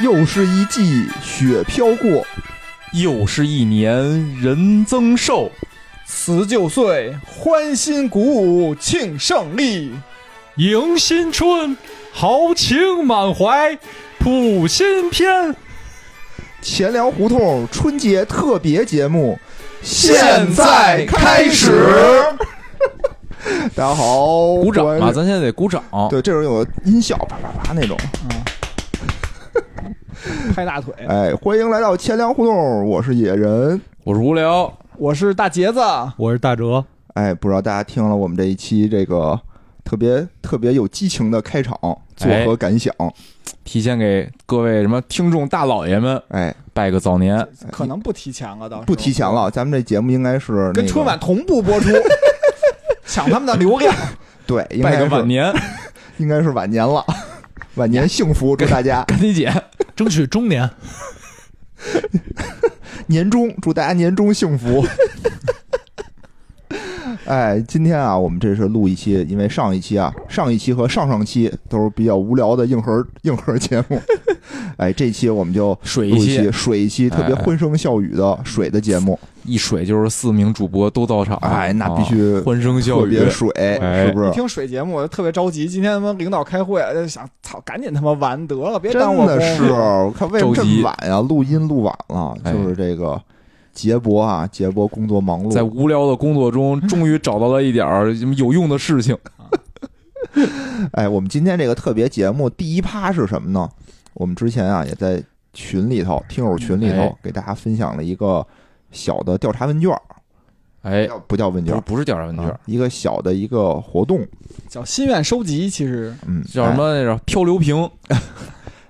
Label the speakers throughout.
Speaker 1: 又是一季雪飘过，
Speaker 2: 又是一年人增寿，
Speaker 3: 辞旧岁，欢欣鼓舞庆胜利，
Speaker 4: 迎新春，豪情满怀谱新篇。
Speaker 1: 闲聊胡同春节特别节目
Speaker 3: 现在开始。
Speaker 1: 大家好，
Speaker 2: 鼓掌
Speaker 1: 我
Speaker 2: 啊！咱现在得鼓掌。
Speaker 1: 对，这时候有个音效，啪啪啪那种。
Speaker 3: 拍大腿。
Speaker 1: 哎，欢迎来到钱粮胡同，我是野人。
Speaker 2: 我是无聊，
Speaker 3: 我是大杰子，
Speaker 4: 我是大哲，
Speaker 1: 哎，不知道大家听了我们这一期这个特别特别有激情的开场，作
Speaker 3: 哎
Speaker 1: 何感想？
Speaker 2: 提前给各位什么听众大老爷们
Speaker 1: 哎，
Speaker 2: 拜个早年。
Speaker 3: 可能不提前了，到时候
Speaker 1: 不提前，了，咱们这节目应该是、那个、
Speaker 3: 跟春晚同 步播出，抢他们的流量。
Speaker 1: 对，应
Speaker 2: 拜
Speaker 1: 该
Speaker 2: 个
Speaker 1: 是
Speaker 2: 晚年，
Speaker 1: 应该是晚年了， 晚年幸福，祝大 家
Speaker 2: 赶紧姐，
Speaker 4: 争取中年。
Speaker 1: 年终，祝大家年终幸福。 哎，今天啊，我们这是录一期，因为上一期啊，上一期和上上期都是比较无聊的硬核硬核节目。 哎，这期我们就
Speaker 2: 水
Speaker 1: 录
Speaker 2: 一
Speaker 1: 一期
Speaker 2: 期，
Speaker 1: 水一期特别
Speaker 2: 哎哎
Speaker 1: 欢声笑语的水的节目。
Speaker 2: 一水就是四名主播都到场，
Speaker 1: 哎，那
Speaker 2: 啊
Speaker 1: 必须
Speaker 2: 欢声
Speaker 1: 特
Speaker 2: 笑语
Speaker 1: 别。水，
Speaker 2: 哎
Speaker 1: 是不
Speaker 3: 一
Speaker 1: 是？
Speaker 3: 听水节目，我就特别着急。今天他妈领导开会，就想操，赶紧他妈完得了，别耽
Speaker 1: 真
Speaker 3: 误我
Speaker 1: 的
Speaker 3: 工
Speaker 1: 是，啊
Speaker 3: 作
Speaker 1: 我看为什么这么晚呀？录音录晚了，
Speaker 2: 哎
Speaker 1: 就是这个杰博啊，杰博工作忙碌，
Speaker 2: 在无聊的工作中，终于找到了一点儿有用的事情。
Speaker 1: 哎，我们今天这个特别节目第一趴是什么呢？我们之前啊也在群里头、听友群里头、
Speaker 2: 哎
Speaker 1: 给大家分享了一个小的调查问卷儿，
Speaker 2: 哎，
Speaker 1: 叫不叫问
Speaker 2: 不
Speaker 1: 卷
Speaker 2: 是
Speaker 1: 儿？
Speaker 2: 不是调查问卷
Speaker 1: 啊，一个小的一个活动，
Speaker 3: 叫心愿收集。其实
Speaker 1: 嗯，
Speaker 2: 叫什么来着？漂流瓶。
Speaker 1: 哎？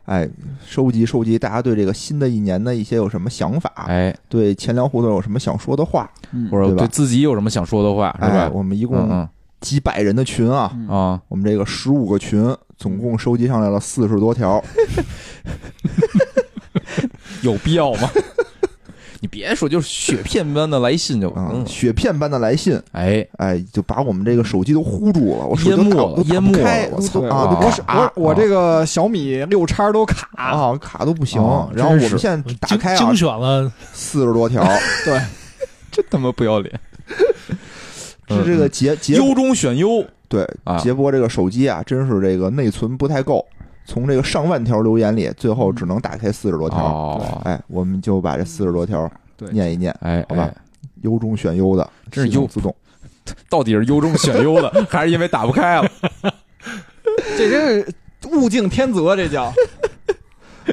Speaker 1: 哎，收集收集大家对这个新的一年的一些有什么想法，
Speaker 2: 哎，
Speaker 1: 对钱粮胡同有什么想说的话，
Speaker 2: 或者
Speaker 1: 啊嗯对吧
Speaker 2: 对自己有什么想说的话，是
Speaker 1: 哎，
Speaker 2: 吧？
Speaker 1: 我们一共
Speaker 2: 嗯
Speaker 1: 几百人的群啊，
Speaker 3: 嗯
Speaker 2: 嗯啊，
Speaker 1: 我们这个十五个群，总共收集上来了四十多条，
Speaker 2: 有必要吗？ 你别说，就是雪片般的来信就完
Speaker 1: 啊、
Speaker 2: 了。
Speaker 1: 雪片般的来信，
Speaker 2: 哎，
Speaker 1: 哎，就把我们这个手机都呼住了，我手机
Speaker 2: 淹没
Speaker 1: 都打都
Speaker 2: 了
Speaker 1: 打不
Speaker 2: 淹没了
Speaker 1: 开
Speaker 2: 我
Speaker 3: 操
Speaker 1: 都啊，
Speaker 2: 啊
Speaker 1: 都
Speaker 3: 哎我是我我这个小米六叉都卡，
Speaker 1: 啊卡都不行
Speaker 2: 啊。
Speaker 1: 然后我们
Speaker 2: 真是
Speaker 1: 现在打开啊
Speaker 4: 精，选了，
Speaker 1: 四十 多条，
Speaker 3: 对，
Speaker 2: 真他妈不要脸！
Speaker 1: 是这个杰杰
Speaker 2: 优中选优，
Speaker 1: 对
Speaker 2: 啊
Speaker 1: 杰波这个手机啊，真是这个内存不太够，从这个上万条留言里，最后只能打开四十多条。
Speaker 2: 哦，
Speaker 1: 哎，我们就把这四十多条
Speaker 3: 对
Speaker 1: 念一念，
Speaker 2: 哎，
Speaker 1: 好吧
Speaker 2: 哎，
Speaker 1: 优中选优的，
Speaker 2: 真是
Speaker 1: 系统
Speaker 2: 优
Speaker 1: 自动。
Speaker 2: 到底是优中选优的， 还是因为打不开了？
Speaker 3: 这真是物竞天择，这叫。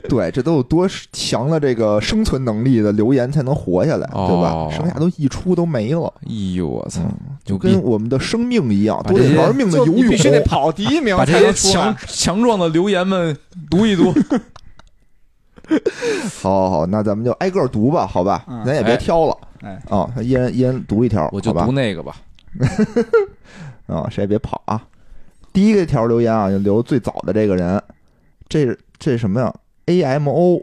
Speaker 1: 对，这都有多强的这个生存能力的留言才能活下来，对吧？
Speaker 2: 哦
Speaker 1: 剩下都溢出都没了，
Speaker 2: 哎呦，我操！
Speaker 1: 嗯就
Speaker 2: 牛
Speaker 1: 跟
Speaker 2: 逼！
Speaker 1: 我们的生命一样，
Speaker 2: 把
Speaker 1: 都
Speaker 2: 这
Speaker 1: 得
Speaker 2: 些
Speaker 1: 玩命的
Speaker 3: 就
Speaker 1: 游
Speaker 3: 你
Speaker 1: 泳哦
Speaker 3: 必。须得跑第一名
Speaker 2: 把
Speaker 3: 才
Speaker 2: 这些
Speaker 3: 能出来
Speaker 2: 强。强壮的留言们读 一读，
Speaker 1: 好好好，那咱们就挨个读吧，好吧？
Speaker 3: 嗯
Speaker 1: 咱也别
Speaker 2: 哎
Speaker 1: 挑了。
Speaker 3: 哎
Speaker 1: 啊，一人一人读一条，
Speaker 2: 我就
Speaker 1: 好吧
Speaker 2: 读那个吧。
Speaker 1: 啊，谁也别跑啊！第一个条留言啊，就留最早的这个人，这这是什么呀？A M O，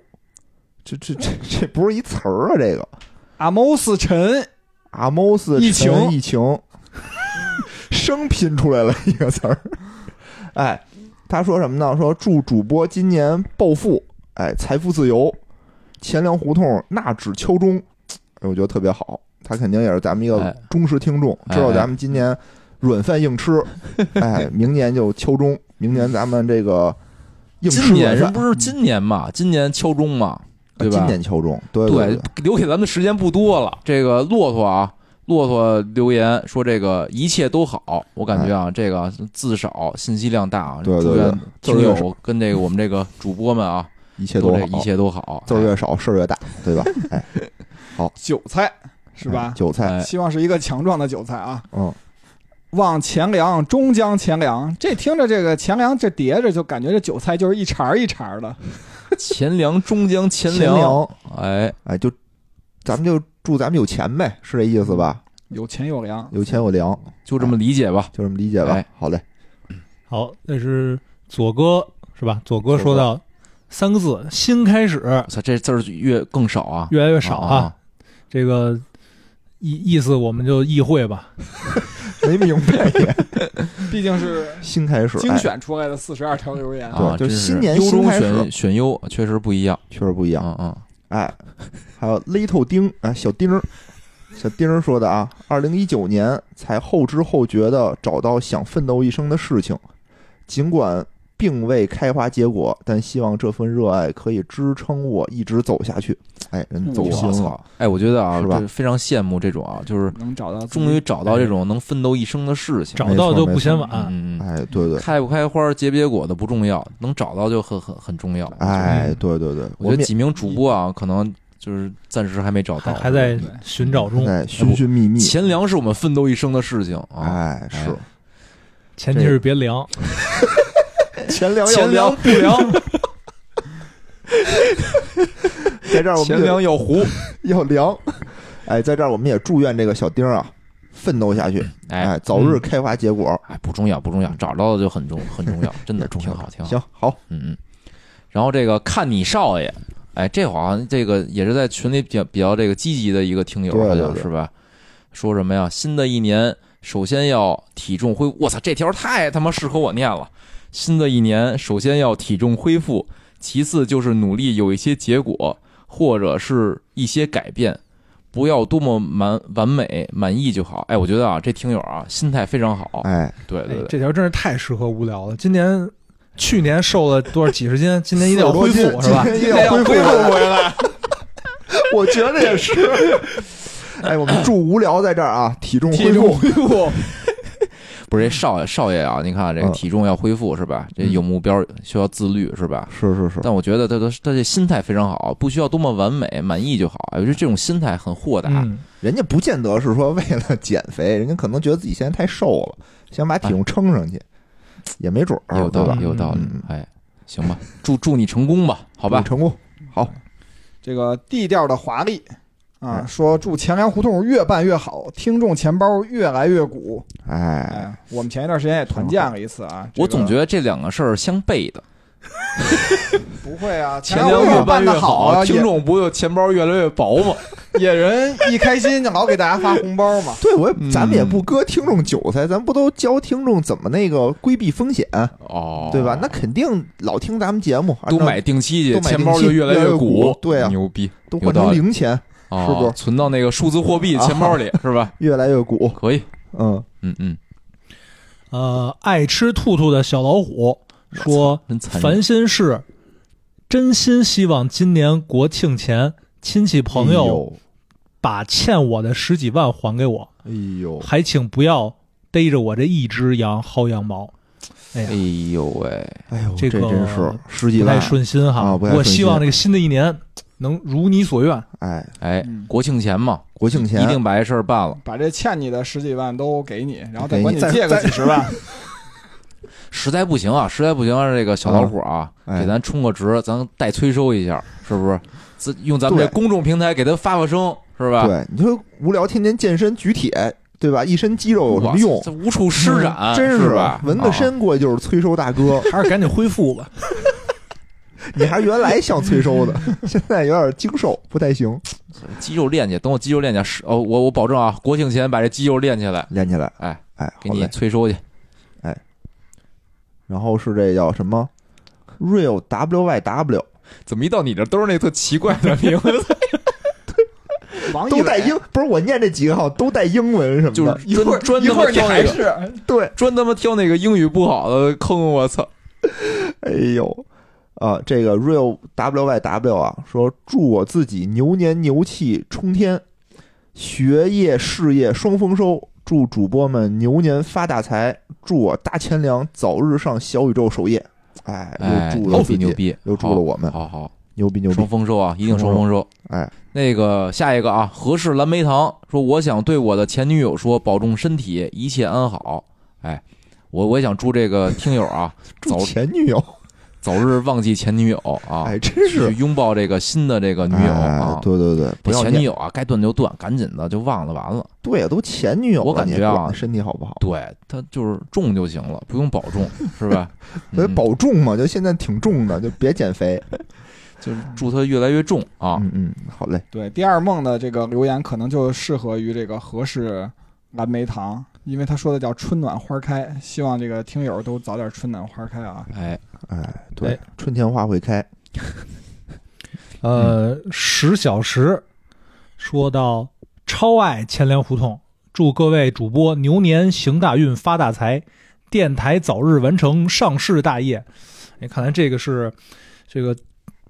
Speaker 1: 这这这这不是一词儿啊，这个
Speaker 3: 阿莫斯陈，
Speaker 1: 阿莫斯
Speaker 3: 疫情
Speaker 1: 疫情，生拼出来了一个词儿。哎，他说什么呢？说祝主播今年暴富，哎，财富自由，钱粮胡同纳指敲钟，哎我觉得特别好。他肯定也是咱们一个
Speaker 2: 哎
Speaker 1: 忠实听众，
Speaker 2: 哎
Speaker 1: 知道咱们今年软饭硬吃，哎，明年就敲钟，明年咱们这个硬吃
Speaker 2: 今年
Speaker 1: 软
Speaker 2: 这
Speaker 1: 饭，
Speaker 2: 不是今年嘛？今年敲钟嘛，对吧？
Speaker 1: 啊今年敲钟，对对
Speaker 2: 对，留给咱们的时间不多了。这个骆驼啊，骆驼留言说这个一切都好，我感觉啊，这个字少，信息量大啊。
Speaker 1: 哎对对
Speaker 2: 祝愿
Speaker 1: 对字儿
Speaker 2: 听
Speaker 1: 越
Speaker 2: 友跟这个我们这个主播们啊，
Speaker 1: 一切
Speaker 2: 都
Speaker 1: 都
Speaker 2: 这
Speaker 1: 好
Speaker 2: 一，切都好。
Speaker 1: 字儿越少事儿越大，对吧？哎，
Speaker 3: 韭菜是吧？
Speaker 1: 嗯韭菜，
Speaker 2: 哎
Speaker 3: 希望是一个强壮的韭菜啊！
Speaker 1: 嗯。
Speaker 3: 望钱粮，终将钱粮。这听着这个钱粮这叠着，就感觉这韭菜就是一茬儿一茬儿的。
Speaker 2: 哎钱粮终将钱
Speaker 1: 钱粮，
Speaker 2: 哎，
Speaker 1: 哎，就咱们就祝咱们有钱呗，是这意思吧？
Speaker 3: 有钱有粮，
Speaker 1: 有钱有粮，
Speaker 2: 就这么理解吧。
Speaker 1: 就这么理解吧。
Speaker 2: 哎
Speaker 1: 好嘞，
Speaker 4: 好，那是左哥是吧？左哥说到三个字：新开始，
Speaker 2: 我操，这字儿越更少啊，
Speaker 4: 越来越少啊。
Speaker 2: 啊
Speaker 4: 这个意意思我们就意会吧。
Speaker 1: 没没明白也。
Speaker 3: 毕竟是
Speaker 1: 哎新开始，
Speaker 3: 精
Speaker 1: 哎
Speaker 3: 选出来的四十二条留言
Speaker 1: 对
Speaker 2: 啊，
Speaker 1: 就
Speaker 2: 真是
Speaker 1: 新年
Speaker 2: 优
Speaker 1: 新
Speaker 2: 中
Speaker 1: 开始
Speaker 2: 选选优，确实不一样。
Speaker 1: 确实不一样。
Speaker 2: 嗯嗯，
Speaker 1: 哎，还有勒透丁啊，小丁儿，小丁儿说的啊，二零一九年才后知后觉的找到想奋斗一生的事情，尽管并未开花结果，但希望这份热爱可以支撑我一直走下去。哎，人走
Speaker 2: 我
Speaker 1: 心了，
Speaker 2: 操！哎，我觉得啊，
Speaker 1: 是吧
Speaker 2: 这非常羡慕这种啊，就是
Speaker 3: 能找到，
Speaker 2: 终于找到这种能奋斗一生的事情。
Speaker 4: 找到就不嫌晚。
Speaker 2: 嗯嗯嗯，
Speaker 1: 哎，对对，
Speaker 2: 开不开花、结不结果的不重要，能找到就很很很重要。
Speaker 1: 哎，对对对，我
Speaker 2: 我觉
Speaker 1: 们
Speaker 2: 得
Speaker 1: 也
Speaker 2: 几名主播啊，可能就是暂时还没找
Speaker 4: 还
Speaker 2: 嗯到，
Speaker 4: 还在寻找中，
Speaker 1: 哎寻寻觅觅，
Speaker 2: 钱粮是我们奋斗一生的事情啊。
Speaker 1: 哎是
Speaker 4: 前提是别凉。
Speaker 1: 哎钱粮 要
Speaker 2: 钱粮
Speaker 1: 粮，
Speaker 2: 不良，
Speaker 1: 在这儿我
Speaker 2: 钱
Speaker 1: 们就
Speaker 2: 粮要糊。
Speaker 1: 要粮。 哎，在这儿我们也祝愿这个小丁儿啊，奋斗下去，
Speaker 2: 哎
Speaker 1: 哎，早日开花结果。
Speaker 2: 哎，不重要不重要，找到的就很重很重要，真的
Speaker 1: 挺
Speaker 2: 挺好挺好。
Speaker 1: 行，好，
Speaker 2: 嗯嗯。然后这个看你少爷，哎，这好像这个也是在群里比较比较这个积极的一个听友，
Speaker 1: 对
Speaker 2: 好
Speaker 1: 对
Speaker 2: 像
Speaker 1: 对
Speaker 2: 是吧？说什么呀？新的一年首先要体重恢复。我操，这条太他妈适合我念了。新的一年首先要体重恢复，其次就是努力有一些结果或者是一些改变。不要多么满完美满意就好，哎，我觉得啊，这听友啊心态非常好，
Speaker 1: 哎，
Speaker 2: 对对
Speaker 4: 哎
Speaker 2: 对，
Speaker 4: 这条真是太适合无聊了。今年、去年瘦了多少几十斤，今年一定要
Speaker 1: 40多
Speaker 4: 恢
Speaker 1: 斤
Speaker 4: 复，是 吧？
Speaker 1: 今天要恢复回来， 我觉得也是。哎，我们祝无聊在这儿啊，体重恢复，
Speaker 3: 恢复，
Speaker 2: 不是这少爷少爷啊，你看这个
Speaker 1: 嗯
Speaker 2: 体重要恢复是吧？这有目标，需要自律是吧？
Speaker 1: 是是是，
Speaker 2: 但我觉得他他他这心态非常好，不需要多么完美，满意就好。我觉得这种心态很豁达。
Speaker 4: 嗯，
Speaker 1: 人家不见得是说为了减肥，人家可能觉得自己现在太瘦了，想把体重撑上去，也没准儿，
Speaker 2: 有道
Speaker 1: 对吧
Speaker 2: 理，？有道理
Speaker 1: 嗯。
Speaker 2: 哎，行吧，祝祝你成功吧，好吧
Speaker 1: 祝。成功，
Speaker 3: 这个低调的华丽啊，
Speaker 1: 嗯
Speaker 3: 说祝钱粮胡同越办越好，听众钱包越来越鼓。
Speaker 1: 哎，。
Speaker 3: 哎，我们前一段时间也团建了一次啊，
Speaker 2: 我总觉
Speaker 3: 得
Speaker 2: 得这两个事儿相悖的，
Speaker 3: 不会啊，
Speaker 2: 前
Speaker 3: 粮
Speaker 2: 两
Speaker 3: 胡
Speaker 2: 越
Speaker 3: 同办
Speaker 2: 越
Speaker 3: 的啊，
Speaker 2: 听众不就钱包越来越薄吗？
Speaker 3: 野野人一开心就老给大家发红包嘛
Speaker 1: 对我也
Speaker 2: 嗯
Speaker 1: 咱们也不割听众韭菜，咱不都教听众怎么那个规避风险，
Speaker 2: 哦，
Speaker 1: 对吧？那肯定老听咱们节目，
Speaker 2: 都
Speaker 1: 按照
Speaker 2: 买定期
Speaker 1: 都
Speaker 2: 去，
Speaker 1: 买
Speaker 2: 钱包
Speaker 1: 定期
Speaker 2: 就越来
Speaker 1: 越来越
Speaker 2: 鼓
Speaker 1: 鼓。对啊
Speaker 2: 牛逼，
Speaker 1: 都
Speaker 2: 有
Speaker 1: 换
Speaker 2: 道
Speaker 1: 成
Speaker 2: 理
Speaker 1: 零钱，
Speaker 2: 哦
Speaker 1: 是不啊是
Speaker 2: 存到那个数字货币钱包里 是吧？
Speaker 1: 越来越鼓，
Speaker 2: 可以，
Speaker 1: 嗯，
Speaker 2: 嗯嗯，
Speaker 4: 呃，爱吃兔兔的小老虎说
Speaker 2: 真：“残忍。
Speaker 4: 烦心事，真心希望今年国庆前亲戚朋
Speaker 1: 哎
Speaker 4: 友把欠我的十几万还给我，
Speaker 1: 哎呦，哎呦，
Speaker 4: 还请不要逮着我这一只羊薅羊毛。”哎呀
Speaker 2: 哎，呦喂，
Speaker 1: 哎呦，
Speaker 4: 这
Speaker 1: 这
Speaker 4: 个
Speaker 1: 真是十几
Speaker 4: 不
Speaker 1: 万
Speaker 4: 太，顺心哈。
Speaker 1: 啊不太
Speaker 4: 我
Speaker 1: 顺心
Speaker 4: 希望这个新的一年能如你所愿。
Speaker 1: 哎，
Speaker 2: 哎
Speaker 3: 嗯，
Speaker 2: 国庆前嘛，
Speaker 1: 国庆前
Speaker 2: 一定把这事儿办了。
Speaker 3: 把这欠你的十几万都给你，然后
Speaker 1: 给
Speaker 3: 再
Speaker 1: 你
Speaker 3: 管你
Speaker 1: 再
Speaker 3: 借个
Speaker 1: 再
Speaker 3: 几十万，
Speaker 2: 实在不行啊，实在不行、这个小老虎啊，
Speaker 1: 哎
Speaker 2: 给咱充个值，咱代催收一下，是不是？自用咱们这
Speaker 1: 对
Speaker 2: 公众平台给他发发声，是吧？
Speaker 1: 对，你说无聊，天天健身举铁，对吧？一身肌肉有什
Speaker 2: 哇
Speaker 1: 么用？嗯
Speaker 2: 这无处施展，
Speaker 1: 真
Speaker 2: 是
Speaker 1: 是
Speaker 2: 吧？啊哦
Speaker 1: 纹个身过去就是催收大哥，
Speaker 4: 还是赶紧恢复吧。
Speaker 1: 你还原来像催收的， 现在有点精瘦，不太行，
Speaker 2: 啊肌肉练去，等我肌肉练去，是哦，我我保证啊，国庆前把这肌肉练起来，
Speaker 1: 练起来，
Speaker 2: 哎
Speaker 1: 哎，
Speaker 2: 给
Speaker 1: 好
Speaker 2: 你
Speaker 1: 嘞。
Speaker 2: 催收去。
Speaker 1: 然后是这叫什么？Real W Y W
Speaker 2: 怎么一到你这都是那特奇怪的名字？
Speaker 3: 王一
Speaker 1: 都带
Speaker 3: 伟
Speaker 1: 英，不是我念这几个好像都带英文什么
Speaker 2: 就
Speaker 1: 的，
Speaker 2: 是
Speaker 3: 一会儿
Speaker 2: 专专
Speaker 3: 一
Speaker 2: 他
Speaker 3: 会
Speaker 2: 妈
Speaker 3: 儿你
Speaker 2: 挑
Speaker 3: 还
Speaker 2: 那个，
Speaker 3: 是
Speaker 1: 对，
Speaker 2: 专他妈挑那个英语不好的坑，我操！
Speaker 1: 哎呦，啊，这个 real w y w 啊，说祝我自己牛年牛气冲天，学业事业双丰收，祝主播们牛年发大财，祝我大钱粮早日上小宇宙首页。哎，
Speaker 2: 哎，
Speaker 1: 又祝
Speaker 2: 牛
Speaker 1: 了
Speaker 2: 逼
Speaker 1: 自
Speaker 2: 牛
Speaker 1: 己，
Speaker 2: 逼，
Speaker 1: 又祝了我们，
Speaker 2: 好好。
Speaker 1: 牛嗯逼牛逼
Speaker 2: 双！丰收啊，一定双丰收。
Speaker 1: 哎，
Speaker 2: 那个下一个啊，何氏蓝莓堂说，我想对我的前女友说，保重身体，一切安好。哎，我我也想祝这个听友啊，
Speaker 1: 祝
Speaker 2: 早
Speaker 1: 前女友，
Speaker 2: 早日忘记前女友啊，
Speaker 1: 哎，真
Speaker 2: 去
Speaker 1: 是
Speaker 2: 拥抱这个新的这个女友
Speaker 1: 哎
Speaker 2: 啊。
Speaker 1: 对对对，不
Speaker 2: 这
Speaker 1: 要
Speaker 2: 前女
Speaker 1: 念
Speaker 2: 友啊，该断就断，赶紧的就忘了，完了。
Speaker 1: 对呀，都前女友了，
Speaker 2: 我感觉啊
Speaker 1: 你也管她身体好不好？
Speaker 2: 对他就是重就行了，不用保 重，是吧？
Speaker 1: 所以
Speaker 2: 嗯
Speaker 1: 保重嘛，就现在挺重的，就别减肥。
Speaker 2: 就是祝他越来越重啊。
Speaker 1: 嗯嗯，好嘞，
Speaker 3: 对第二梦的这个留言可能就适合于这个何氏蓝莓糖，因为他说的叫春暖花开，希望这个听友都早点春暖花开啊。
Speaker 2: 哎，
Speaker 1: 哎，对
Speaker 4: 哎，
Speaker 1: 春天花会开，
Speaker 4: 呃，十小时说到超爱钱粮胡同，祝各位主播牛年行大运发大财，电台早日完成上市大业。哎，看来这个是这个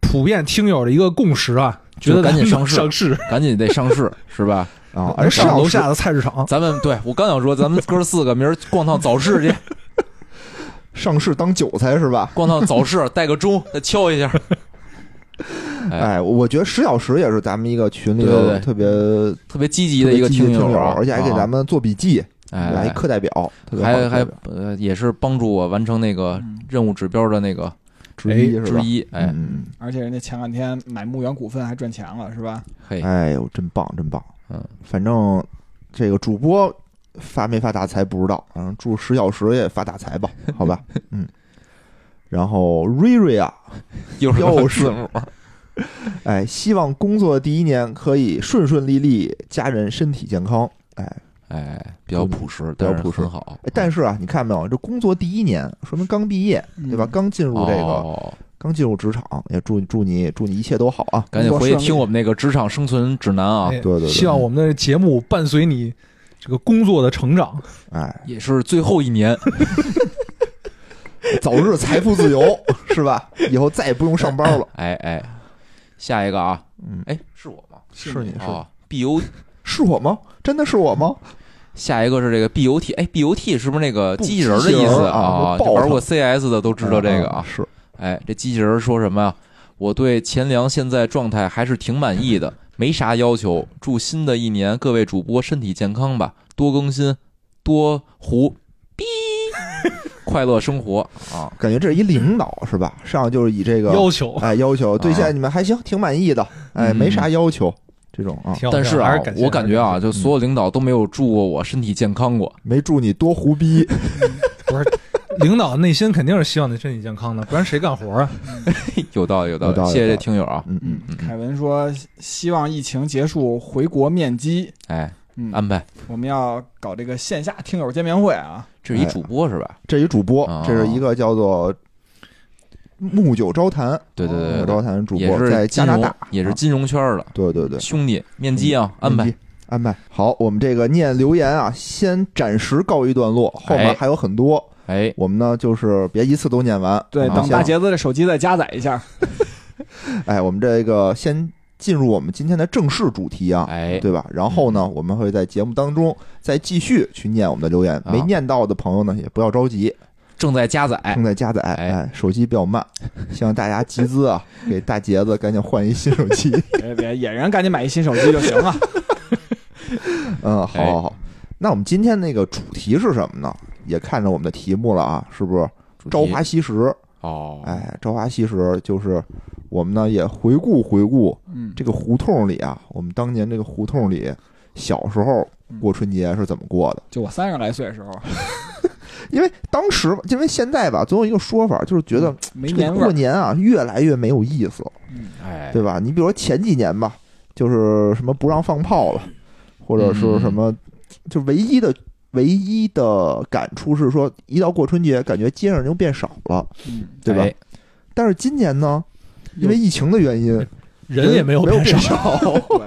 Speaker 4: 普遍听友的一个共识啊，觉
Speaker 2: 就
Speaker 4: 得
Speaker 2: 赶紧
Speaker 4: 咱
Speaker 2: 上
Speaker 4: 们
Speaker 2: 市
Speaker 4: 上市，
Speaker 2: 赶紧得上市是吧？
Speaker 1: 啊，而且
Speaker 4: 上
Speaker 1: 上
Speaker 4: 楼
Speaker 1: 市
Speaker 4: 下的菜市
Speaker 1: 啊
Speaker 4: 场。
Speaker 2: 咱们对我刚想说，咱们哥四个明儿逛趟早市去，
Speaker 1: 上市当韭菜是吧？
Speaker 2: 逛趟早市带个钟再敲一下。哎
Speaker 1: 哎，我觉得石小石也是咱们一个群里
Speaker 2: 对对
Speaker 1: 头
Speaker 2: 对
Speaker 1: 特别
Speaker 2: 特别积极
Speaker 1: 特
Speaker 2: 的
Speaker 1: 别
Speaker 2: 一个
Speaker 1: 积极的
Speaker 2: 友
Speaker 1: 友，
Speaker 2: 啊，
Speaker 1: 而且还给咱们做笔记，
Speaker 2: 哎
Speaker 1: 来
Speaker 2: 哎
Speaker 1: 课代表，特别棒
Speaker 2: 还还
Speaker 1: 特别
Speaker 2: 呃也是帮助我完成那个
Speaker 3: 嗯
Speaker 2: 任务指标的那个
Speaker 1: 棒之一是
Speaker 2: 之
Speaker 1: 吧？
Speaker 2: 一。哎
Speaker 1: 嗯，
Speaker 3: 而且人家前两天买牧原股份还赚钱了，是吧？
Speaker 2: 嘿，
Speaker 1: 哎呦，真棒，真棒。
Speaker 2: 嗯，
Speaker 1: 反正这个主播发没发大财不知道，嗯，祝石小石也发大财吧，好吧，嗯。然后瑞瑞啊，
Speaker 2: 又是
Speaker 1: 又
Speaker 2: 个
Speaker 1: 是
Speaker 2: 字母，
Speaker 1: 哎，希望工作第一年可以顺顺利利，家人身体健康。哎，
Speaker 2: 哎，比较朴实，
Speaker 1: 嗯比较
Speaker 2: 但是
Speaker 1: 朴实
Speaker 2: 很好
Speaker 1: 哎。但是啊，你看没有，这工作第一年，说明刚毕业，对吧？
Speaker 3: 嗯
Speaker 1: 刚进入这个，
Speaker 2: 哦
Speaker 1: 刚进入职场，也祝你祝你祝你一切都好啊！
Speaker 2: 赶紧回去听我们那个职场生存指南啊
Speaker 4: 哎，
Speaker 1: 对对对
Speaker 4: 希望我们的节目伴随你这个工作的成长。
Speaker 1: 哎，
Speaker 2: 也是最后一 年，
Speaker 1: 早日财富自由 是吧？以后再也不用上班了。
Speaker 2: 哎哎，下一个啊，
Speaker 1: 嗯，
Speaker 2: 哎，是我吗？
Speaker 1: 是你是
Speaker 2: 哦，B U
Speaker 1: 是我吗？真的是我吗？
Speaker 2: 下一个是这个 B U T，哎，B U T 是不是那个
Speaker 1: 不
Speaker 2: 机器人的意
Speaker 1: 机器
Speaker 2: 思
Speaker 1: 人啊
Speaker 2: 就
Speaker 1: 爆
Speaker 2: 玩
Speaker 1: 它嗯
Speaker 2: 过 C S 的都知道这个啊。
Speaker 1: 是
Speaker 2: 哎，这机器人说什么呀？我对钱粮现在状态还是挺满意的，没啥要求。祝新的一年各位主播身体健康吧，多更新，多胡逼， 快乐生活啊！
Speaker 1: 感觉这是一领导是吧？上来就是以这个
Speaker 4: 要求，
Speaker 1: 哎要求对
Speaker 2: 啊
Speaker 1: 现在你们还行，挺满意的，哎
Speaker 2: 嗯
Speaker 1: 没啥要求这种啊，
Speaker 4: 挺好
Speaker 2: 但是
Speaker 4: 挺好还
Speaker 2: 啊
Speaker 4: 是，感谢
Speaker 2: 我感觉啊，
Speaker 4: 还是
Speaker 2: 就所有领导都没有祝过我身体健康过。
Speaker 1: 没祝你多胡逼。
Speaker 4: 感谢领导内心肯定是希望你身体健康的，不然谁干活啊？
Speaker 2: 有道理，有
Speaker 1: 嗯
Speaker 2: 道
Speaker 1: 有道理
Speaker 2: 谢
Speaker 1: 有
Speaker 2: 谢这
Speaker 1: 道理
Speaker 2: 听友啊！
Speaker 1: 嗯嗯，
Speaker 2: 嗯
Speaker 3: 凯文说希望疫情结束回国面基，
Speaker 2: 哎，
Speaker 3: 嗯，
Speaker 1: 啊
Speaker 2: 安排，
Speaker 3: 我们要搞这个线下听友见面会啊。
Speaker 2: 这是一
Speaker 1: 哎
Speaker 2: 主播是吧？
Speaker 1: 这一主播
Speaker 2: 啊，
Speaker 1: 这是一个叫做木九招谈，
Speaker 2: 对对
Speaker 1: 木
Speaker 2: 呃对
Speaker 1: 九
Speaker 2: 对
Speaker 1: 招谈主
Speaker 2: 对，也
Speaker 1: 播
Speaker 2: 是
Speaker 1: 在加
Speaker 2: 金
Speaker 1: 拿
Speaker 2: 融
Speaker 1: 大，
Speaker 2: 也是
Speaker 1: 啊
Speaker 2: 金融圈儿的
Speaker 1: 对对对，嗯
Speaker 2: 兄弟，面基啊，安排
Speaker 1: 面。基安排好，我们这个念留言啊，先暂时告一段落，后面
Speaker 2: 哎
Speaker 1: 还有很多，
Speaker 2: 哎，
Speaker 1: 我们呢就是别一次都念完，
Speaker 3: 对，
Speaker 1: 啊
Speaker 3: 等大
Speaker 1: 像
Speaker 3: 杰子的手机再加载一下。
Speaker 1: 哎，我们这个先进入我们今天的正式主题啊，
Speaker 2: 哎
Speaker 1: 对吧？然后呢，我们会在节目当中再继续去念我们的留言，
Speaker 2: 啊
Speaker 1: 没念到的朋友呢也不要着急，
Speaker 2: 正在加载。
Speaker 1: 正在加载，
Speaker 2: 哎
Speaker 1: 哎，手机比较慢，希望大家集资啊，给大杰子赶紧换一新手 机。
Speaker 3: 别别，野人赶紧买一新手机就行了。
Speaker 1: 嗯，好
Speaker 2: 哎
Speaker 1: 好好。那我们今天那个主题是什么呢？也看着我们的题目了啊，是不是？
Speaker 2: 主
Speaker 1: 朝
Speaker 2: 题
Speaker 1: 花夕拾，
Speaker 2: 哦，
Speaker 1: 哎，朝花夕拾就是我们呢也回顾回顾
Speaker 3: 嗯，
Speaker 1: 这个胡同里啊，我们当年这个胡同里小时候过春节是怎么过的？
Speaker 3: 就我三十来岁的时候，
Speaker 1: 因为当时，因为现在吧，总有一个说法，就是觉得
Speaker 3: 没
Speaker 1: 这
Speaker 3: 嗯年
Speaker 1: 个
Speaker 3: 味儿嗯
Speaker 1: 过。年啊越来越没有意思了，
Speaker 2: 哎，
Speaker 1: 对吧？你比如说前几年吧，就是什么不让放炮了，或者是什么，就唯一的。唯一的感触是说，一到过春节，感觉街上就变少了。
Speaker 3: 嗯，
Speaker 1: 对吧
Speaker 2: 哎
Speaker 1: 但是今年呢，因为疫情的原因，
Speaker 4: 人也没有
Speaker 1: 没
Speaker 4: 变
Speaker 1: 变
Speaker 4: 少，
Speaker 1: 少，
Speaker 3: 对，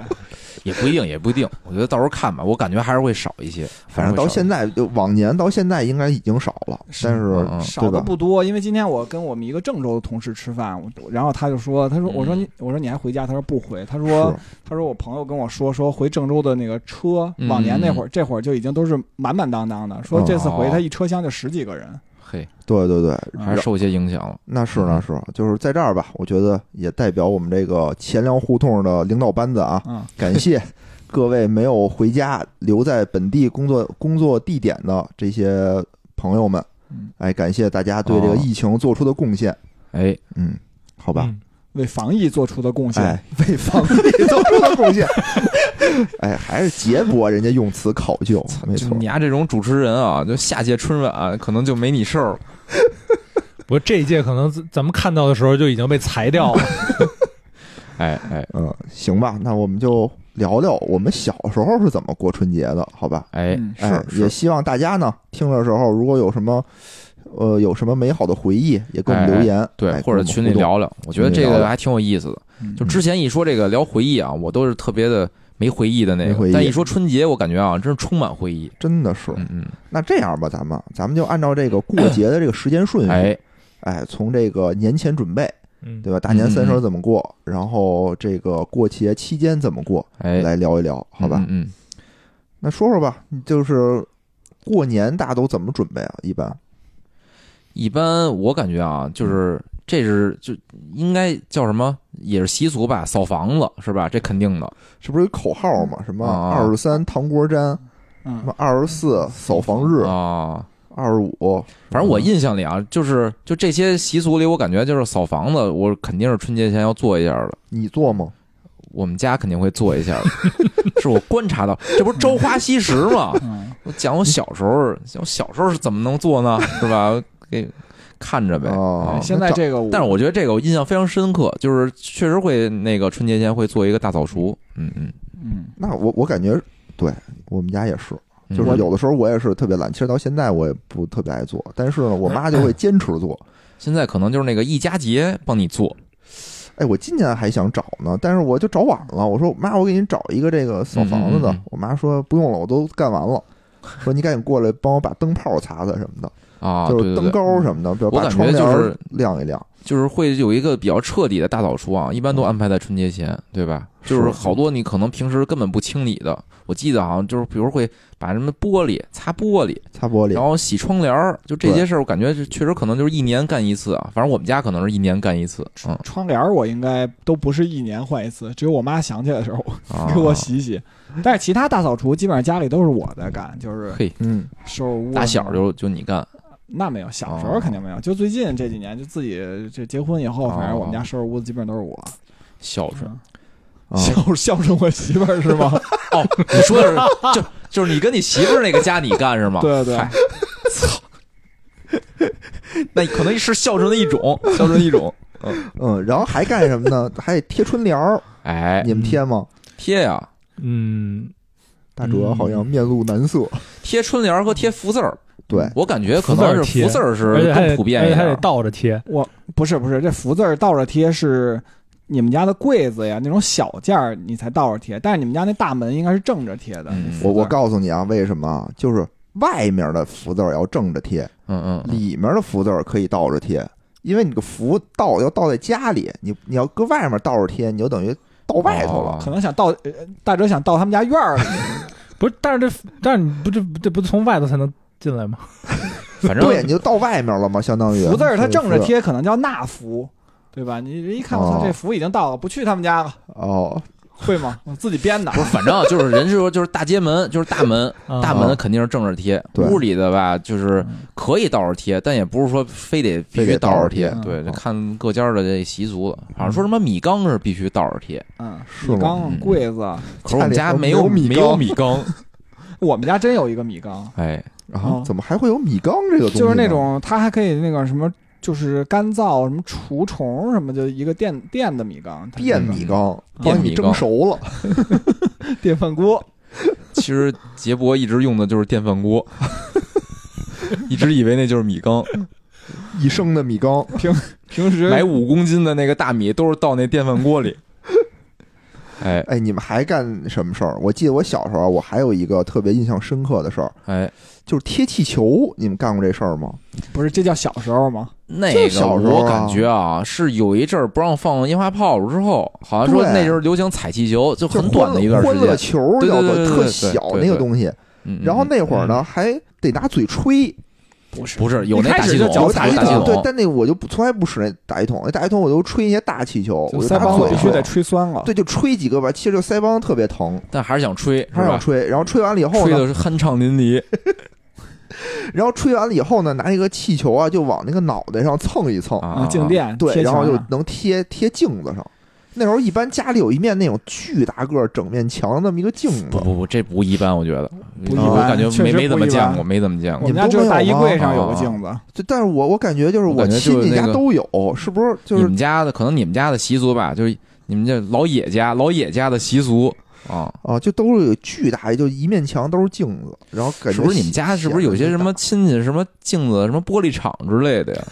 Speaker 2: 也不一定，也不一定。我觉得到时候看吧，我感觉还是会少一些。
Speaker 1: 反正到现
Speaker 2: 在，
Speaker 1: 在，就往年到现在应该已经少了，
Speaker 3: 是
Speaker 1: 但是
Speaker 2: 嗯嗯
Speaker 3: 少
Speaker 1: 对
Speaker 3: 的
Speaker 1: 吧？
Speaker 3: 不多，因为今天我跟我们一个郑州的同事吃饭，我然后他就说，他说，
Speaker 2: 嗯
Speaker 3: 我说你，我说你还回家？他说不回，他说，
Speaker 1: 是
Speaker 3: 他说我朋友跟我说，说回郑州的那个车，
Speaker 2: 嗯
Speaker 3: 往年那会儿，这会儿就已经都是满满当当的，说这次回
Speaker 2: 哦
Speaker 3: 他一车厢就十几个人，
Speaker 2: 嘿，
Speaker 1: 对对对，
Speaker 2: 还是受一些影响了。
Speaker 1: 那是那是，就是在这儿吧，我觉得也代表我们这个钱粮胡同的领导班子 啊，
Speaker 3: 嗯，
Speaker 1: 感谢各位没有回家留在本地工作工作地点的这些朋友们
Speaker 3: 嗯，
Speaker 1: 哎，感谢大家对这个
Speaker 2: 哦
Speaker 1: 疫情做出的贡献，
Speaker 2: 哎，
Speaker 1: 嗯，好吧，
Speaker 4: 嗯
Speaker 3: 为防疫做出的贡献
Speaker 1: 哎，，为防疫 做出的贡献， 哎，还是杰博人家用词考究，没
Speaker 2: 就
Speaker 1: 错，
Speaker 2: 你家这种主持人啊，就下届春晚、啊可能就没你事儿了。
Speaker 4: 不过这一届可能咱咱们 看到的时候就已经被裁掉了。
Speaker 2: 哎哎，
Speaker 1: 嗯，行吧，那我们就聊聊我们小时候是怎么过春节的，好吧？
Speaker 2: 哎，
Speaker 3: 嗯
Speaker 1: 哎，
Speaker 3: 是
Speaker 1: 也希望大家呢听的时候，如果有什么呃有什么美好的回忆，也跟我们留言，哎
Speaker 2: 对，或者群里，聊聊，我觉得这个还挺有意思的。就之前一说这个聊回忆啊，我都是特别的没回忆的那
Speaker 1: 没回
Speaker 2: 个，
Speaker 1: 忆
Speaker 2: 但一说春节，我感觉啊，真是充满回忆。
Speaker 1: 跟我们互动真的是。
Speaker 2: 嗯嗯，
Speaker 1: 那这样吧，咱们咱们就按照这个过节的这个时间顺序，哎，
Speaker 2: 哎，
Speaker 1: 从这个年前准备，
Speaker 4: 嗯，
Speaker 1: 对吧？大年三
Speaker 2: 嗯
Speaker 1: 十
Speaker 2: 嗯
Speaker 1: 怎么过，然后这个过节期间怎么过，
Speaker 2: 哎，
Speaker 1: 来聊一聊，好吧？
Speaker 2: 嗯，嗯，
Speaker 1: 那说说吧，就是过年大家都怎么准备啊？一般，
Speaker 2: 一般我感觉啊，
Speaker 1: 嗯
Speaker 2: 就是这是就应该叫什么，也是习俗吧，扫房子是吧？这肯定的。
Speaker 1: 这不是有口号吗？什么
Speaker 2: 啊
Speaker 1: 二十三糖锅粘，什
Speaker 3: 嗯
Speaker 1: 么二十四扫房日，
Speaker 2: 啊，
Speaker 1: 二十五
Speaker 2: 反
Speaker 1: 嗯
Speaker 2: 正我印象里啊，就是就这些习俗里，我感觉就是扫房子，我肯定是春节前要做一下的。
Speaker 1: 你做吗？
Speaker 2: 我们家肯定会做一下的， 是我观察到，这不是朝花夕拾吗？
Speaker 3: 嗯，
Speaker 2: 我讲我小时候，我小时候是怎么能做呢？是吧？给看着呗。
Speaker 1: 哦
Speaker 2: 啊
Speaker 3: 现在这个我，
Speaker 2: 但是我觉得这个我印象非常深刻，就是确实会那个春节前会做一个大扫除。嗯嗯，
Speaker 3: 嗯，
Speaker 1: 那我我感觉，对我们家也是，
Speaker 2: 嗯
Speaker 1: 就是有的时候我也是特别懒，其实到现在我也不特别爱做，但是呢，我妈就会坚持做。
Speaker 2: 现在可能就是那个一家节帮你做，
Speaker 1: 哎，我今年还想找呢，但是我就找晚了。我说妈，我给你找一个这个扫房子的。
Speaker 2: 嗯嗯嗯
Speaker 1: 我妈说不用了，我都干完了。说你赶紧过来帮我把灯泡擦擦什么的，
Speaker 2: 啊，
Speaker 1: 就
Speaker 2: 对
Speaker 1: 是
Speaker 2: 对
Speaker 1: 灯
Speaker 2: 对，
Speaker 1: 膏什么的，就
Speaker 2: 我
Speaker 1: 把
Speaker 2: 感觉
Speaker 1: 窗帘
Speaker 2: 就是
Speaker 1: 儿亮一亮。
Speaker 2: 就是会有一个比较彻底的大扫除啊，一般都安排在春节前，对吧？就是
Speaker 1: 嗯是
Speaker 2: 好多你可能平时根本不清理的，我记得好像就是比如会把什么玻璃擦玻璃，
Speaker 1: 擦玻璃
Speaker 2: 然。后洗窗帘儿，就这些事儿，我感觉是确实可能就是一年干一次啊，反正我们家可能是一年干一次， 嗯
Speaker 3: 窗帘儿我应该都不是一年换一次，只有我妈想起来的时候
Speaker 2: 啊，
Speaker 3: 给我洗洗。但是其他大扫除基本上家里都是我在干，就是
Speaker 2: 嘿，
Speaker 1: 嗯，
Speaker 3: 收拾屋啊。
Speaker 2: 打小就就你干，
Speaker 3: 那没有，小时候肯定没有，就最近这几年就自己这结婚以后，反正我们家收拾屋子基本上都是我。
Speaker 2: 孝顺
Speaker 1: 啊
Speaker 3: 孝孝顺我媳妇儿是吗？
Speaker 2: 哦，你说的是就就是你跟你媳妇儿那个家你干是吗？
Speaker 3: 对对
Speaker 2: 嗨操，那可能是孝顺的一种，孝顺的一种，
Speaker 1: 嗯，然后还干什么呢？还贴春联儿，
Speaker 2: 哎，
Speaker 1: 你们贴吗？
Speaker 2: 贴呀、
Speaker 4: 嗯，
Speaker 1: 大哲好
Speaker 2: 嗯
Speaker 1: 像面露难色。
Speaker 2: 贴春联儿和贴福字儿，
Speaker 1: 对，
Speaker 2: 我感觉可能是福字儿是
Speaker 4: 而且还
Speaker 2: 更
Speaker 4: 得
Speaker 2: 普遍
Speaker 4: 而
Speaker 2: 一
Speaker 4: 且还
Speaker 2: 点啊
Speaker 4: 得
Speaker 2: 儿。
Speaker 4: 倒着贴，
Speaker 3: 我不是不是，这福字儿倒着贴是你们家的柜子呀，那种小件儿你才倒着贴，但是你们家那大门应该是正着贴的。
Speaker 2: 嗯
Speaker 1: 我我告诉你啊，为什么啊？就是外面的福字儿要正着贴，
Speaker 2: 嗯嗯嗯，
Speaker 1: 里面的福字儿可以倒着贴，因为你个福倒要倒在家里，你你要搁外面倒着贴，你就等于到外头了。
Speaker 2: 哦
Speaker 3: 可能想到呃大哲想到他们家院儿里，
Speaker 4: 不是？但是这但是你不这这不从外头才能进来吗？
Speaker 2: 反
Speaker 1: 对，
Speaker 2: 正
Speaker 1: 你就到外面了嘛，相当于
Speaker 3: 福字儿它
Speaker 1: 是
Speaker 3: 正着
Speaker 1: 是
Speaker 3: 贴，可能叫纳福，对吧？你一看，我
Speaker 1: 哦
Speaker 3: 操，这福已经到了，不去他们家了，
Speaker 1: 哦，
Speaker 3: 会吗？ 我自己编的
Speaker 2: 不。是，反正啊就是人是说就是大街门，就是大门，
Speaker 4: 啊
Speaker 2: 大门肯定是正着贴，
Speaker 1: 嗯对嗯
Speaker 2: 屋里的吧就是可以倒着贴，但也不是说非得必
Speaker 1: 非
Speaker 2: 须
Speaker 1: 得倒
Speaker 2: 倒
Speaker 1: 着
Speaker 2: 着
Speaker 1: 贴
Speaker 2: 贴
Speaker 3: 嗯，
Speaker 2: 对，这
Speaker 1: 嗯
Speaker 2: 看各家的这习俗了。好像说什么米缸是必须倒着贴，
Speaker 3: 嗯，
Speaker 1: 是
Speaker 3: 米
Speaker 1: 吗
Speaker 3: 缸
Speaker 2: 嗯
Speaker 3: 柜子，
Speaker 2: 可是我们
Speaker 1: 家
Speaker 2: 家
Speaker 1: 里头没
Speaker 2: 没
Speaker 1: 有米缸
Speaker 2: 米米 缸，
Speaker 3: 我们家真有一个米缸，
Speaker 2: 哎，
Speaker 1: 啊
Speaker 3: 哦，
Speaker 1: 怎么还会有米缸这个东西呢？
Speaker 3: 就是那种它还可以那个什么，就是干燥什么除虫什么，就一个电电的米缸，它是
Speaker 1: 电米
Speaker 3: 嗯
Speaker 1: 缸，
Speaker 2: 电
Speaker 1: 帮你
Speaker 2: 米
Speaker 1: 蒸
Speaker 2: 缸
Speaker 1: 熟了。
Speaker 3: 电饭锅。
Speaker 2: 其实杰博一直用的就是电饭锅， 一直以为那就是米缸，
Speaker 1: 一升的米缸，
Speaker 3: 平时
Speaker 2: 买五公斤的那个大米都是倒那电饭锅 里。哎
Speaker 1: 哎，你们还干什么事儿？我记得我小时候啊，我还有一个特别印象深刻的事儿，
Speaker 2: 哎，
Speaker 1: 就是贴气球。你们干过这事儿吗？
Speaker 3: 不是这叫小时候吗？
Speaker 2: 那
Speaker 1: 就
Speaker 2: 个
Speaker 1: 小时候啊
Speaker 2: 我感觉啊，是有一阵儿不让放烟花炮之后，好像说
Speaker 1: 对
Speaker 2: 那阵儿流行踩气球，就
Speaker 1: 就
Speaker 2: 很短的一段时
Speaker 1: 欢乐
Speaker 2: 间。
Speaker 1: 球
Speaker 2: 对对
Speaker 1: 叫做
Speaker 2: 对对对
Speaker 1: 特
Speaker 2: 对
Speaker 1: 小
Speaker 2: 对
Speaker 1: 那个
Speaker 2: 对
Speaker 1: 东西。
Speaker 2: 嗯嗯
Speaker 1: 然后那会儿呢，还得拿嘴吹，
Speaker 3: 不是
Speaker 2: 不是有
Speaker 3: 一
Speaker 2: 那
Speaker 3: 开
Speaker 2: 打
Speaker 3: 始
Speaker 2: 气
Speaker 3: 就
Speaker 2: 筒，
Speaker 3: 脚
Speaker 1: 有
Speaker 2: 有
Speaker 3: 踩
Speaker 1: 打
Speaker 2: 打
Speaker 1: 气
Speaker 3: 气
Speaker 1: 筒，
Speaker 3: 筒
Speaker 1: 对，但那我就不从来不使那打气筒，那打气筒我都吹一些大气球，我
Speaker 3: 就
Speaker 1: 就
Speaker 3: 腮
Speaker 1: 拿
Speaker 3: 帮
Speaker 1: 嘴
Speaker 3: 子必须得
Speaker 1: 吹，啊
Speaker 3: 吹酸了。
Speaker 1: 对，就吹几个吧。其实就腮帮子特别疼，
Speaker 2: 但还是想吹，是
Speaker 1: 他想
Speaker 2: 吧？
Speaker 1: 吹，然后吹完了以后
Speaker 2: 吹
Speaker 1: 呢，
Speaker 2: 的是酣畅淋 漓，
Speaker 1: 然后吹完了以后呢，拿一个气球啊，就往那个脑袋上蹭一蹭，
Speaker 2: 啊
Speaker 3: 啊，静电
Speaker 1: 对，
Speaker 3: 贴
Speaker 1: 然
Speaker 3: 墙
Speaker 1: 后就
Speaker 3: 上
Speaker 1: 能贴贴镜子上。那时候一般家里有一面那种巨大个儿整面墙那么一个镜子
Speaker 2: 不，不不，这不一般，我觉得，
Speaker 3: 不一
Speaker 1: 般
Speaker 2: 我感觉
Speaker 3: 确
Speaker 2: 没
Speaker 3: 实
Speaker 2: 没怎
Speaker 3: 不
Speaker 2: 么
Speaker 3: 一
Speaker 2: 见
Speaker 3: 般
Speaker 2: 过，没怎么见
Speaker 3: 我
Speaker 2: 过
Speaker 1: 你
Speaker 3: 们
Speaker 1: 们
Speaker 3: 家
Speaker 1: 都
Speaker 3: 只有
Speaker 1: 没
Speaker 3: 大
Speaker 1: 有
Speaker 3: 衣
Speaker 1: 吗
Speaker 3: 柜上有
Speaker 2: 啊
Speaker 3: 个镜子，
Speaker 1: 就但是我我感觉就是
Speaker 2: 我
Speaker 1: 我
Speaker 2: 感觉
Speaker 1: 亲
Speaker 2: 就是
Speaker 1: 戚
Speaker 2: 那
Speaker 1: 家
Speaker 2: 个
Speaker 1: 都有，是不是？就
Speaker 2: 你
Speaker 1: 是
Speaker 2: 们家的可能你们家的习俗吧，就是你们这老野家老野家的习俗啊。
Speaker 1: 啊，就都是巨大，就一面墙都是镜子，然后感觉
Speaker 2: 是不是你们家是不是有些什么亲戚什么镜子什么玻璃厂之 类的呀？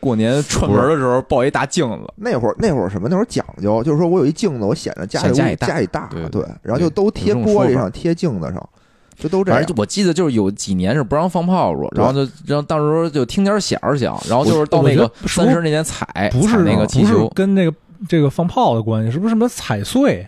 Speaker 2: 过年串门的时候抱一大镜子，
Speaker 1: 那会儿那会儿什么？那会儿讲究，就是说我有一镜子，我显得家里
Speaker 2: 显家
Speaker 1: 屋
Speaker 2: 里大
Speaker 1: 家里大，
Speaker 2: 对对
Speaker 1: 然后就都贴
Speaker 2: 有这种
Speaker 1: 玻璃
Speaker 2: 说
Speaker 1: 上，贴镜子上，就都这
Speaker 2: 反
Speaker 1: 样
Speaker 2: 正。就我记得就是有几年是不让放炮竹，
Speaker 1: 对
Speaker 2: 然后就然后到时候就听点响儿响，然后就是到那
Speaker 4: 我
Speaker 2: 个
Speaker 4: 觉得是不
Speaker 2: 三
Speaker 4: 是
Speaker 2: 十那年踩，
Speaker 4: 不是啊
Speaker 2: 踩那个气
Speaker 4: 不是
Speaker 2: 球，
Speaker 4: 跟那个这个放炮的关系，是不是什么踩碎？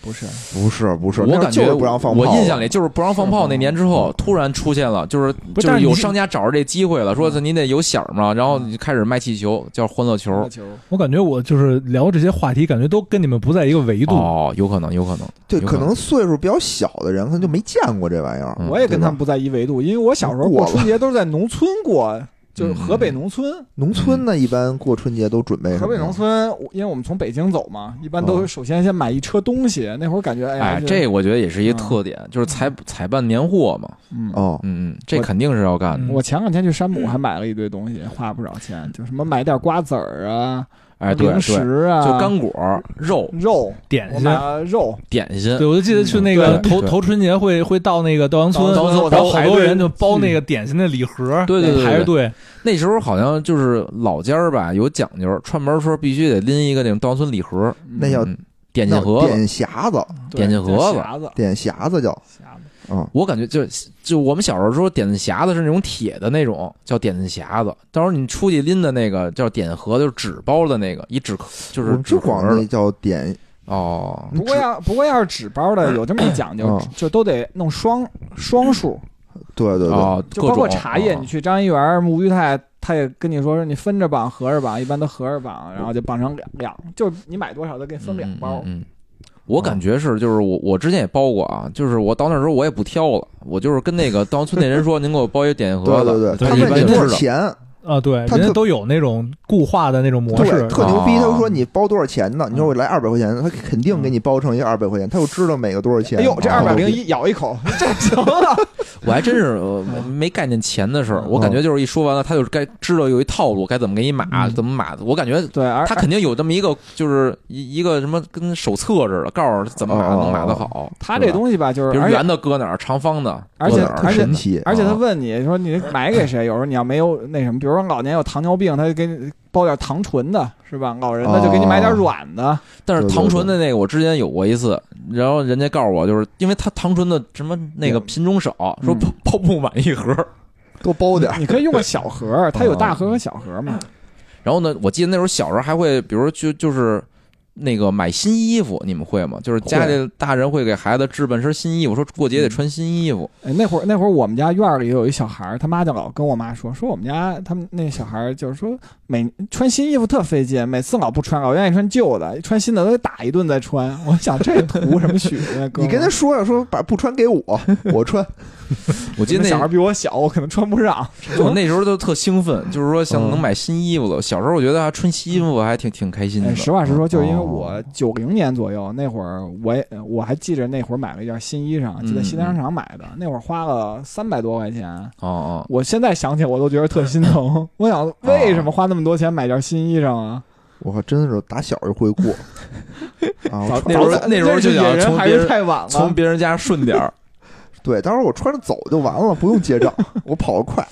Speaker 3: 不是，
Speaker 1: 不是不是，那
Speaker 2: 我
Speaker 1: 会儿
Speaker 2: 感
Speaker 1: 就
Speaker 2: 觉
Speaker 1: 是不让放炮嗯
Speaker 2: 我
Speaker 1: 了，
Speaker 2: 印象里就是不让放炮那年之后，突然出现了，就是
Speaker 4: 不是
Speaker 2: 就是
Speaker 4: 但是你
Speaker 2: 有商家找着这机会了，说您得有响儿嘛，然后你就开始卖气球，叫欢乐球。
Speaker 3: 球
Speaker 4: 我感觉我就是聊这些话题，感觉都跟你们不在一个维度。
Speaker 2: 哦，有可能，有可能，
Speaker 1: 对，
Speaker 2: 有
Speaker 1: 可
Speaker 2: 可能
Speaker 1: 能岁数比较小的人可能就没见过这玩意儿。
Speaker 2: 嗯
Speaker 3: 我也跟他
Speaker 1: 对
Speaker 3: 们不在一维度，因为我小时候
Speaker 1: 过
Speaker 3: 过
Speaker 1: 了
Speaker 3: 春节都是在农村 过，就是河北农
Speaker 2: 嗯
Speaker 3: 村。
Speaker 1: 农村呢，一般过春节都准备什
Speaker 3: 河
Speaker 1: 么
Speaker 3: 北
Speaker 1: 呀
Speaker 3: 农村，我因为我们从北京走嘛，一般都是首先先买一车东西。那会儿感觉，哎呀，
Speaker 2: 哦哎，
Speaker 3: 就
Speaker 2: 这我觉得也是一个
Speaker 3: 嗯
Speaker 2: 特点，就是采采办年货嘛，
Speaker 3: 嗯，
Speaker 1: 哦，
Speaker 2: 嗯嗯，这肯定是要干的，
Speaker 3: 我前两天去山姆还买了一堆东西，花不少钱，就什么买点瓜子儿啊，
Speaker 2: 哎，对
Speaker 3: 零
Speaker 2: 对，就
Speaker 3: 食啊，嗯
Speaker 2: 干果、肉、
Speaker 3: 肉，
Speaker 4: 点
Speaker 3: 我
Speaker 4: 心
Speaker 3: 买了肉，
Speaker 2: 点心
Speaker 4: 对，，我就记得去那个
Speaker 2: 嗯对
Speaker 4: 头
Speaker 2: 对
Speaker 4: 头春节会会到那个稻香村，
Speaker 3: 稻香村
Speaker 4: 然后好
Speaker 3: 排
Speaker 4: 多
Speaker 3: 队
Speaker 4: 人就包那个点心的礼盒，
Speaker 2: 嗯对对对对
Speaker 4: 排着队，
Speaker 2: 那时候好像就是老家儿吧，有讲究，串门儿时候必须得拎一个那种稻香村礼盒、
Speaker 1: 那叫
Speaker 2: 嗯点心
Speaker 1: 那
Speaker 2: 盒子。
Speaker 1: 点匣子，
Speaker 3: 对
Speaker 2: 点心盒
Speaker 3: 叫
Speaker 2: 子
Speaker 3: 匣子，
Speaker 1: 点匣子叫，
Speaker 3: 匣子
Speaker 1: 嗯，
Speaker 2: 我感觉就就我们小时候说点心匣子是那种铁的那种，叫点心匣子。到时候你出去拎的那个叫点盒，就是纸包的那个，一纸壳就
Speaker 1: 我
Speaker 2: 是
Speaker 1: 们
Speaker 2: 纸
Speaker 1: 就
Speaker 2: 盒
Speaker 1: 管
Speaker 2: 儿
Speaker 1: 那
Speaker 2: 的
Speaker 1: 叫点，
Speaker 2: 哦。
Speaker 3: 不过要不过要是纸包 的，有这么一讲究
Speaker 1: 嗯，
Speaker 3: 就都得弄双双数，
Speaker 1: 对对对，
Speaker 2: 哦，
Speaker 3: 就
Speaker 2: 各
Speaker 3: 包括
Speaker 2: 种
Speaker 3: 茶叶，
Speaker 2: 哦
Speaker 3: 你去张一元、吴裕泰，他也跟你说说你分着绑、合着绑，一般都合着绑，然后就绑成两两，就是你买多少都给你分两包。
Speaker 2: 嗯，嗯嗯我感觉是，就是我我之前也包过啊，就是我到那时候我也不挑了，我就是跟那个稻香村那人说，您给我包一点心 盒
Speaker 1: 对对
Speaker 2: 子。
Speaker 4: 对
Speaker 1: 他
Speaker 4: 一
Speaker 1: 问
Speaker 4: 般
Speaker 1: 你
Speaker 2: 就
Speaker 1: 多少
Speaker 2: 知道
Speaker 1: 钱，
Speaker 4: 啊，对，
Speaker 1: 他
Speaker 4: 人家
Speaker 1: 特
Speaker 4: 都有那种固化的那种模
Speaker 1: 对，
Speaker 4: 式，
Speaker 1: 特牛逼。
Speaker 2: 哦
Speaker 1: 他说你包多少钱呢？你说我来二百块钱，他肯定给你包成一二百块钱，他就知道每个多少
Speaker 2: 嗯
Speaker 1: 钱。
Speaker 3: 哎呦，这
Speaker 1: 哦
Speaker 3: 二百零一咬一口，这行啊 了。
Speaker 2: 我还真是呃没概念钱的事儿，我感
Speaker 3: 哦
Speaker 2: 觉就是一说完了，他就是该知道有一套路，该怎么给你码，
Speaker 4: 嗯
Speaker 2: 怎么码。我感觉
Speaker 3: 对，而
Speaker 2: 他肯定有这么一个，就是一一个什么跟手册似的，告诉他怎么码
Speaker 1: 哦
Speaker 2: 能码得好。
Speaker 3: 他
Speaker 2: 是吧
Speaker 3: 这东西吧，就
Speaker 2: 比
Speaker 3: 是
Speaker 2: 如啊
Speaker 3: 而且
Speaker 2: 圆的搁哪儿，长方的
Speaker 3: 而
Speaker 2: 搁
Speaker 3: 且
Speaker 2: 哪儿，
Speaker 1: 很
Speaker 3: 而且
Speaker 2: 什
Speaker 1: 神
Speaker 2: 么
Speaker 1: 奇，
Speaker 3: 而且他问你说你买给谁？有时候你要没有那什么，比如说老年有糖尿病，他就给你包点糖醇的，是吧？老人他就给你
Speaker 2: 哦
Speaker 3: 买点软的，
Speaker 2: 但是
Speaker 1: 对对
Speaker 2: 糖醇的那个我之前有过一次，然后人家告诉我，就是因为他糖醇的什么那个品种少，说
Speaker 3: 嗯
Speaker 2: 包包不满一盒。
Speaker 1: 多包点儿，
Speaker 3: 你可以用个小盒，它有大盒和
Speaker 2: 嗯
Speaker 3: 小盒嘛。
Speaker 2: 然后呢，我记得那时候小时候还会，比如说就就是那个买新衣服，你们会吗？就是家里大人会给孩子置办身新衣服，说过节得穿新衣服。
Speaker 3: 哎，那会儿那会儿我们家院儿里有一小孩儿，他妈就老跟我妈说，说我们家他们那小孩儿就是说每穿新衣服特费劲，每次老不穿，老愿意穿旧的，穿新的都得打一顿再穿。我想这图什么许呢？哥
Speaker 1: 你
Speaker 3: 们
Speaker 1: 跟
Speaker 3: 儿
Speaker 1: 他说呀，说把不穿给我，我穿。
Speaker 2: 我记得
Speaker 3: 那
Speaker 2: 那
Speaker 3: 小孩比我小，我可能穿不上。
Speaker 2: 我那时候就特兴奋，就是说像
Speaker 3: 嗯
Speaker 2: 能买新衣服了。小时候我觉得还穿新衣服还挺挺开心的
Speaker 3: 哎，。实话实说，就是因为我
Speaker 1: 嗯哦
Speaker 3: 九零年左右那会儿，我也我还记着那会儿买了一件新衣裳，就在
Speaker 1: 嗯
Speaker 3: 西单商场买的，那会儿花了三百多块钱。
Speaker 2: 哦哦，
Speaker 3: 我现在想起我都觉得特心疼， 我想为什么花那么多钱买件新衣裳啊？
Speaker 1: 我靠，真是打小就会过啊！我
Speaker 3: 早
Speaker 1: 穿
Speaker 2: 那时候
Speaker 3: 哦早
Speaker 2: 那时候
Speaker 3: 认识
Speaker 2: 就想
Speaker 3: 野人
Speaker 2: 从
Speaker 3: 还
Speaker 2: 别
Speaker 3: 是
Speaker 2: 人
Speaker 3: 太晚了，
Speaker 2: 从别人家顺点儿。
Speaker 1: 对，当时我穿着走就完了，不用结账，我跑得快。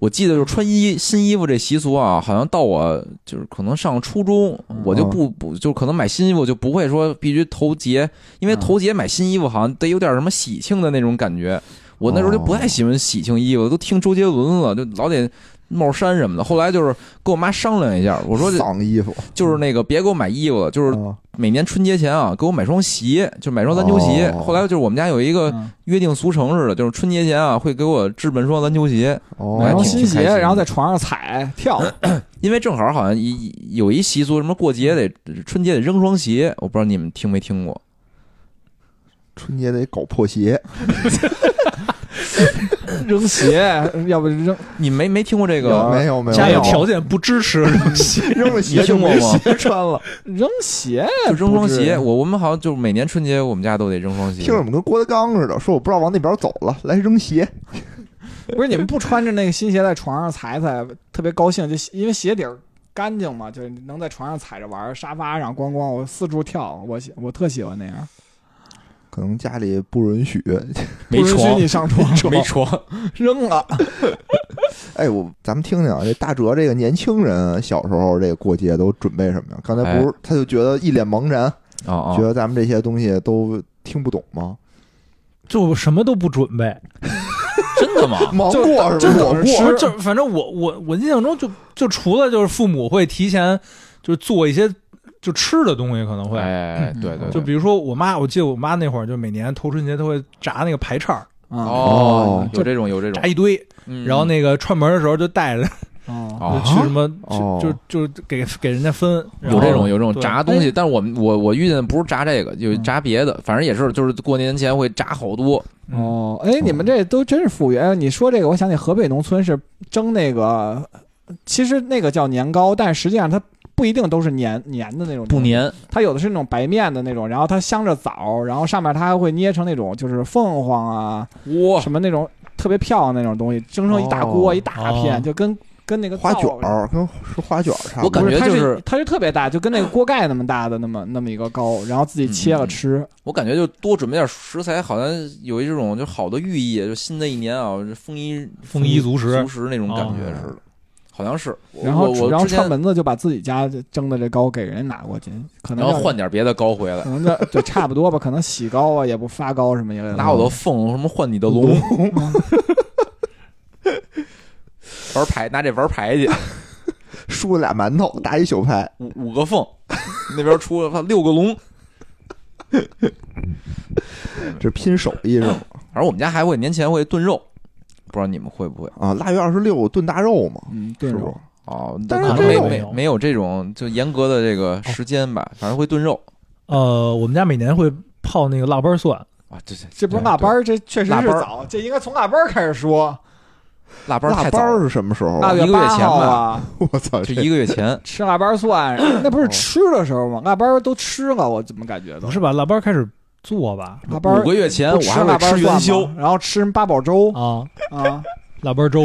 Speaker 2: 我记得就是穿衣新衣服这习俗啊，好像到我就是可能上初中，
Speaker 3: 嗯
Speaker 2: 我就不不就可能买新衣服就不会说必须头节，因
Speaker 3: 嗯
Speaker 2: 为头节买新衣服好像得有点什么喜庆的那种感觉。我那时候就不太喜欢喜庆衣服，都听周杰伦了，就老得帽衫什么的。后来就是跟我妈商量一下，我
Speaker 1: 我
Speaker 2: 说
Speaker 1: 脏衣服，
Speaker 2: 就是那个别给我买衣服了，就是
Speaker 1: 啊
Speaker 2: 每年春节前啊，给我买双鞋，就买双篮球鞋。
Speaker 1: 哦
Speaker 2: 后来就是我们家有一个
Speaker 3: 嗯
Speaker 2: 约定俗成似的，就是春节前啊会给我置办双篮球鞋。
Speaker 1: 哦，
Speaker 3: 买双
Speaker 2: 哎挺
Speaker 3: 新
Speaker 2: 挺开
Speaker 3: 鞋，
Speaker 2: 心的
Speaker 3: 然后在床上踩跳，
Speaker 2: 因为正好好像一有一习俗，什么过节得春节得扔双鞋，我不知道你们听没听过。
Speaker 1: 春节得搞破鞋，
Speaker 3: 扔鞋，要不扔
Speaker 2: 你没没听过这个？
Speaker 1: 没有没有，
Speaker 4: 家里
Speaker 1: 没有
Speaker 4: 条件不支持，
Speaker 1: 扔了鞋就
Speaker 2: 你听过
Speaker 1: 没
Speaker 2: 吗
Speaker 1: 鞋穿了，
Speaker 3: 扔鞋，
Speaker 2: 就扔双
Speaker 3: 不至于
Speaker 2: 鞋。我我们好像就是每年春节我们家都得扔双鞋
Speaker 1: 听。着怎么跟郭德纲似的，说我不知道往那边走了，来扔鞋。
Speaker 3: 不是你们不穿着那个新鞋在床上踩踩，特别高兴，就因为鞋底儿干净嘛，就是能在床上踩着玩儿，沙发上咣咣，我四处跳，我喜我特喜欢那样。
Speaker 1: 可能家里不允许。
Speaker 2: 没
Speaker 3: 不允许
Speaker 2: 床
Speaker 3: 你，上床，
Speaker 2: 没床，
Speaker 3: 扔了。
Speaker 1: 哎，我咱们听听啊，这大哲这个年轻人啊小时候这个过节都准备什么呀？刚才
Speaker 2: 哎
Speaker 1: 不是他就觉得一脸茫然，
Speaker 2: 啊啊
Speaker 1: 觉！得咱们这些东西都听不懂吗？
Speaker 4: 就什么都不准备。
Speaker 2: 真的吗？
Speaker 1: 忙
Speaker 3: 就
Speaker 1: 过是
Speaker 3: 就
Speaker 1: 吧？
Speaker 3: 等
Speaker 1: 我过
Speaker 3: 着吃
Speaker 4: 不是，就反正我我我印象中就就除了就是父母会提前就是做一些就吃的东西，可能会、
Speaker 2: 哎，
Speaker 3: 嗯
Speaker 2: 对对，
Speaker 4: 就
Speaker 2: 对
Speaker 4: 比如说我妈，我记得我妈那会儿就每年头春节都会炸那个排叉儿，
Speaker 2: 哦
Speaker 3: 啊
Speaker 1: 哦，
Speaker 2: 有这种有这种
Speaker 4: 炸，一堆，
Speaker 2: 嗯
Speaker 4: 然后那个串门的时候就带着
Speaker 3: 哦，
Speaker 2: 哦
Speaker 4: 就去什么
Speaker 1: 哦
Speaker 4: 就就就给给人家分，然
Speaker 2: 有
Speaker 4: 后
Speaker 2: 这种有这种
Speaker 4: 对
Speaker 2: 炸东西，但是我们我我遇见不是炸这个，就是炸别的，反正也是就是过年前会炸好多，
Speaker 4: 嗯
Speaker 3: 哦，哎，你们这都真是富裕。哎，你说这个，我想起河北农村是蒸那个，其实那个叫年糕，但是实际上它不一定都是粘粘的那种，
Speaker 2: 不，粘
Speaker 3: 它有的是那种白面的那种，然后它镶着枣，然后上面它还会捏成那种就是凤凰啊
Speaker 2: 哇
Speaker 3: 什么那种特别漂亮那种东西，蒸啊成一大锅、
Speaker 1: 哦
Speaker 3: 一大片，
Speaker 4: 哦
Speaker 3: 就跟跟那个
Speaker 1: 花卷
Speaker 3: 枣
Speaker 1: 儿跟是花卷儿差不多。
Speaker 2: 我感
Speaker 3: 不
Speaker 2: 觉
Speaker 3: 是，它
Speaker 2: 就是
Speaker 3: 它是特别大，就跟那个锅盖那么大的那么那么一个高，然后自己切
Speaker 2: 嗯
Speaker 3: 了吃。
Speaker 2: 我感觉就多准备点食材，好像有一种就好的寓意，就新的一年啊，这丰衣
Speaker 4: 丰衣足食
Speaker 2: 足食那种感觉似的，好像是。我
Speaker 3: 然后
Speaker 2: 我
Speaker 3: 然
Speaker 2: 我
Speaker 3: 后
Speaker 2: 之前
Speaker 3: 串，门子就把自己家蒸的这糕给人家拿过去，可能
Speaker 2: 然后
Speaker 3: 叫
Speaker 2: 换点别的糕回来
Speaker 3: 可，能就就差不多吧，可能洗糕啊也不发糕什么一类的。
Speaker 2: 拿我的凤什么换你的龙，玩牌拿这玩牌去，
Speaker 1: 输了俩馒头，打一宿牌。
Speaker 2: 五五个凤，那边出了六个龙，
Speaker 1: 这拼手艺是吗？
Speaker 2: 反正我们家还会年前会炖肉，不知道你们会不会
Speaker 1: 啊，腊月二十六炖大肉嘛，
Speaker 3: 嗯，对
Speaker 1: 是
Speaker 3: 肉
Speaker 1: 不？
Speaker 2: 哦？
Speaker 1: 但是
Speaker 2: 可能
Speaker 1: 这
Speaker 2: 没
Speaker 1: 种
Speaker 2: 没没有这种就严格的这个时间吧，反正会炖肉
Speaker 4: 呃，我们家每年会泡那个腊八蒜，
Speaker 2: 啊，这这
Speaker 3: 这不是腊八儿，这确实
Speaker 2: 腊
Speaker 3: 是
Speaker 2: 八儿
Speaker 3: 早，这应该从腊八儿开始说。
Speaker 2: 腊八儿
Speaker 1: 腊
Speaker 2: 太
Speaker 1: 八
Speaker 2: 早
Speaker 1: 儿
Speaker 2: 了，
Speaker 1: 是什么时候啊？
Speaker 3: 腊
Speaker 2: 哦一
Speaker 3: 月
Speaker 2: 个月
Speaker 3: 八
Speaker 2: 前
Speaker 3: 号
Speaker 2: 吧
Speaker 3: 啊，
Speaker 1: 我操，
Speaker 2: 就
Speaker 1: 这
Speaker 2: 一个月前。
Speaker 3: 吃腊八儿蒜，那
Speaker 2: 哦
Speaker 3: 不是吃的时候吗？腊八儿都吃了，我怎么感觉都
Speaker 4: 不是吧？腊八开始做吧？
Speaker 3: 腊八
Speaker 2: 五
Speaker 3: 儿
Speaker 2: 个月前
Speaker 3: 不
Speaker 2: 我
Speaker 3: 吃
Speaker 2: 还
Speaker 3: 腊八
Speaker 2: 会
Speaker 3: 儿
Speaker 2: 吃元
Speaker 3: 蒜
Speaker 2: 宵哦
Speaker 3: 吗，然后吃八宝粥
Speaker 4: 啊，
Speaker 3: 啊，
Speaker 4: 腊八粥，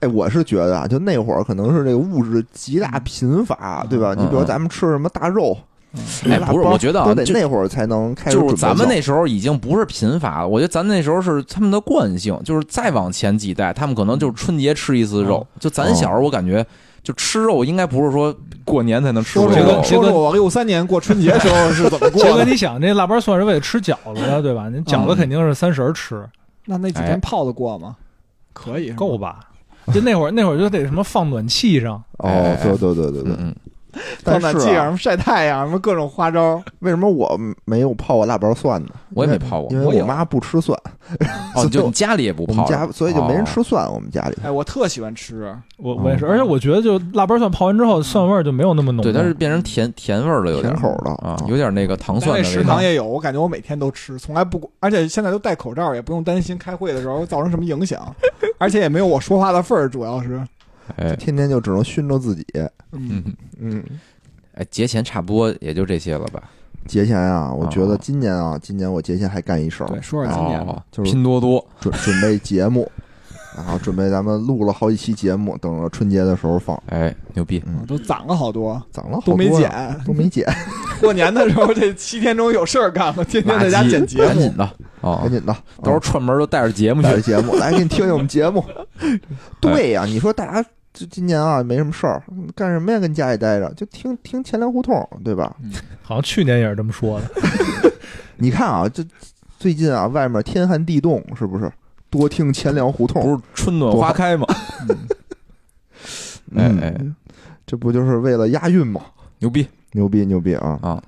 Speaker 1: 哎，我是觉得啊，就那会儿可能是这个物质极大贫乏，对吧？
Speaker 2: 嗯
Speaker 1: 你比如咱们吃什么大肉，
Speaker 3: 嗯
Speaker 2: 哎
Speaker 1: 腊
Speaker 2: 不是
Speaker 1: 八
Speaker 2: 我觉得啊
Speaker 1: 都得
Speaker 2: 就
Speaker 1: 那会儿才能开始
Speaker 2: 就
Speaker 1: 准备
Speaker 2: 是
Speaker 1: 做。
Speaker 2: 咱们那时候已经不是贫乏了，我觉得咱那时候是他们的惯性，就是再往前几代，他们可能就是春节吃一次肉。就咱小时候，我感觉就吃肉应该不是说过年才能吃
Speaker 3: 说
Speaker 2: 回
Speaker 3: 说
Speaker 4: 这
Speaker 2: 肉
Speaker 4: 个
Speaker 3: 我
Speaker 4: 这，
Speaker 3: 说说我六三年过春节时候是怎么过
Speaker 4: 结果
Speaker 3: 的？
Speaker 4: 你想，这腊八蒜是为了吃饺子的，对吧？你饺子肯定是三十儿吃，
Speaker 3: 那那几
Speaker 2: 哎
Speaker 3: 天泡的过吗？可以是吗
Speaker 4: 够吧？就那会儿，那会儿就得什么放暖气上，
Speaker 1: 哦，对对对对对
Speaker 2: 嗯，嗯，
Speaker 1: 但
Speaker 3: 放
Speaker 1: 是啊
Speaker 3: 暖气啊，什么晒太阳，什么各种花招。
Speaker 1: 为什么我没有泡过腊八蒜呢？
Speaker 2: 我也没泡过
Speaker 1: 因为
Speaker 3: 我
Speaker 1: 我
Speaker 3: 有
Speaker 1: 妈不吃蒜，
Speaker 2: 哦，就你家里也不
Speaker 1: 我们
Speaker 2: 泡
Speaker 1: 家
Speaker 2: 着，
Speaker 1: 所以就没人吃
Speaker 2: 哦。
Speaker 1: 蒜。我们家里
Speaker 3: 哎，我特喜欢吃，
Speaker 4: 我
Speaker 1: 哦
Speaker 4: 我也是，而且我觉得就腊八蒜泡完之后，蒜味儿就没有那么浓了。
Speaker 2: 对，它是变成甜甜味儿了，有点
Speaker 1: 甜口的
Speaker 2: 啊，有点那个糖
Speaker 3: 单
Speaker 2: 蒜
Speaker 3: 位
Speaker 2: 的
Speaker 3: 食
Speaker 2: 味道
Speaker 3: 堂。也有，我感觉我每天都吃，从来不，而且现在都戴口罩，也不用担心开会的时候造成什么影响，而且也没有我说话的份儿，主要是，
Speaker 2: 哎，
Speaker 1: 天天就只能熏着自己。
Speaker 3: 嗯，
Speaker 2: 嗯，
Speaker 1: 嗯，
Speaker 2: 哎，节前差不多也就这些了吧？
Speaker 1: 节前啊，我觉得
Speaker 2: 哦
Speaker 1: 今年啊，今年我节前还干一事儿，
Speaker 3: 对，说说今年吧，
Speaker 2: 嗯哦，
Speaker 1: 就是
Speaker 2: 拼多多
Speaker 1: 准准备节目，然后准备咱们录了好几期节目，等着春节的时候放。
Speaker 2: 哎，牛逼！
Speaker 1: 嗯
Speaker 3: 啊，都攒了好多，
Speaker 1: 攒了好
Speaker 3: 都
Speaker 1: 多
Speaker 3: 没
Speaker 1: 呀
Speaker 3: 剪，。
Speaker 2: 啊
Speaker 1: 都没剪，
Speaker 3: 过年的时候这七天中有事儿干了，天天在家
Speaker 2: 垃圾
Speaker 3: 剪节
Speaker 2: 赶
Speaker 3: 目
Speaker 2: 紧，的 哦
Speaker 1: 赶，紧的，
Speaker 2: 到时候串门都带着节目去
Speaker 1: 带着节目来给你听听我们节 目。对
Speaker 2: 哎
Speaker 1: 呀、你说大家这今年啊没什么事儿，干什么呀？跟家里待着就听听钱粮胡同，对吧？
Speaker 4: 好像去年也是这么说的。
Speaker 1: 你看啊，这最近啊，外面天寒地冻，是不是？多听钱粮胡同，
Speaker 2: 不是春暖花开吗？哎哎
Speaker 1: 嗯，这不就是为了押韵吗？
Speaker 2: 牛逼
Speaker 1: 牛逼牛逼啊！
Speaker 2: 啊！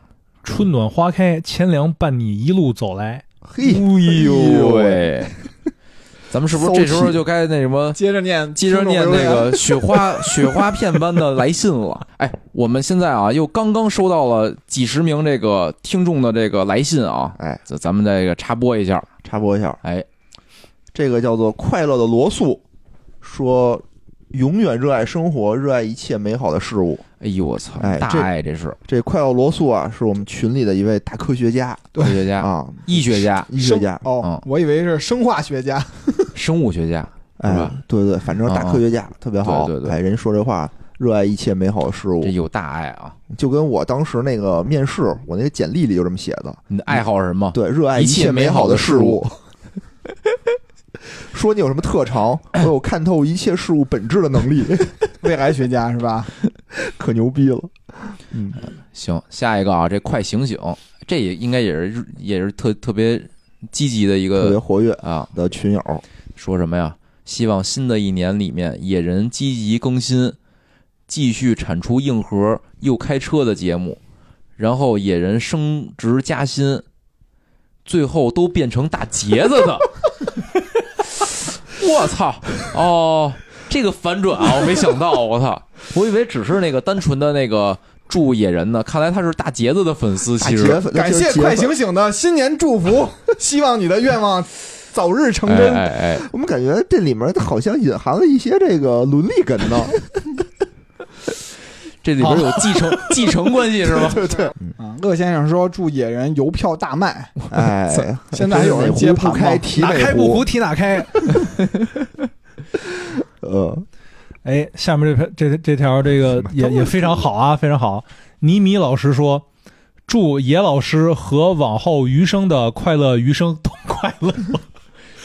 Speaker 4: 春暖花开，千凉伴你一路走来。
Speaker 1: 嘿，
Speaker 2: 哎
Speaker 1: 哎
Speaker 2: 呦喂， 咱们是不是这时候就该那什么？
Speaker 3: 接着念，
Speaker 2: 接着念那个雪花 雪花片般的来信了。哎，我们现在啊，又刚刚收到了几十名这个听众的这个来信啊，
Speaker 1: 哎，
Speaker 2: 咱咱们这个插播一下。
Speaker 1: 插播一下，
Speaker 2: 哎，
Speaker 1: 这个叫做“快乐的罗素”，说永远热爱生活，热爱一切美好的事物。
Speaker 2: 哎呦我操
Speaker 1: 哎，
Speaker 2: 大
Speaker 1: 这
Speaker 2: 爱这是
Speaker 1: 这快乐罗素啊，是我们群里的一位大科学家
Speaker 2: 科学家、
Speaker 1: 啊，
Speaker 2: 医学家、
Speaker 1: 医学家，
Speaker 3: 哦
Speaker 2: 嗯，
Speaker 3: 我以为是生化 学家，
Speaker 2: 生物学家，
Speaker 1: 哎
Speaker 2: 是吧，嗯
Speaker 1: 对对，反正大科学家特别好，
Speaker 2: 对对对
Speaker 1: 哎，人说这话热爱一切美好的事物
Speaker 2: 这。有大爱啊！
Speaker 1: 就跟我当时那个面试，我那个简历里就这么写的，
Speaker 2: 你的爱好是什么？
Speaker 1: 对，热爱
Speaker 2: 一切
Speaker 1: 切
Speaker 2: 美
Speaker 1: 美
Speaker 2: 好
Speaker 1: 好
Speaker 2: 的
Speaker 1: 的
Speaker 2: 事
Speaker 1: 事
Speaker 2: 物
Speaker 1: 物。说你有什么特长？我有看透一切事物本质的能力，
Speaker 3: 未来学家是吧？
Speaker 2: 嗯
Speaker 1: 可牛逼了。嗯，
Speaker 2: 行，下一个啊，这快醒醒，这也应该也是也是特特别积极的一
Speaker 1: 特别
Speaker 2: 个
Speaker 1: 活跃
Speaker 2: 啊，
Speaker 1: 的群友，
Speaker 2: 说什么呀？希望新的一年里面，野人积极更新，继续产出硬核又开车的节目，然后野人升职加薪，最后都变成大杰子的。 我操！哦，这个反转啊，我没想到，我操！我以为只是那个单纯的那个祝野人呢，看来他是大杰子的粉丝。
Speaker 1: 大
Speaker 2: 其实
Speaker 1: 啊杰粉，那
Speaker 3: 感谢
Speaker 1: 就是杰
Speaker 3: 快
Speaker 1: 粉
Speaker 3: 醒醒的新年祝 福，希望你的愿望早日成
Speaker 2: 哎
Speaker 3: 真。
Speaker 2: 哎哎，
Speaker 1: 我们感觉这里面好像隐含了一些这个伦理梗 呢。
Speaker 2: 这里边有继承继承关系是吗？
Speaker 1: 对对，
Speaker 3: 啊，乐先生说祝野人邮票大卖，
Speaker 1: 哎，
Speaker 3: 现在还有人接
Speaker 1: 接
Speaker 3: 盘
Speaker 1: 不
Speaker 3: 吗
Speaker 1: 开提
Speaker 4: 哪
Speaker 1: 哪
Speaker 4: 开不胡，提哪开。
Speaker 1: 呃，
Speaker 4: 哎，下面这篇这这条这个也也非常好 啊，非常好。尼米老师说：“祝野老师和往后余生的快乐余生都快乐。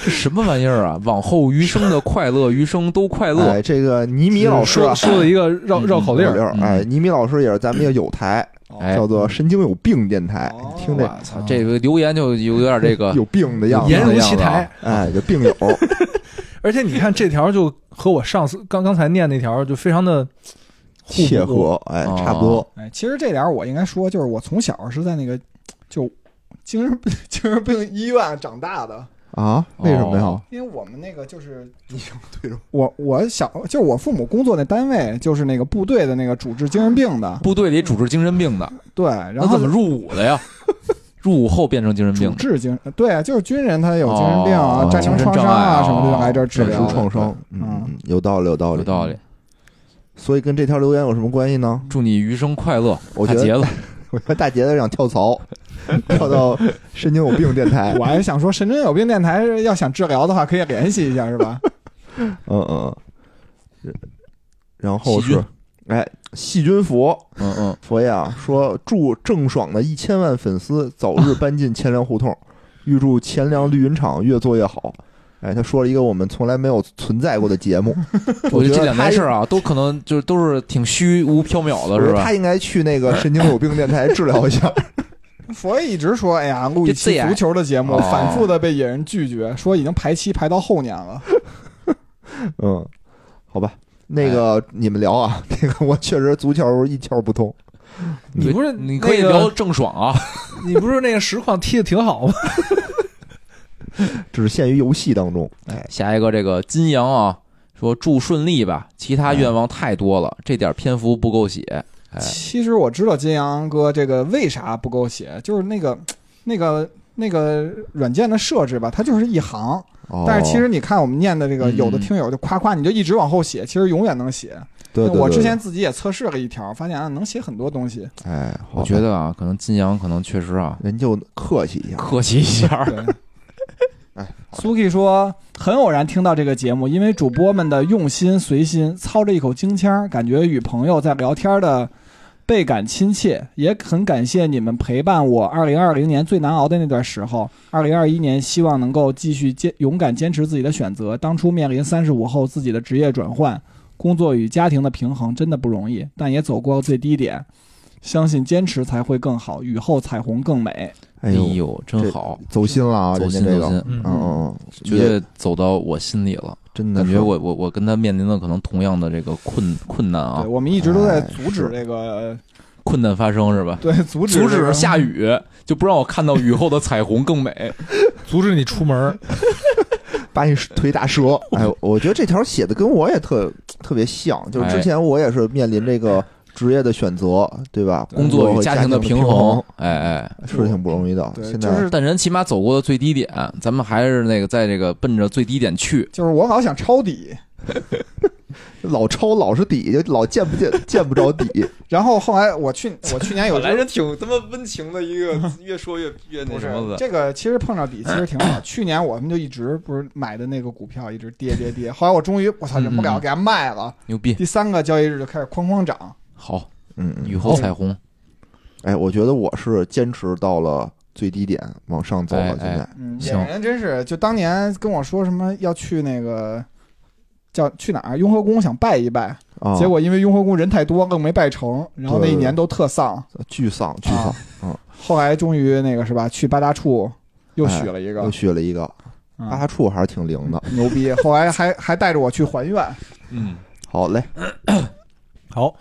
Speaker 2: 这什么玩意儿啊！往后余生的快乐，余生都快乐。
Speaker 1: 哎，这个尼米老师
Speaker 4: 说
Speaker 1: 啊，
Speaker 4: 说了一个绕绕口令
Speaker 1: 口儿
Speaker 4: 儿，
Speaker 1: 哎，尼米老师也是咱们一个友台，
Speaker 2: 嗯哎
Speaker 1: 叫做“神经有病电台”，
Speaker 3: 哦
Speaker 1: 听这
Speaker 2: 我操，这个留言就有点这个
Speaker 1: 有病的样
Speaker 2: 嗯
Speaker 1: 子
Speaker 4: 言，如其
Speaker 2: 这样的
Speaker 4: 台
Speaker 2: 啊。
Speaker 1: 哎，就 病友，
Speaker 4: 而且你看这条就和我上次刚刚才念那条就非常的互补
Speaker 1: 切合，哎，
Speaker 2: 哦
Speaker 1: 差不多。
Speaker 3: 哎，其实这点儿我应该说，就是我从小是在那个就精神精神病医院长大的，
Speaker 1: 啊？为什么呀
Speaker 2: 哦？
Speaker 3: 因为我们那个就是
Speaker 1: 医生对着
Speaker 3: 我我小就是我父母工作那单位就是那个部队的那个处置精神病的，
Speaker 2: 部队里处置精神病的，
Speaker 3: 对，然
Speaker 2: 那
Speaker 3: 后
Speaker 2: 怎么入伍的 呀？入伍后变成精神病
Speaker 3: 处
Speaker 2: 的，
Speaker 3: 治精对啊，就是军人他有精神病啊、
Speaker 2: 哦
Speaker 3: 战争创伤
Speaker 2: 精神障碍
Speaker 3: 啊
Speaker 2: 啊
Speaker 3: 什么的，就来这儿治
Speaker 1: 忍
Speaker 2: 对
Speaker 1: 术
Speaker 3: 疗。
Speaker 1: 创伤，
Speaker 3: 对
Speaker 1: 嗯
Speaker 3: 嗯，
Speaker 1: 嗯有道理，有道理，
Speaker 2: 有道理。。
Speaker 1: 所以跟这条留言有什么关系呢？
Speaker 2: 祝你余生快乐，
Speaker 1: 我
Speaker 2: 大
Speaker 1: 觉得
Speaker 2: 杰子。
Speaker 1: 我觉得大杰子想跳槽，跳到“神经有病电 台
Speaker 3: 我”。还想说，神真有病电台要想治疗的话，可以联系一下，是吧？
Speaker 1: 嗯嗯。嗯然后
Speaker 2: 细
Speaker 1: 是
Speaker 2: 菌，
Speaker 1: 哎，细菌佛，
Speaker 2: 嗯嗯，
Speaker 1: 佛爷啊，说祝郑爽的一千万粉丝早 日搬进钱粮胡同，预祝钱粮绿云厂越做越好。哎，他说了一个我们从来没有存在过的节目，
Speaker 2: 我觉得这两件事
Speaker 1: 啊，
Speaker 2: 啊，都可能就是都是挺虚无缥缈
Speaker 1: 我
Speaker 2: 的，
Speaker 1: 觉
Speaker 2: 是
Speaker 1: 得
Speaker 2: 吧
Speaker 1: 他？应该去那个神经有病电台治疗一下。
Speaker 3: 佛爷一直说，哎呀，录一
Speaker 2: 这
Speaker 3: 期
Speaker 2: 这样
Speaker 3: 足球的节目，
Speaker 2: 哦
Speaker 3: 反复的被野人拒绝，说已经排期排到后年了。
Speaker 1: 嗯，好吧，那
Speaker 2: 哎
Speaker 1: 个你们聊啊， 那个我确实足球一窍不通。
Speaker 4: 你不是
Speaker 2: 你可以
Speaker 4: 那个
Speaker 2: 聊郑爽啊，
Speaker 4: 你不是那个实况踢的挺好吗？
Speaker 1: 只限于游戏当中。哎，
Speaker 2: 下一个这个金阳啊，说祝顺利吧，其他愿望太多了，这点篇幅不够写。哎
Speaker 3: 其实我知道金阳哥这个为啥不够写，就是那个那个那个软件的设置吧，它就是一行。
Speaker 1: 哦
Speaker 3: 但是其实你看我们念的这个，
Speaker 2: 嗯
Speaker 3: 有的听友就夸夸，你就一直往后写，其实永远能写。
Speaker 1: 对对对
Speaker 3: 我之
Speaker 1: 对
Speaker 3: 前自己也测试了一条，发现啊能写很多东西。
Speaker 1: 哎，
Speaker 2: 我觉得啊，可能金阳可能确实啊，
Speaker 1: 人就客气一下。
Speaker 2: 客气一下。
Speaker 3: 对
Speaker 1: 哎，
Speaker 3: 苏 K 说，很偶然听到这个节目，因为主播们的用心随心，操着一口京腔儿，感觉与朋友在聊天的倍感亲切，也很感谢你们陪伴我二零二零年最难熬的那段时候。二零二一年，希望能够继续坚勇敢坚持自己的选择。当初面临三十五后自己的职业转换，工作与家庭的平衡真的不容易，但也走过最低点。相信坚持才会更好，雨后彩虹更美。
Speaker 1: 哎
Speaker 2: 呦，
Speaker 1: 呦，
Speaker 2: 真
Speaker 1: 这
Speaker 2: 好，
Speaker 1: 走心了啊，
Speaker 2: 走
Speaker 1: 人家
Speaker 2: 心
Speaker 1: 这个，
Speaker 2: 走心
Speaker 1: 嗯，
Speaker 4: 嗯
Speaker 1: 嗯嗯，
Speaker 2: 绝
Speaker 1: 也
Speaker 2: 对走到我心里了。
Speaker 1: 真的
Speaker 2: 感觉
Speaker 1: 是
Speaker 2: 我我我跟他面临的可能同样的这个困困难啊
Speaker 3: 对，，我们一直都在阻止
Speaker 1: 哎是
Speaker 3: 这个，呃
Speaker 2: 困难发生是吧？
Speaker 3: 对，阻止
Speaker 2: 阻
Speaker 3: 这
Speaker 2: 止
Speaker 3: 个
Speaker 2: 下雨，就不让我看到雨后的彩虹更美。
Speaker 4: 阻止你出门儿，
Speaker 1: 把你腿打 折。哎，我觉得这条写的跟我也特特别像，就是
Speaker 2: 哎
Speaker 1: 之前我也是面临这个职业的选择，哎对吧？
Speaker 2: 工作与
Speaker 1: 和
Speaker 2: 家
Speaker 1: 庭
Speaker 2: 庭的平
Speaker 1: 衡嗯
Speaker 2: 衡，哎哎。
Speaker 1: 是挺不容易的。
Speaker 3: 对
Speaker 1: 现
Speaker 3: 就
Speaker 1: 在
Speaker 3: 是
Speaker 2: 但人起码走过了最低点，咱们还是那个在这个奔着最低点去。
Speaker 3: 就是我老想抄底，
Speaker 1: 老抄老是底，就老见不见见不着 底。
Speaker 3: 然后后来我去哎我去年有
Speaker 2: 本来
Speaker 3: 这
Speaker 2: 是挺他妈温情的一 个，越说越越那
Speaker 3: 不
Speaker 2: 什
Speaker 3: 是
Speaker 2: 么的。
Speaker 3: 这个，其实碰上底其实挺好。去年我们就一直不是买的那个股票一直跌跌跌， 后来我终于我操忍不了给它卖了，
Speaker 2: 牛逼，
Speaker 3: 第三个交易日就开始哐哐涨。
Speaker 2: 好，
Speaker 1: 嗯，
Speaker 2: 雨后彩虹，
Speaker 1: 哎，我觉得我是坚持到了最低点，往上走了。
Speaker 2: 哎
Speaker 1: 现在，
Speaker 3: 嗯，
Speaker 2: 行
Speaker 3: 野人真是，就当年跟我说什么要去那个叫去哪儿雍和宫想拜一拜，
Speaker 1: 啊，
Speaker 3: 结果因为雍和宫人太多，愣没拜成，然后那一年都特丧。
Speaker 1: 巨丧巨丧
Speaker 3: 啊，后来终于那个是吧，去八大处又许了一个
Speaker 1: 又，续了一个
Speaker 3: 嗯
Speaker 1: 八处，还是挺灵的。
Speaker 3: 牛逼！后来 还还带着我去还愿，
Speaker 2: 嗯，
Speaker 1: 好嘞，
Speaker 4: 好，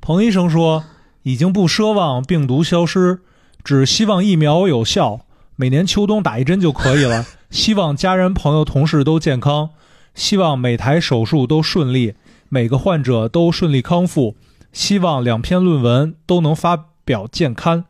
Speaker 4: 彭医生说，已经不奢望病毒消失，只希望疫苗有效，每年秋冬打一针就可以了。希望家人、朋友、同事都健康，希望每台手术都顺利，每个患者都顺利康复，希望两篇论文都能发表健刊，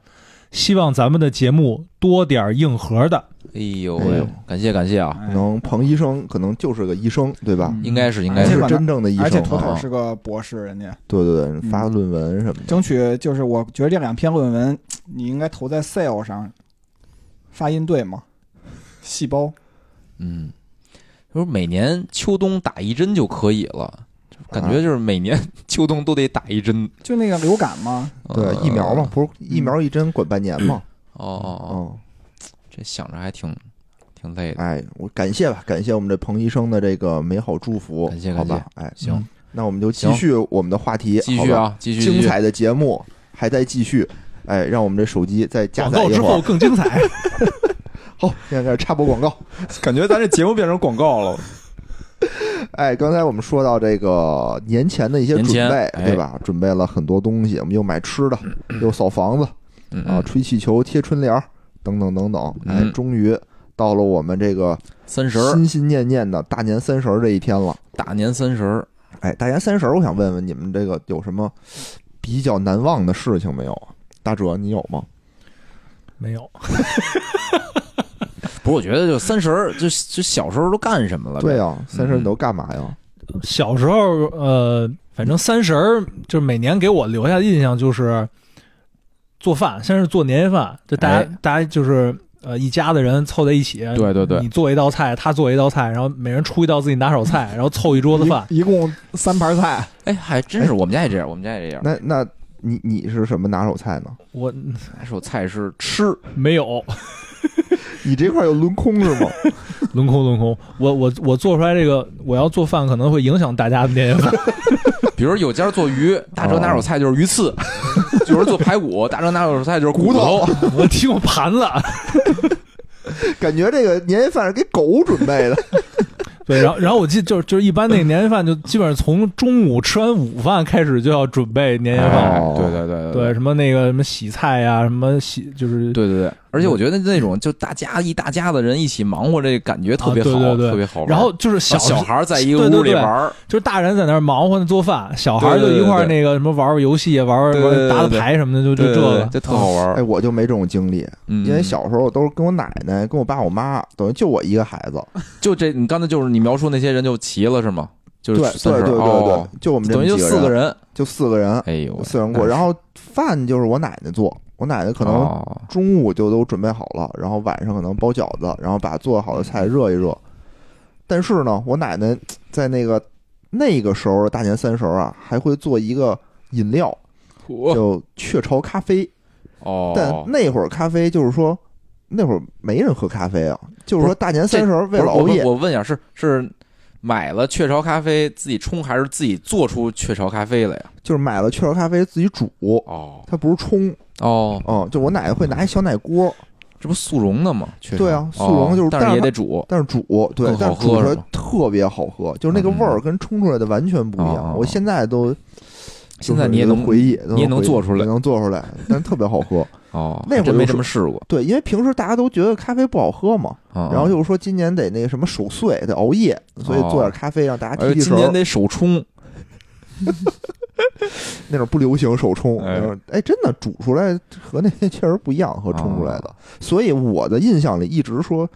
Speaker 4: 希望咱们的节目多点儿硬核的。
Speaker 2: 哎呦
Speaker 1: 哎
Speaker 2: 喂
Speaker 1: 呦，
Speaker 2: 感谢感谢啊，
Speaker 3: 哎
Speaker 1: 可能彭医生可能就是个医生，对吧？
Speaker 3: 嗯
Speaker 2: 应该是应该
Speaker 1: 还
Speaker 2: 是
Speaker 1: 是
Speaker 3: 而，且
Speaker 1: 真正的医
Speaker 3: 而且
Speaker 1: 生
Speaker 3: 妥妥
Speaker 1: 啊，
Speaker 3: 是个博士，人家
Speaker 1: 对对对，发论文什么的。
Speaker 3: 争取就是我觉得这两篇论文你应该投在 Sale 上，发音对吗？细胞
Speaker 2: 嗯，就是每年秋冬打一针就可以了，感觉就是每年秋冬都得打一针，
Speaker 3: 就那个流感嘛，
Speaker 1: 对
Speaker 2: 呃
Speaker 1: 疫苗嘛，。不是疫苗一针管半年嘛？
Speaker 2: 哦哦哦，
Speaker 1: 哦，
Speaker 2: 这想着还挺挺累的。
Speaker 1: 哎，我感谢吧，感谢我们这彭医生的这个美好祝福，
Speaker 2: 感谢
Speaker 1: 好
Speaker 2: 感
Speaker 1: 吧？哎，
Speaker 2: 行，
Speaker 1: 那我们就继续我们的话题，
Speaker 2: 继
Speaker 1: 好
Speaker 2: 续
Speaker 1: 吧，
Speaker 2: 啊，继续
Speaker 1: 精
Speaker 2: 继续。
Speaker 1: 彩的节目还在继续。哎，让我们这手机再加
Speaker 4: 广
Speaker 1: 载
Speaker 4: 告
Speaker 1: 一
Speaker 4: 之
Speaker 1: 会
Speaker 4: 后
Speaker 1: 儿。
Speaker 4: 更精彩。
Speaker 1: 好，现在开始插播广告。
Speaker 2: 感觉咱这节目变成广告了。
Speaker 1: 哎，刚才我们说到这个年前的一些
Speaker 2: 年
Speaker 1: 准
Speaker 2: 前
Speaker 1: 备，
Speaker 2: 哎
Speaker 1: 对吧？准备了很多东西，我们又买吃的，又扫房子，
Speaker 2: 嗯
Speaker 1: 啊，，吹气球、贴春联儿，等等等等。哎
Speaker 2: 嗯，
Speaker 1: 终于到了我们这个
Speaker 2: 三十儿，
Speaker 1: 心心念念的大年三十儿这一天了。
Speaker 2: 大年三十儿，
Speaker 1: 哎，大年三十儿，我想问问你们这个有什么比较难忘的事情没有啊？大哲，你有吗？
Speaker 4: 没有，
Speaker 2: 不是？我觉得就三十儿，就就小时候都干什么了？
Speaker 1: 对，啊，三十儿你都干嘛呀？
Speaker 4: 小时候，呃，反正三十儿就是每年给我留下的印象就是做饭，先是做年夜饭，就大家、
Speaker 2: 哎
Speaker 4: 大家就是呃一家子人凑在一起，
Speaker 2: 对对对
Speaker 4: 你做一道菜，他做一道菜，然后每人出一道自己拿 手菜，然后凑一 桌子饭。
Speaker 3: 一一共三盘菜，
Speaker 2: 哎，还真是，我们家也这样，我们家也这样。
Speaker 1: 那那你你是什么拿手菜呢？
Speaker 4: 我
Speaker 2: 拿手菜是吃，
Speaker 4: 没有
Speaker 1: 你这块儿有轮空是 吗？
Speaker 4: 轮空轮空，我我我做出来这个，我要做饭可能会影响大家的年夜 饭。
Speaker 2: 比如有家做鱼，大哲拿手菜就是鱼刺；有人做排骨，大哲拿手菜就是骨头。
Speaker 4: 我提供盘子，
Speaker 1: 感觉这个年夜饭是给狗准备的。
Speaker 4: 对，然后然后我记就是就是一般那个年夜饭就基本上从中午吃完午饭开始就要准备年夜饭。
Speaker 2: 哎
Speaker 1: 哦
Speaker 2: 对对对
Speaker 4: 对，什么那个什么洗菜呀、什么洗就是
Speaker 2: 对对对，而且我觉得那种就大家一大家子人一起忙活，这感觉特别好，
Speaker 4: 啊对对对
Speaker 2: 特别好玩。
Speaker 4: 然后就是小
Speaker 2: 小啊小孩儿在一个
Speaker 4: 对对
Speaker 2: 屋里
Speaker 4: 对
Speaker 2: 玩儿，
Speaker 4: 就是大人在那儿忙活做饭，小孩儿
Speaker 2: 对
Speaker 4: 就
Speaker 2: 对对
Speaker 4: 一块
Speaker 2: 对
Speaker 4: 儿那个什么玩玩游戏、玩玩
Speaker 2: 对对对
Speaker 4: 玩打打
Speaker 2: 对
Speaker 4: 牌什么的，就
Speaker 2: 对
Speaker 4: 就这
Speaker 2: 对对
Speaker 4: 个。
Speaker 2: 这特好玩
Speaker 1: 哎，
Speaker 2: 儿。
Speaker 1: 我就没这种经历，
Speaker 2: 嗯
Speaker 1: 因为小时候都是跟我奶奶、跟我爸、我妈，等于就我一个孩子。
Speaker 2: 就这，你刚才就是你描述那些人就齐了是吗？就
Speaker 1: 对
Speaker 2: 是
Speaker 1: 对
Speaker 2: 三
Speaker 1: 对
Speaker 2: 十
Speaker 1: 对
Speaker 2: 哦，
Speaker 1: 对，就我们这
Speaker 2: 等
Speaker 1: 么
Speaker 2: 于就
Speaker 1: 几
Speaker 2: 四个
Speaker 1: 人，
Speaker 2: 人。
Speaker 1: 就四个人，
Speaker 2: 哎呦喂，
Speaker 1: 四个人过。
Speaker 2: 那是
Speaker 1: 然后饭就是我奶奶做，我奶奶可能
Speaker 2: 哦
Speaker 1: 中午就都准备好了，然后晚上可能包饺子，然后把做好的菜热一热。但是呢，我奶奶在那个那个时候大年三十儿啊，还会做一个饮料，
Speaker 4: 啊
Speaker 1: 叫雀巢咖啡。
Speaker 2: 哦，
Speaker 1: 但那会儿咖啡就是说，那会儿没人喝咖啡啊，就是
Speaker 2: 不
Speaker 1: 说大年三十儿
Speaker 2: 不
Speaker 1: 为
Speaker 2: 是
Speaker 1: 了熬夜
Speaker 2: 我我问一下，是是买了雀巢咖啡自己冲，还是自己做出雀巢咖啡来呀？
Speaker 1: 就是买了雀巢咖啡自己煮，
Speaker 2: 哦
Speaker 1: 它不是冲，
Speaker 2: 哦，
Speaker 1: 嗯，就我奶奶会拿一小奶锅，
Speaker 2: 这不速溶的吗？雀巢
Speaker 1: 对啊速溶就是
Speaker 2: 哦但
Speaker 1: 但是
Speaker 2: 是也
Speaker 1: 它
Speaker 2: 得煮。
Speaker 1: 但是煮对
Speaker 2: 更，好
Speaker 1: 但
Speaker 2: 喝
Speaker 1: 煮出
Speaker 2: 是
Speaker 1: 来
Speaker 2: 吗嗯
Speaker 1: 特别好喝，就是那个味儿跟冲出来的完全不一
Speaker 2: 哦哦
Speaker 1: 样。
Speaker 2: 哦
Speaker 1: 我现在都
Speaker 2: 现在
Speaker 1: 就是
Speaker 2: 你也能
Speaker 1: 回忆，
Speaker 2: 你也能
Speaker 1: 回忆
Speaker 2: 做出来
Speaker 1: 也能做出来，但是特别好 喝。
Speaker 2: 哦，
Speaker 1: 那会儿
Speaker 2: 真
Speaker 1: 就
Speaker 2: 没
Speaker 1: 是
Speaker 2: 什么试过。
Speaker 1: 对，因为平时大家都觉得咖啡不好喝嘛，
Speaker 2: 然
Speaker 1: 然后就是说今年得那个什么守岁，得熬夜，所以做点咖啡让大家
Speaker 2: 而
Speaker 1: 提提
Speaker 2: 且今
Speaker 1: 神
Speaker 2: 年
Speaker 1: 儿。
Speaker 2: 得手冲，
Speaker 1: 那种不流行手冲，
Speaker 2: 哎
Speaker 1: 就是哎，真的煮出来和那些确实不一样，和冲出
Speaker 2: 哦
Speaker 1: 来的。所以我的印象里一直说，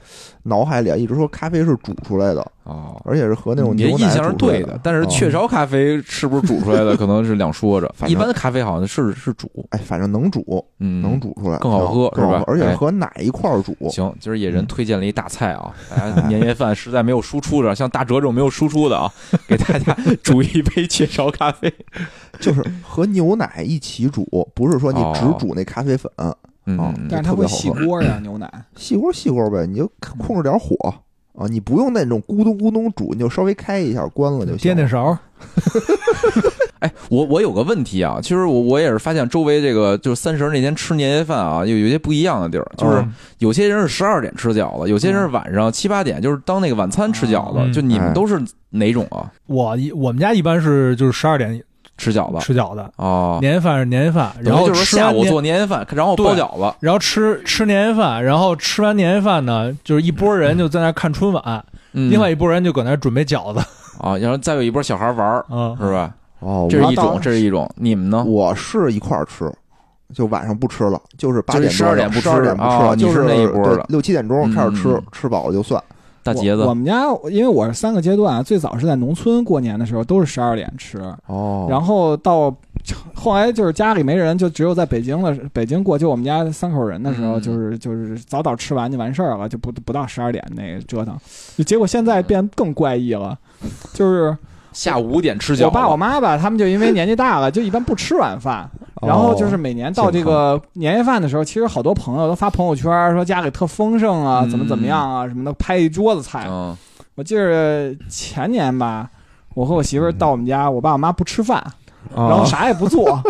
Speaker 1: 脑海里啊一直说咖啡是煮出来的，
Speaker 2: 哦，
Speaker 1: 而且是和那种
Speaker 2: 你的
Speaker 1: 牛
Speaker 2: 印
Speaker 1: 奶
Speaker 2: 象是
Speaker 1: 煮出来
Speaker 2: 对的，但是雀
Speaker 1: 哦
Speaker 2: 巢咖啡是不是煮出 来的，可能是两说着。
Speaker 1: 反
Speaker 2: 一
Speaker 1: 正
Speaker 2: 般咖啡好像是是煮，
Speaker 1: 哎，反正能煮，
Speaker 2: 嗯，
Speaker 1: 能煮出来，
Speaker 2: 更好喝
Speaker 1: 更好
Speaker 2: 是吧
Speaker 1: 而且
Speaker 2: 哎
Speaker 1: 是和奶一块儿煮，
Speaker 2: 行，今儿野
Speaker 1: 嗯
Speaker 2: 人推荐了一大菜 啊，大家年夜饭实在没有输出的，像大哲这种没有输出 的啊，给大家煮一杯雀巢咖啡。
Speaker 1: 就是和牛奶一起煮，不是说你只
Speaker 2: 哦
Speaker 1: 煮那咖啡粉，
Speaker 2: 嗯
Speaker 1: 哦，
Speaker 2: 嗯
Speaker 3: 但
Speaker 2: 嗯
Speaker 3: 是它会吸锅呀，牛奶。
Speaker 1: 细锅细锅呗，你就控制点火啊，你不用那种咕咚咕咚煮，你就稍微开一下，关了就行
Speaker 4: 颠。颠勺，
Speaker 2: 哎，我我有个问题啊，其实我我也是发现周围这个就是三十那天吃年夜饭啊，有有些不一样的地儿，就是
Speaker 4: 嗯
Speaker 2: 有些人是十二点吃饺子，有些人是晚上七八点，就是当那个晚餐吃饺子。
Speaker 4: 嗯
Speaker 2: 就你们
Speaker 1: 哎
Speaker 2: 都是哪种啊？
Speaker 4: 我一我们家一般是就是十二点
Speaker 2: 吃饺子
Speaker 4: 吃饺子，
Speaker 2: 哦，
Speaker 4: 年夜饭是年夜饭，然
Speaker 2: 等于
Speaker 4: 后
Speaker 2: 就是
Speaker 4: 吃
Speaker 2: 说下
Speaker 4: 完
Speaker 2: 午
Speaker 4: 年
Speaker 2: 做年夜饭，然后包
Speaker 4: 对
Speaker 2: 饺子。
Speaker 4: 然后吃吃年夜饭，然后吃完年夜饭呢，就是一拨人就在那儿看春晚，
Speaker 2: 嗯
Speaker 4: 另外一拨人就搁那儿准备饺子，
Speaker 2: 啊，然后再有一波小孩玩儿，
Speaker 4: 嗯，
Speaker 2: 是吧？
Speaker 1: 哦，
Speaker 2: 这是
Speaker 1: 我
Speaker 2: 一种，这是一种。你们呢？
Speaker 1: 我是一块儿吃，就晚上不吃了，就是八
Speaker 2: 就是
Speaker 1: 点
Speaker 2: 12点不
Speaker 1: 不吃，
Speaker 2: 吃
Speaker 1: 12点不
Speaker 2: 哦
Speaker 1: 了，
Speaker 2: 你
Speaker 1: 就是
Speaker 2: 那一波
Speaker 1: 对
Speaker 2: 的
Speaker 1: 六七点钟开始
Speaker 2: 嗯嗯
Speaker 1: 吃
Speaker 2: 嗯，
Speaker 1: 吃饱了就算。
Speaker 2: 大杰
Speaker 3: 我
Speaker 2: 子
Speaker 3: 我们家因为我是三个阶段啊，最早是在农村过年的时候都是十二点吃，
Speaker 1: 哦
Speaker 3: 然后到后来就是家里没人，就只有在北京了，北京过，就我们家三口人的时候，
Speaker 2: 嗯
Speaker 3: 就是就是早早吃完就完事儿了，就不不到十二点那个折腾。就结果现在变更怪异 了，就是
Speaker 2: 下午五点吃饺子。
Speaker 3: 我爸我妈吧，他们就因为年纪大了，就一般不吃晚饭，
Speaker 2: 哦
Speaker 3: 然
Speaker 1: 哦
Speaker 3: 后就是每年到这个年夜饭的时候，其实好多朋友都发朋友圈说家里特丰盛啊，
Speaker 2: 嗯
Speaker 3: 怎么怎么样啊什么的，拍一桌子菜。
Speaker 2: 嗯
Speaker 3: 我记着前年吧，我和我媳妇儿到我们家，我爸我妈不吃饭，然后啥也不做，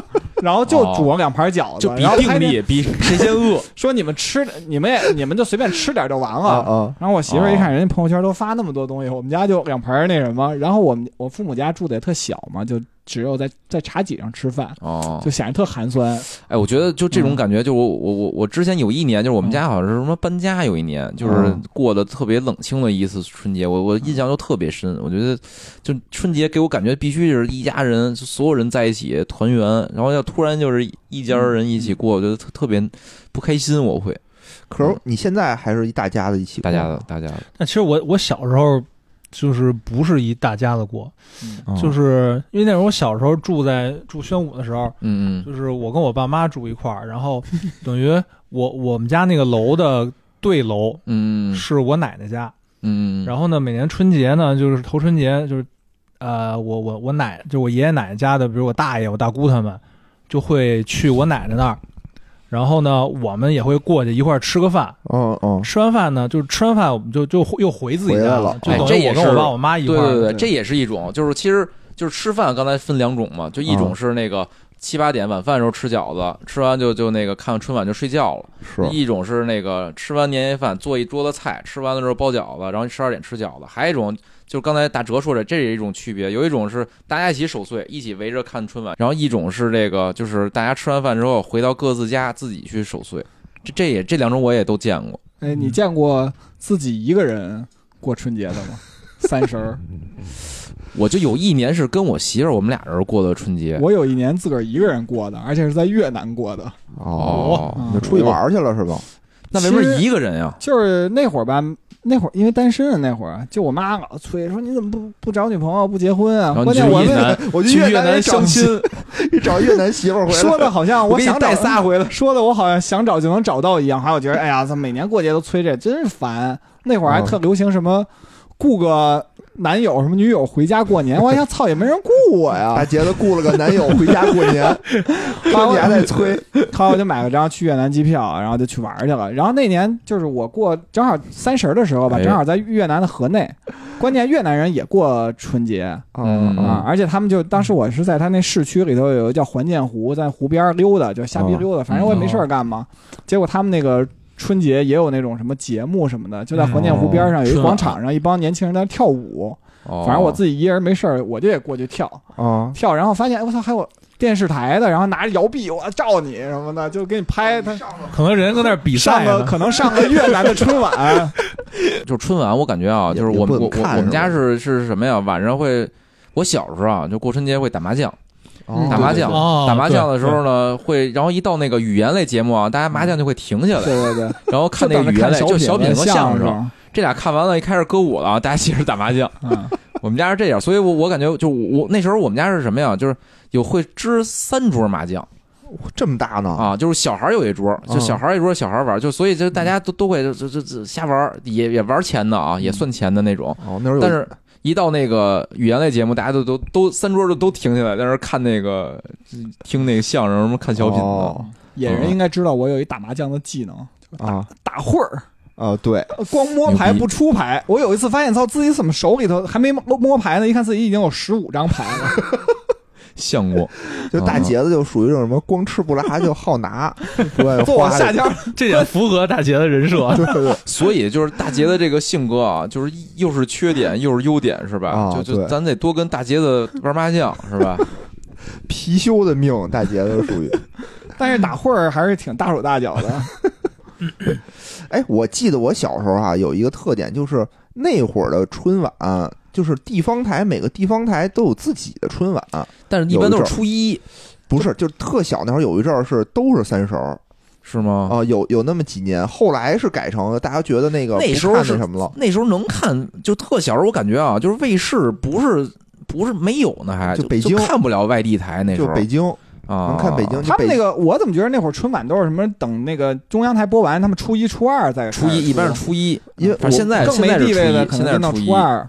Speaker 3: 然后就煮了两盘饺子，
Speaker 2: 哦就比
Speaker 3: 然后
Speaker 2: 定
Speaker 3: 拍电
Speaker 2: 力，比谁先饿。
Speaker 3: 说你们吃，你们也你们就随便吃点就完
Speaker 1: 啊
Speaker 2: 哦
Speaker 3: 了。
Speaker 1: 啊，
Speaker 3: 然后我媳妇儿一看人家朋友圈都发那么多东西，我们家就两盘那什么，然后我们我父母家住的也特小嘛，就只有在在茶几上吃饭，
Speaker 2: 哦
Speaker 3: 就，显得特寒酸。
Speaker 2: 哎，我觉得
Speaker 1: 嗯
Speaker 2: 就这种感觉，就我我我我之前有一年，就是我们家好像是什么搬家，有一年就是
Speaker 1: 嗯
Speaker 2: 过得特别冷清的一次春节，我我印象就特别深。我觉得就春节给我感觉必须是一家人，就所有人在一起团圆，然后要突然就是一家
Speaker 1: 嗯
Speaker 2: 人一起过，我觉得特特别不开心，我会嗯
Speaker 1: 可是你现在还是一大家子一起，
Speaker 2: 大家的，大家的，
Speaker 4: 但其实我我小时候就是不是一大家子过，
Speaker 2: 嗯
Speaker 4: 就是是因为那时候我小时候住在住宣武的时候，
Speaker 2: 嗯嗯
Speaker 4: 就是我跟我爸妈住一块儿，然后 等于我我们家那个楼的对楼
Speaker 2: 嗯
Speaker 4: 是我奶奶家，
Speaker 2: 嗯，
Speaker 4: 然后呢每年春节呢就是头春节就是，呃我我我奶就我爷爷奶奶家的，比如我大爷我大姑他们就会去我奶奶那儿。然后呢，我们也会过去一块儿吃个饭。
Speaker 1: 嗯嗯，
Speaker 4: 吃完饭呢，就是吃完饭，我们就就又回自己
Speaker 1: 回
Speaker 4: 家
Speaker 1: 来了
Speaker 4: 就
Speaker 2: 哎
Speaker 4: 等
Speaker 2: 这
Speaker 4: 于
Speaker 2: 也
Speaker 4: 我跟我
Speaker 2: 是
Speaker 4: 爸我妈一块
Speaker 2: 对
Speaker 4: 儿。
Speaker 2: 对对，
Speaker 3: 对
Speaker 2: 这也是一种，就是其实就是吃饭，刚才分两种嘛，就一种
Speaker 1: 嗯
Speaker 2: 是那个七八点晚饭时候吃饺子，吃完就就那个看春晚就睡觉了；
Speaker 1: 是
Speaker 2: 一种是那个吃完年夜饭做一桌子菜，吃完了之后包饺子，然后十二点吃饺子；还有一种就是刚才大哲说的，这是一种区别，有一种是大家一起守岁，一起围着看春晚；然后一种是这个就是大家吃完饭之后回到各自家自己去守岁。这这也这两种我也都见过，
Speaker 3: 哎，你见过自己一个人过春节的吗？三十儿，
Speaker 2: 我就有一年是跟我媳妇儿我们俩人过的春节。
Speaker 3: 我有一年自个儿一个人过的，而且是在越南过的。
Speaker 1: 哦，
Speaker 3: 嗯
Speaker 1: 你就出去玩儿去了是吧？
Speaker 2: 那为什么
Speaker 3: 其
Speaker 2: 是
Speaker 3: 实
Speaker 2: 一个人呀？
Speaker 3: 就是那会儿吧，那会儿因为单身的那会儿，啊就我妈老催说你怎么不不找女朋友不结婚
Speaker 2: 然
Speaker 3: 啊？
Speaker 2: 后
Speaker 3: 关
Speaker 2: 你
Speaker 3: 键
Speaker 2: 就
Speaker 3: 我
Speaker 2: 一
Speaker 3: 们
Speaker 2: 男
Speaker 1: 我
Speaker 2: 去越
Speaker 1: 越
Speaker 2: 南
Speaker 1: 相
Speaker 2: 相亲，
Speaker 1: 找越南媳妇儿回来，
Speaker 3: 说的好 像
Speaker 2: 我
Speaker 3: 我
Speaker 2: 给你
Speaker 3: 想
Speaker 2: 带
Speaker 3: 找
Speaker 2: 仨
Speaker 3: 回来，说的我好像想找就能找到一样。还有我觉得哎呀，怎么每年过节都催这，真是烦。那会儿
Speaker 2: 啊
Speaker 3: 还特流行什么雇个男友什么女友回家过年，我还想操也没人雇我
Speaker 1: 大
Speaker 3: 呀。
Speaker 1: 杰子雇了个男友回家过 年，
Speaker 3: 把
Speaker 1: 说
Speaker 3: 我
Speaker 1: 你还在催，
Speaker 3: 后来我就买了张去越南机票，然后就去玩去了。然后那年就是我过正好三十儿的时候吧，
Speaker 2: 哎
Speaker 3: 正好在越南的河内，关键越南人也过春节
Speaker 2: 嗯
Speaker 3: 啊，而且他们就当时我是在他那市区里头有一个叫环建湖，在湖边溜达，就
Speaker 2: 哦
Speaker 3: 瞎逼溜达，反正我也没事
Speaker 2: 嗯
Speaker 3: 儿干嘛。结果他们那个。春节也有那种什么节目什么的，就在环建湖边上有一
Speaker 4: 春
Speaker 3: 广
Speaker 4: 晚
Speaker 3: 场上，一帮年轻人在那跳舞。
Speaker 2: 嗯哦
Speaker 1: 嗯
Speaker 3: 反正我自己一人没事儿，我就也过去跳。
Speaker 1: 啊，
Speaker 3: 跳，然后发现哎我操，还有电视台的，然后拿着摇臂我照你什么的，就给你
Speaker 2: 啊
Speaker 3: 拍他
Speaker 4: 可能人在那儿比
Speaker 3: 上
Speaker 4: 赛
Speaker 3: 个
Speaker 4: 呢，
Speaker 3: 可能上个越南的春 晚，
Speaker 2: 就是春晚，我感觉啊，
Speaker 1: 也
Speaker 2: 就是我
Speaker 1: 也不
Speaker 2: 们我我
Speaker 1: 怎么看
Speaker 2: 我们家
Speaker 1: 是
Speaker 2: 是是什么呀？晚上会，我小时候啊，就过春节会打麻将，
Speaker 1: 哦
Speaker 2: 打麻将，
Speaker 4: 哦
Speaker 2: 打麻将的时候呢，会，然后一到那个语言类节目啊，大家麻将就会停下
Speaker 3: 对
Speaker 2: 来，
Speaker 3: 对对，
Speaker 2: 然后看那
Speaker 3: 就等
Speaker 2: 个
Speaker 3: 着
Speaker 2: 语言类，
Speaker 3: 小
Speaker 2: 就小
Speaker 3: 品
Speaker 2: 品和
Speaker 3: 相
Speaker 2: 声，，这俩看完了，一开始歌舞了，大家接着打麻将。
Speaker 3: 嗯，
Speaker 2: 我们家是这样，所以我我感觉就我那时候我们家是什么呀？就是有会支三桌麻将
Speaker 1: 这么大呢？
Speaker 2: 啊，就是小孩儿有一桌，就小孩儿一桌，小孩儿玩儿，就所以就大家都都会就就就瞎玩儿，也也玩儿钱的啊，也算钱的那种。
Speaker 1: 哦，那时候有
Speaker 2: 但是一到那个语言类节目，大家都都都三桌就都停下来，在那儿看那个听那个相声，什么看小品的。
Speaker 1: 哦
Speaker 3: 野人应该知道我有一打麻将的 技能，
Speaker 1: 啊
Speaker 3: 打会儿，
Speaker 1: 啊，对，
Speaker 3: 光摸牌
Speaker 2: 牛逼
Speaker 3: 不出牌。我有一次发现，操，自己怎么手里头还没摸摸牌呢？一看自己已经有十五张牌了，
Speaker 2: 相公，
Speaker 1: 就大杰子就属于这种什么光吃不拉就好 拿，不
Speaker 2: 呃
Speaker 1: 爱
Speaker 3: 做我
Speaker 1: 花
Speaker 3: 下
Speaker 1: 的。
Speaker 3: 家
Speaker 4: 这也符合大杰的人 设。
Speaker 1: 对对对，
Speaker 2: 所以就是大杰的这个性格啊，就是又是缺点又是优点，是吧？
Speaker 1: 啊
Speaker 2: 就就
Speaker 1: 对
Speaker 2: 咱得多跟大杰子玩麻将，是吧？
Speaker 1: 貔貅的命，大杰子属于。
Speaker 3: 但是打会儿还是挺大手大脚 的。
Speaker 1: 哎，我记得我小时候啊，有一个特点就是那会儿的春晚，就是地方台每个地方台都有自己的春晚，
Speaker 2: 但是一般都是初一，
Speaker 1: 不是，就是特小那会儿有一阵儿是都是三十儿
Speaker 2: 是吗？
Speaker 1: 啊，有有那么几年，后来是改成了大家觉得那个
Speaker 2: 那
Speaker 1: 不
Speaker 2: 时候
Speaker 1: 看
Speaker 2: 是
Speaker 1: 那什么了，
Speaker 2: 那时候能看，就特小时候我感觉啊，就是卫视不是不是没有呢还，
Speaker 1: 就北京
Speaker 2: 看不了外地台那时
Speaker 1: 就
Speaker 2: 候
Speaker 1: 北京
Speaker 2: 啊，
Speaker 1: 能看北京，就
Speaker 3: 他们那
Speaker 1: 北
Speaker 3: 个，我怎么觉得那会儿春晚都是什么等那个中央台播完，他们初一、初二再
Speaker 2: 初
Speaker 3: 开始
Speaker 2: 一一般是
Speaker 3: 播
Speaker 2: 初一，
Speaker 1: 因为
Speaker 2: 反正现在
Speaker 3: 更没
Speaker 2: 现在是
Speaker 3: 地位的，
Speaker 2: 初
Speaker 3: 可
Speaker 2: 一，
Speaker 3: 能
Speaker 2: 现在
Speaker 3: 就是到
Speaker 2: 初
Speaker 3: 初
Speaker 2: 一。
Speaker 3: 二。啊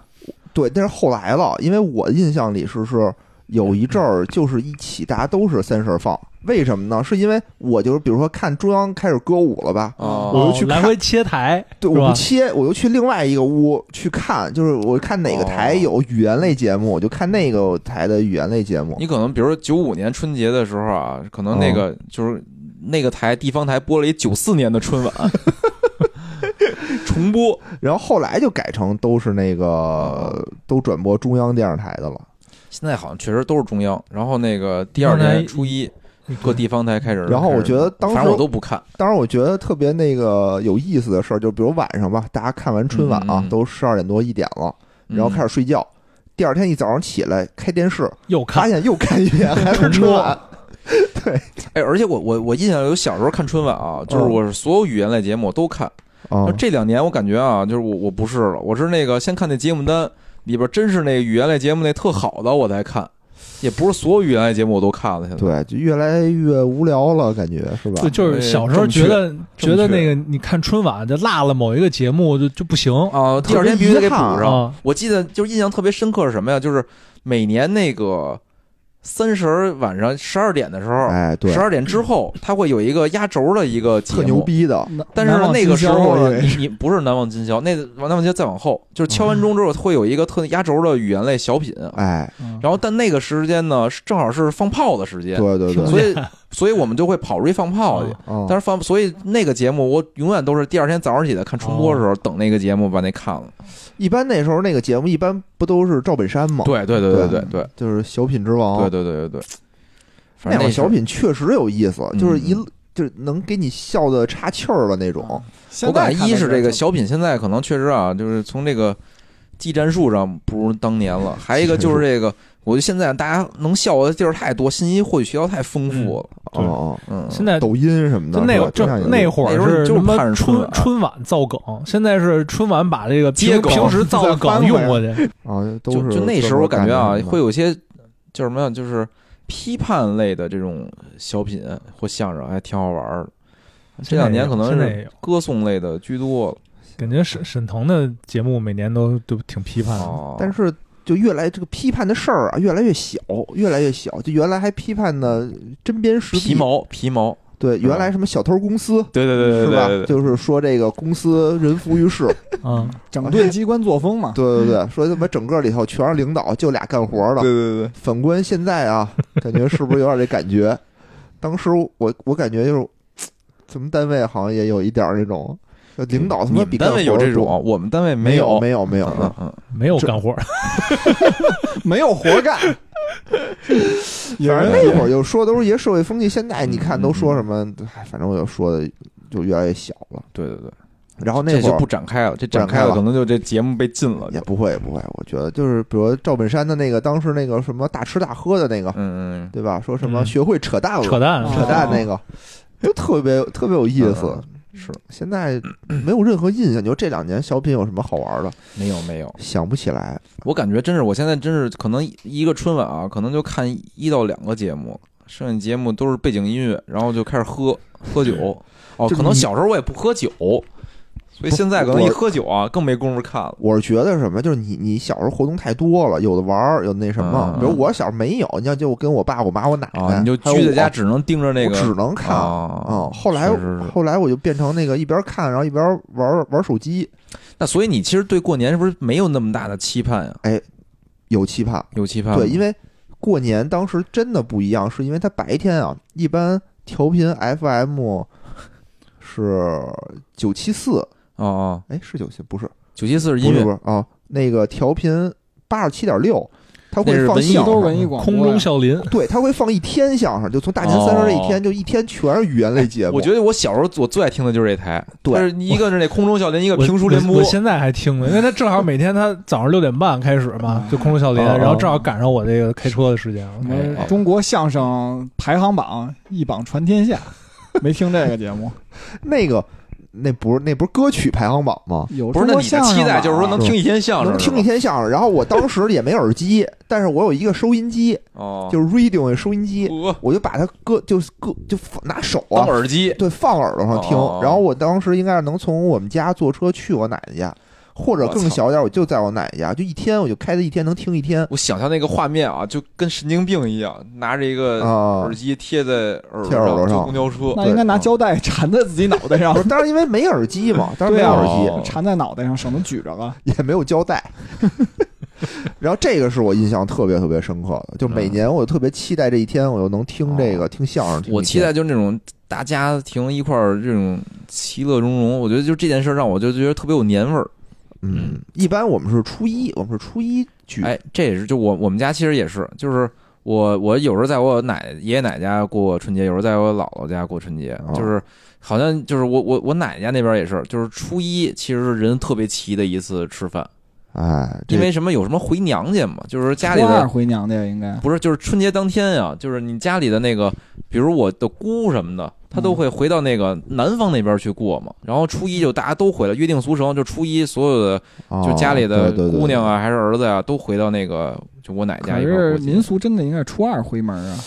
Speaker 1: 对，那是后来了，因为我印象里是是有一阵儿就是一起大家都是三十儿放，为什么呢？是因为我就是比如说看中央开始歌舞了吧，
Speaker 3: 啊
Speaker 2: 哦，
Speaker 1: 我就去
Speaker 4: 哦来
Speaker 1: 看
Speaker 4: 回切台，
Speaker 1: 对，
Speaker 4: 是
Speaker 1: 我
Speaker 4: 吧
Speaker 1: 不切，我就去另外一个屋去看，就是我看哪个台
Speaker 2: 哦
Speaker 1: 有语言类节目，我就看那个台的语言类节目。
Speaker 2: 你可能比如说九五年春节的时候啊，可能那
Speaker 1: 哦
Speaker 2: 个就是那个台地方台播了一九四年的 春晚，重播。
Speaker 1: 然后后来就改成都是那个都转播中央电视台的了。
Speaker 2: 现在好像确实都是中央，然后那个第二
Speaker 4: 中央
Speaker 2: 年
Speaker 4: 台
Speaker 2: 初一各地方台开始。
Speaker 1: 然后我觉得当时
Speaker 2: 反正我都不看，
Speaker 1: 当然，我觉得特别那个有意思的事儿，就比如晚上吧，大家看完春晚啊，
Speaker 2: 嗯嗯嗯嗯
Speaker 1: 都十二点多一点了，然后开
Speaker 2: 始
Speaker 1: 始睡觉。第二天一早上起来开电视，
Speaker 4: 又
Speaker 1: 发
Speaker 4: 看
Speaker 1: 现又看一遍，还是春 晚。
Speaker 2: 哎，而且我我我印象有小时候看春晚啊，就是
Speaker 1: 嗯
Speaker 2: 我是所有语言类节目我都看。
Speaker 1: 啊
Speaker 2: 哦就这两年我感觉啊，就是我我不是了，我是那个先看那节目单里边真是那个语言类节目那特好的我才看，也不是所有语言类节目我都看了。现在
Speaker 1: 对，就越来越无聊了，感觉是吧
Speaker 4: 对，？就是小时候
Speaker 2: 正确
Speaker 4: 觉得
Speaker 2: 确
Speaker 4: 觉得那个你看春晚就落了某一个节目就就不行
Speaker 2: 啊，第二天必须得给补
Speaker 1: 特别遗
Speaker 2: 上。
Speaker 4: 啊，
Speaker 2: 我记得就是印象特别深刻是什么呀？就是每年那个三十儿晚上十二点的时候，
Speaker 1: 哎，对
Speaker 2: 十，二点之后，它会有一个压轴的一个节目
Speaker 1: 特牛。逼的，
Speaker 2: 但是那个时候
Speaker 3: 呢
Speaker 4: 啊
Speaker 2: 呢，，你你不是难忘今宵，那个难忘今宵再往后，就是敲完钟之后会有一个特压轴的语言类小品。
Speaker 1: 嗯哎，
Speaker 4: 嗯
Speaker 2: 然后，但那个时间呢，是正好是放炮的时间
Speaker 1: 对，对对
Speaker 4: 挺，
Speaker 2: 所以， 所以我们就会跑出去放炮去。
Speaker 1: 嗯
Speaker 2: 但是放，所以那个节目我永远都是第二天早上起来看重播的
Speaker 1: 哦
Speaker 2: 时候，等那个节目把那看了。
Speaker 1: 一般那时候那个节目一般不都是赵本山吗？，
Speaker 2: 对对对对对对
Speaker 1: 就是小品之王。
Speaker 2: 对对对对对，反
Speaker 1: 哦那
Speaker 2: 正
Speaker 1: 会儿
Speaker 2: 那
Speaker 1: 小
Speaker 2: 是，
Speaker 1: 品确实有意思，
Speaker 2: 嗯
Speaker 1: 就是一就是能给你笑的岔气儿了那种。
Speaker 3: 现在
Speaker 2: 我感觉
Speaker 3: 看
Speaker 2: 一
Speaker 3: 来
Speaker 2: 是
Speaker 3: 就
Speaker 2: 这个小品现在可能确实啊，就是从这个技战术上不如当年了，还有一个就是这个，我觉得现在大家能笑的地儿太多，信息获取渠道太丰富了。
Speaker 4: 对
Speaker 1: 哦
Speaker 2: 嗯，
Speaker 4: 现在
Speaker 1: 抖音什么的，
Speaker 4: 就那会儿，
Speaker 1: 是吧
Speaker 4: 就
Speaker 1: 经常有
Speaker 4: 那会
Speaker 2: 那时
Speaker 4: 儿
Speaker 2: 候
Speaker 4: 是
Speaker 2: 就
Speaker 4: 什么
Speaker 2: 看着春
Speaker 4: 春
Speaker 2: 晚
Speaker 4: 春晚造梗，现在是春晚把这个
Speaker 2: 接
Speaker 4: 平
Speaker 2: 梗
Speaker 4: 平时造的梗用过去，
Speaker 1: 啊，都
Speaker 2: 就是就那时候我感觉啊，
Speaker 1: 专门干这个的
Speaker 2: 会有一些叫什么呀，就是批判类的这种小品或相声，还哎挺好玩儿的。这两年可能
Speaker 4: 现在也
Speaker 2: 是
Speaker 4: 有
Speaker 2: 歌颂类的居多了。
Speaker 4: 感觉沈沈腾的节目每年都都挺批判的，
Speaker 2: 哦，
Speaker 1: 但是。就越来这个批判的事儿啊，越来越小，越来越小。就原来还批判的针砭时弊
Speaker 2: 皮，毛皮毛，
Speaker 1: 对，
Speaker 2: 是吧
Speaker 1: 原来什么小偷公司
Speaker 2: 对对对
Speaker 1: 是
Speaker 2: 对
Speaker 1: 吧
Speaker 2: 对？对，
Speaker 1: 就是说这个公司人浮于事，
Speaker 4: 嗯，
Speaker 3: 整顿机关作风 嘛，
Speaker 1: 对对对，说他妈整个里头全是领导，就俩干活的，
Speaker 2: 对对，
Speaker 1: 反观现在啊，感觉是不是有点这感觉？当时我我感觉就是，咱们单位好像也有一点儿这种，就领导他
Speaker 2: 你
Speaker 1: 妈
Speaker 2: 们
Speaker 1: 比
Speaker 2: 单位
Speaker 1: 干活
Speaker 2: 有
Speaker 1: 儿
Speaker 2: 这
Speaker 1: 多
Speaker 2: 种，我们单位
Speaker 1: 没
Speaker 2: 有。
Speaker 1: 没有没有
Speaker 2: 嗯嗯，
Speaker 4: 没有
Speaker 1: 这
Speaker 4: 干活，
Speaker 3: 没有活干。
Speaker 1: 反正那会儿就说都是一些社会风气，现在你
Speaker 2: 嗯
Speaker 1: 看都说什么，哎，反正我就说的就越来越小了。
Speaker 2: 对对对，
Speaker 1: 然后那
Speaker 2: 这
Speaker 1: 会
Speaker 2: 就
Speaker 1: 儿
Speaker 2: 不展开了，这
Speaker 1: 展
Speaker 2: 展
Speaker 1: 开
Speaker 2: 开了
Speaker 1: 了
Speaker 2: 可能就这节目被禁了。
Speaker 1: 也
Speaker 2: 就
Speaker 1: 不会也不会，我觉得就是比如赵本山的那个当时那个什么大吃大喝的那个，
Speaker 2: 嗯嗯嗯，
Speaker 1: 对吧？说什么
Speaker 4: 嗯
Speaker 1: 学会扯淡了，
Speaker 4: 扯淡，
Speaker 3: 哦
Speaker 1: 扯淡那个，就特别特别有意思
Speaker 2: 嗯。是
Speaker 1: 现在没有任何印象，你说这两年小品有什么好玩的？
Speaker 2: 没有没有，
Speaker 1: 想不起来。
Speaker 2: 我感觉真是，我现在真是可能一个春晚啊，可能就看一到两个节目，剩下节目都是背景音乐，然后就开始喝喝酒。哦，
Speaker 1: 这
Speaker 2: 可能小时候我也不喝酒，所以现在可能
Speaker 1: 我
Speaker 2: 一喝酒啊，更没工夫看了。
Speaker 1: 我是觉得什么，就是你你小时候活动太多了，有的玩儿，有那什么。
Speaker 2: 嗯
Speaker 1: 比如我小时候没有，你像就我跟我爸、我妈、我奶奶，
Speaker 2: 啊，你就
Speaker 1: 哎还有
Speaker 2: 居在家
Speaker 1: 我
Speaker 2: 只能盯着那个，
Speaker 1: 我只能看。
Speaker 2: 啊
Speaker 1: 嗯，后来
Speaker 2: 是是是
Speaker 1: 后来我就变成那个一边看，然后一边玩玩手机，
Speaker 2: 那所以你其实对过年是不是没有那么大的期盼呀、
Speaker 1: 有期盼。
Speaker 2: 有期盼吗
Speaker 1: 对，因为过年当时真的不一样，是因为它白天啊，一般调频 FM 是九七四，
Speaker 2: 哦哦，
Speaker 1: 哎，是九七，不是，
Speaker 2: 九七四是音
Speaker 1: 不是
Speaker 2: 乐
Speaker 1: 不是啊，那个调频八十七点六，它
Speaker 2: 那
Speaker 1: 会
Speaker 2: 是
Speaker 1: 放
Speaker 2: 文艺
Speaker 1: 相
Speaker 3: 都
Speaker 1: 声
Speaker 3: 是。文艺广播
Speaker 4: 空
Speaker 3: 呀，
Speaker 4: 中笑林，
Speaker 1: 对，他会放一天相声，就从大年三十那一天，就一天全是语言类节目。
Speaker 2: 哦我觉得我小时候我最爱听的就是这台，
Speaker 1: 呃对
Speaker 2: 它是一个是那空中 笑林，一个
Speaker 4: 我
Speaker 2: 评书联
Speaker 4: 我
Speaker 2: 播
Speaker 4: 我，现在还听呢，因为他正好每天他早上六点半开始嘛，就空中笑林，
Speaker 2: 哦
Speaker 4: 然后正好赶上我这个开车的时间。
Speaker 3: 什
Speaker 2: 哎
Speaker 3: 么中国相声排行榜一榜传天下，没听这个 节目？
Speaker 1: 那个那不是那不是歌曲排行榜吗？
Speaker 3: 有
Speaker 2: 不是？那
Speaker 3: 中国
Speaker 2: 你的
Speaker 3: 相声
Speaker 2: 期待
Speaker 3: 榜
Speaker 2: 就是说能听一天相
Speaker 1: 啊
Speaker 2: 声，
Speaker 1: 能听一
Speaker 2: 是吧
Speaker 1: 天相声，然后我当时也没耳机，但是我有一个收音机，
Speaker 2: 哦，
Speaker 1: 就是 radio 的收音机，
Speaker 2: 我
Speaker 1: 我就把它搁就是搁就放拿手
Speaker 2: 当
Speaker 1: 啊，
Speaker 2: 耳机，
Speaker 1: 对，放耳朵上听
Speaker 2: 哦。
Speaker 1: 然后我当时应该是能从我们家坐车去我奶奶家，或者更小一点，我就在我奶奶家，就一天我就开它一天能听一天
Speaker 2: 我想象那个画面啊，就跟神经病一样，拿着一个
Speaker 1: 啊
Speaker 2: 呃耳。机贴在耳
Speaker 1: 贴耳朵
Speaker 2: 朵
Speaker 1: 上
Speaker 2: 坐公交车，
Speaker 3: 那应该拿胶带缠在自己脑袋
Speaker 2: 啊
Speaker 3: 上
Speaker 1: 不，是当然因为没耳机 嘛，当然没有
Speaker 3: 对啊
Speaker 1: 耳机，
Speaker 2: 哦
Speaker 3: 缠在脑袋上，省得举着了。
Speaker 1: 也没有胶带。 然后这个是我印象特别特别深刻的，就
Speaker 2: 嗯
Speaker 1: 每年我特别期待这一天，我又能听这
Speaker 2: 哦
Speaker 1: 个、听相声。听一
Speaker 2: 我期
Speaker 1: 天
Speaker 2: 待就是那种大家庭一块儿这种其乐融融，我觉得就这件事儿让我就觉得特别有年味儿。
Speaker 1: 嗯，一般我们是初一，我们是初一聚，
Speaker 2: 哎，这也是就我我们家其实也是，就是我我有时候在我奶爷爷奶奶家过春节，有时候在我姥姥家过春节，
Speaker 1: 哦
Speaker 2: 就是好像就是我我我奶奶家那边也是，就是初一其实是人特别齐的一次吃饭，
Speaker 1: 哎，这
Speaker 2: 因为什么有什么回娘家嘛，就是家里
Speaker 3: 初二
Speaker 2: 的。
Speaker 3: 回娘家应该
Speaker 2: 不是，就是春节当天啊，就是你家里的那个，比如我的姑什么的，她都会回到那个南方那边去过嘛。然后初一就大家都回来，约定俗成，就初一所有的就家里
Speaker 1: 哦
Speaker 2: 的
Speaker 1: 对对对
Speaker 2: 姑娘啊，还是儿子啊，都回到那个就我奶
Speaker 3: 可
Speaker 2: 家一块儿过
Speaker 3: 是
Speaker 2: 节。
Speaker 3: 民俗真的应该是初二回门啊，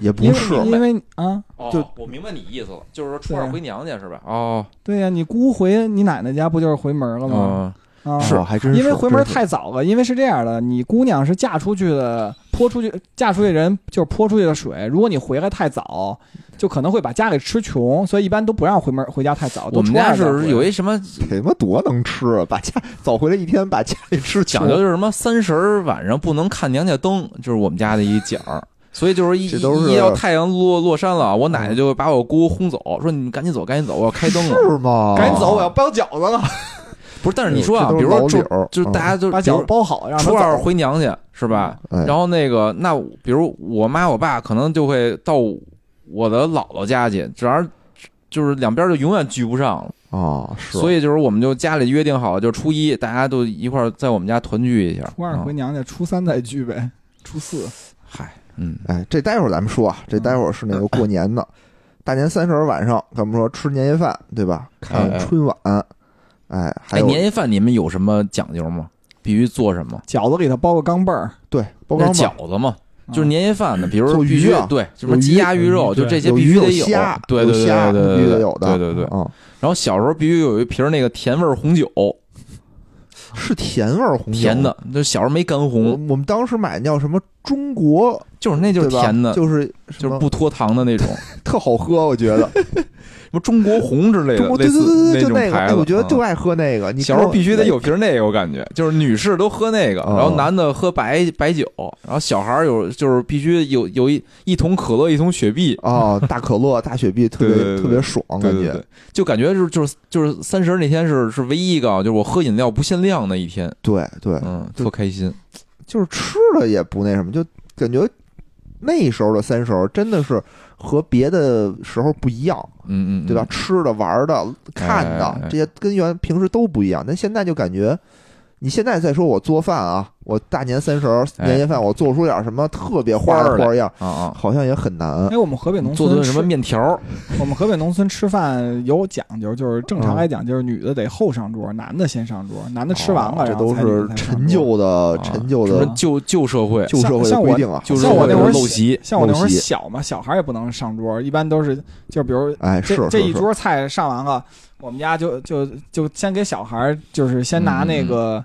Speaker 1: 也
Speaker 3: 因
Speaker 1: 不
Speaker 3: 为
Speaker 1: 是
Speaker 2: 你
Speaker 3: 因为啊，
Speaker 2: 哦
Speaker 1: 就
Speaker 2: 我明白你意思了，就是说初
Speaker 3: 对啊
Speaker 2: 二回娘家是吧？哦，
Speaker 3: 对呀、你姑回你奶奶家不就是回门了吗？
Speaker 2: 嗯，
Speaker 3: 啊，
Speaker 1: 哦还真是
Speaker 3: 因为回门
Speaker 1: 真是
Speaker 3: 太早了，因为是这样的，你姑娘是嫁出去的，泼出去嫁出去人就是泼出去的水。如果你回来太早，就可能会把家给吃穷，所以一般都不让回门回家太早。
Speaker 2: 我们家是有
Speaker 3: 一
Speaker 2: 一什么
Speaker 1: 给他妈多能吃啊！把家早回来一天，把家里吃
Speaker 2: 讲究，就是什么三十儿晚上不能看娘家灯，就是我们家的一讲儿。所以就是一
Speaker 1: 这都是
Speaker 2: 一到太阳落落山了，我奶奶就把我姑轰走，说你们赶紧走，赶紧走，我要开灯了。
Speaker 1: 是 吗？
Speaker 3: 赶紧走，我要包饺子了，
Speaker 2: 不是，但是你说啊，
Speaker 1: 这都
Speaker 2: 比
Speaker 1: 是
Speaker 2: 如说
Speaker 1: 老
Speaker 2: 就
Speaker 1: 理儿
Speaker 2: 就
Speaker 1: 嗯
Speaker 2: 大家就
Speaker 3: 把
Speaker 2: 比如
Speaker 3: 饺子包好，让他
Speaker 2: 初二
Speaker 3: 走
Speaker 2: 回娘家是吧？
Speaker 1: 哎
Speaker 2: 然后那个，那比如我妈我爸可能就会到我的姥姥家去，只要就是两边就永远聚不上了，
Speaker 1: 啊，是，
Speaker 2: 所以就是我们就家里约定好，就初一大家都一块儿在我们家团聚一下。
Speaker 3: 初二回
Speaker 2: 嗯
Speaker 3: 娘家，初三再聚呗，初四
Speaker 2: 嗨，嗯，
Speaker 1: 哎，这待会儿咱们说啊，这待会儿是那个过年的，大年三十儿晚上，咱们说吃年夜饭，对吧？看
Speaker 2: 哎
Speaker 1: 春晚，哎，还
Speaker 2: 哎，
Speaker 1: 有
Speaker 2: 年夜饭你们有什么讲究吗？必须做什么？
Speaker 3: 饺子里头包个钢镚儿，
Speaker 1: 对，包
Speaker 2: 那
Speaker 1: 干
Speaker 2: 是饺子嘛，
Speaker 3: 啊
Speaker 2: 就是年夜饭的，比如
Speaker 1: 啊做
Speaker 2: 必
Speaker 1: 鱼
Speaker 2: 须
Speaker 1: 啊
Speaker 2: 对，什么
Speaker 1: 有
Speaker 2: 鸡
Speaker 1: 鱼
Speaker 2: 鸭鱼肉，
Speaker 4: 嗯
Speaker 2: 就
Speaker 4: 对
Speaker 2: 这些
Speaker 1: 有
Speaker 2: 必
Speaker 1: 鱼
Speaker 2: 须
Speaker 1: 有
Speaker 2: 得
Speaker 1: 虾
Speaker 2: 对
Speaker 1: 有
Speaker 2: 对对
Speaker 1: 虾
Speaker 2: 对对
Speaker 1: 必须
Speaker 2: 对
Speaker 1: 得有的
Speaker 2: 对对对。
Speaker 1: 啊，
Speaker 2: 然后小时候必须有一瓶那个甜味儿红酒，
Speaker 1: 是甜味儿红酒
Speaker 2: 甜。的，就小时候没干
Speaker 1: 我
Speaker 2: 红，
Speaker 1: 我们当时买的叫什么中国，
Speaker 2: 就是那就是
Speaker 1: 对吧
Speaker 2: 甜的，
Speaker 1: 就是什
Speaker 2: 就
Speaker 1: 么
Speaker 2: 是不脱糖的那种，什
Speaker 1: 特好喝，我觉得
Speaker 2: 么中国红之类
Speaker 1: 中
Speaker 2: 的，
Speaker 1: 国
Speaker 2: 类
Speaker 1: 对对对
Speaker 2: 似
Speaker 1: 对，就
Speaker 2: 种
Speaker 1: 那个，
Speaker 2: 牌
Speaker 1: 哎，
Speaker 2: 子。
Speaker 1: 我觉得就
Speaker 2: 嗯
Speaker 1: 爱喝那个。你
Speaker 2: 小时候
Speaker 1: 跟我
Speaker 2: 必须得 有瓶那个，我感觉就是女士都喝那个，
Speaker 1: 哦
Speaker 2: 然后男的喝白白酒，然后小孩儿有就是必须有有一一桶可乐，一桶雪碧，
Speaker 1: 啊，大可乐、大雪碧，特别
Speaker 2: 对对对
Speaker 1: 特别爽，
Speaker 2: 对
Speaker 1: 感
Speaker 2: 对
Speaker 1: 觉
Speaker 2: 对，就感觉就是就是就是三十那天是是唯一一个啊，就是我喝饮料不限量那一天，
Speaker 1: 对对，
Speaker 2: 嗯，
Speaker 1: 对
Speaker 2: 特开心。
Speaker 1: 就是吃的也不那什么，就感觉那时候的三十儿真的是和别的时候不一样，
Speaker 2: 嗯嗯，嗯
Speaker 1: 对吧？？吃的、玩的、看
Speaker 2: 哎哎哎
Speaker 1: 的这些跟原平时都不一样，但现在就感觉，你现在再说我做饭啊，我大年三十儿
Speaker 2: 哎
Speaker 1: 年夜饭我做出点什么特别花
Speaker 2: 花儿
Speaker 1: 的
Speaker 2: 来
Speaker 1: 花儿样，
Speaker 2: 啊啊，
Speaker 1: 好像也很难。
Speaker 3: 哎，我们河北农
Speaker 2: 做
Speaker 3: 村
Speaker 2: 顿什么
Speaker 3: 吃
Speaker 2: 面条儿
Speaker 3: 我们河北农村吃饭有讲究，就是正常
Speaker 1: 嗯
Speaker 3: 来讲，就是女的得后上桌，男的先上桌，男的吃完了，
Speaker 1: 啊这
Speaker 3: 然后
Speaker 1: 都
Speaker 3: 才女的
Speaker 1: 是
Speaker 3: 才上
Speaker 1: 陈
Speaker 3: 桌。
Speaker 1: 旧的
Speaker 2: 啊
Speaker 1: 陈旧
Speaker 2: 什么
Speaker 1: 的
Speaker 3: 嗯
Speaker 2: 旧旧社会，
Speaker 1: 旧社会的
Speaker 3: 像
Speaker 1: 规定啊，
Speaker 2: 旧
Speaker 1: 好
Speaker 2: 社
Speaker 1: 像
Speaker 3: 像我
Speaker 2: 会
Speaker 3: 那
Speaker 2: 的
Speaker 3: 会儿
Speaker 2: 陋习，
Speaker 3: 像我那会
Speaker 1: 陋
Speaker 3: 儿
Speaker 1: 习
Speaker 3: 小嘛，小孩儿也不能上桌，一般都是就比如
Speaker 1: 哎
Speaker 3: 这
Speaker 1: 是
Speaker 3: 这
Speaker 1: 是
Speaker 3: 一
Speaker 1: 是
Speaker 3: 桌菜上完了，我们家就就就先给小孩儿，就是先拿那
Speaker 1: 嗯
Speaker 3: 个、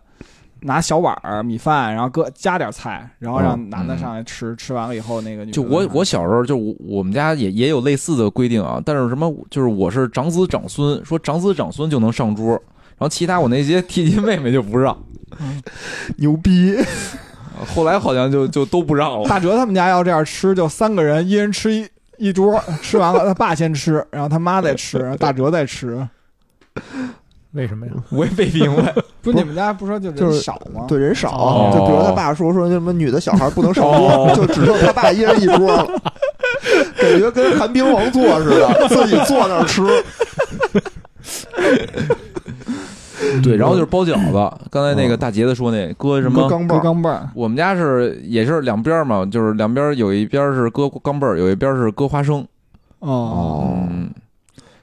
Speaker 3: 拿小碗儿米饭，然后搁加点菜，然后让男的上来
Speaker 1: 嗯
Speaker 3: 吃，吃完了以后那个女的
Speaker 2: 就我我小时候就我我们家也也有类似的规定啊，但是什么就是我是长子长孙，说长子长孙就能上桌，然后其他我那些 弟弟妹妹就不让，
Speaker 1: 牛逼，
Speaker 2: 啊后来好像就就都不让了。
Speaker 3: 大哲他们家要这样吃，就三个人，一人吃一一桌， 吃完了他爸先吃，然后他妈再吃，然后大哲再吃。
Speaker 4: 为什么呀？
Speaker 2: 我也没明白，
Speaker 3: 不是你们家不说就
Speaker 1: 就
Speaker 3: 人
Speaker 1: 是
Speaker 3: 少吗？
Speaker 1: 对人少
Speaker 4: 哦，
Speaker 1: 就比如他爸说说什么女的小孩不能上
Speaker 2: 哦
Speaker 1: 桌，就只剩他爸一人一桌了，感觉跟寒冰王座似的，自己坐那儿吃。
Speaker 2: 对，然后就是包饺子，刚才那个
Speaker 1: 嗯
Speaker 2: 大杰子说那搁什
Speaker 1: 搁
Speaker 2: 么？
Speaker 1: 钢镚
Speaker 3: 搁
Speaker 1: 儿，
Speaker 3: 钢镚儿，
Speaker 2: 我们家是也是两边嘛，就是两边有一边是搁钢镚儿，有一边是搁花生。
Speaker 3: 哦，
Speaker 1: 哦
Speaker 2: 嗯，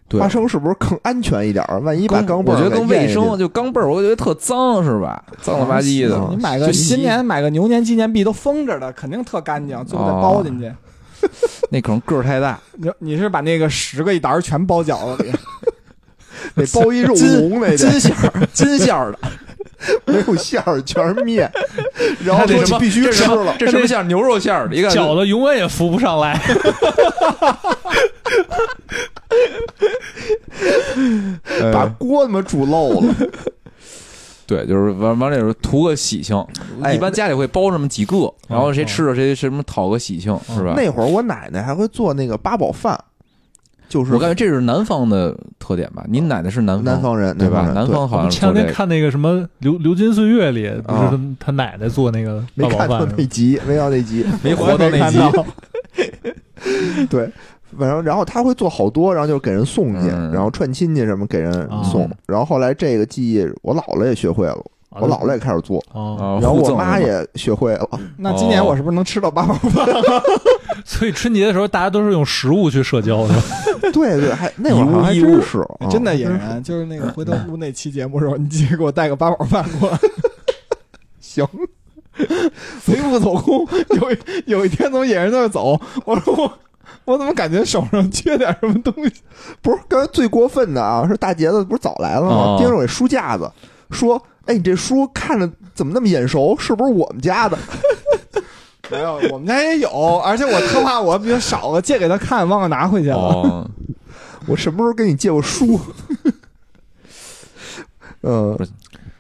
Speaker 2: 对，
Speaker 1: 花生是不是更安全一点儿？万一把
Speaker 2: 更
Speaker 1: 钢镚
Speaker 2: 我
Speaker 1: 儿
Speaker 2: 觉得
Speaker 1: 给咽
Speaker 2: 更卫
Speaker 1: 进
Speaker 2: 生，
Speaker 1: 去，
Speaker 2: 就钢镚儿，我觉得特脏是吧？脏了吧唧的。
Speaker 1: 啊
Speaker 3: 你买个
Speaker 2: 就洗
Speaker 3: 新年买个牛年纪念币都封着的，肯定特干净，最后
Speaker 2: 哦
Speaker 3: 再包进去。
Speaker 2: 那可能个儿太大，
Speaker 3: 你你是把那个十个一沓儿全包 饺子里，
Speaker 1: 得包一肉笼那得
Speaker 2: 金馅儿，金馅儿的，
Speaker 1: 没有馅儿，全是 面，然后
Speaker 2: 这
Speaker 1: 说
Speaker 2: 什
Speaker 1: 你
Speaker 2: 么
Speaker 1: 必须吃了。
Speaker 2: 这什么馅 儿？牛肉馅儿的，一个
Speaker 4: 饺子永远也浮不上来。
Speaker 2: 哎
Speaker 1: 把锅他妈煮漏了，
Speaker 2: 对，就是完完了就是图个喜庆。
Speaker 1: 哎嗯
Speaker 2: 一般家里会包这么几个，然后谁吃了谁什么讨个喜庆，是吧？
Speaker 1: 那会儿我奶奶还会做那个八宝饭，就是
Speaker 2: 我感觉这是南方的特点吧？您奶奶是南方，
Speaker 1: 南方人
Speaker 2: 对吧？
Speaker 1: 人
Speaker 2: 南 方好像是
Speaker 4: 前
Speaker 2: 做
Speaker 4: 两
Speaker 2: 这
Speaker 4: 天
Speaker 2: 个。
Speaker 4: 看那个什么《流流金岁月》里，不
Speaker 1: 啊
Speaker 4: 是他他奶奶做那个
Speaker 1: 没
Speaker 4: 八宝
Speaker 1: 看到
Speaker 4: 饭
Speaker 1: 那
Speaker 4: 是吗，
Speaker 1: 集，没到那集，
Speaker 2: 没活
Speaker 1: 我也
Speaker 2: 到
Speaker 1: 没
Speaker 2: 那
Speaker 1: 看
Speaker 2: 集
Speaker 1: 到。对，反正然后他会做好多，然后就给人送去，
Speaker 2: 嗯
Speaker 1: 然后串亲戚什么给人送
Speaker 2: 啊。
Speaker 1: 然后后来这个技艺，我姥姥也学会了，
Speaker 4: 啊
Speaker 1: 我姥姥也开始做，
Speaker 4: 哦，
Speaker 2: 啊，
Speaker 1: 然后
Speaker 2: 互
Speaker 1: 我
Speaker 2: 赠
Speaker 1: 妈
Speaker 2: 是吧
Speaker 1: 也学会了。
Speaker 3: 那今
Speaker 2: 哦
Speaker 3: 年我是不是能吃到八宝饭？
Speaker 4: 所以春节的时候大家都是用食物去社交的。
Speaker 1: 对对，还那会儿好像还
Speaker 2: 以物易物
Speaker 1: 真是，
Speaker 2: 嗯哦
Speaker 1: 啊
Speaker 3: 真的野人，就是那个回 头录那期节目的时候，你记得给我带个八宝饭过来。
Speaker 1: 行。
Speaker 3: 贼不走空，有一有一天从野人那儿走，我说我我怎么感觉手上缺点什么东西？
Speaker 1: 不是，刚才最过分的啊，是大杰子不是早来了
Speaker 2: 哦
Speaker 1: 吗？盯着我这书架子，说：“哎，你这书看着怎么那么眼熟？是不是我们家的
Speaker 3: 没有，我们家也有，而且我特怕我比较少了，借给他看，忘了拿回去了。
Speaker 2: 哦，？”
Speaker 1: 我什么时候跟你借过书？ 呃
Speaker 2: 不是，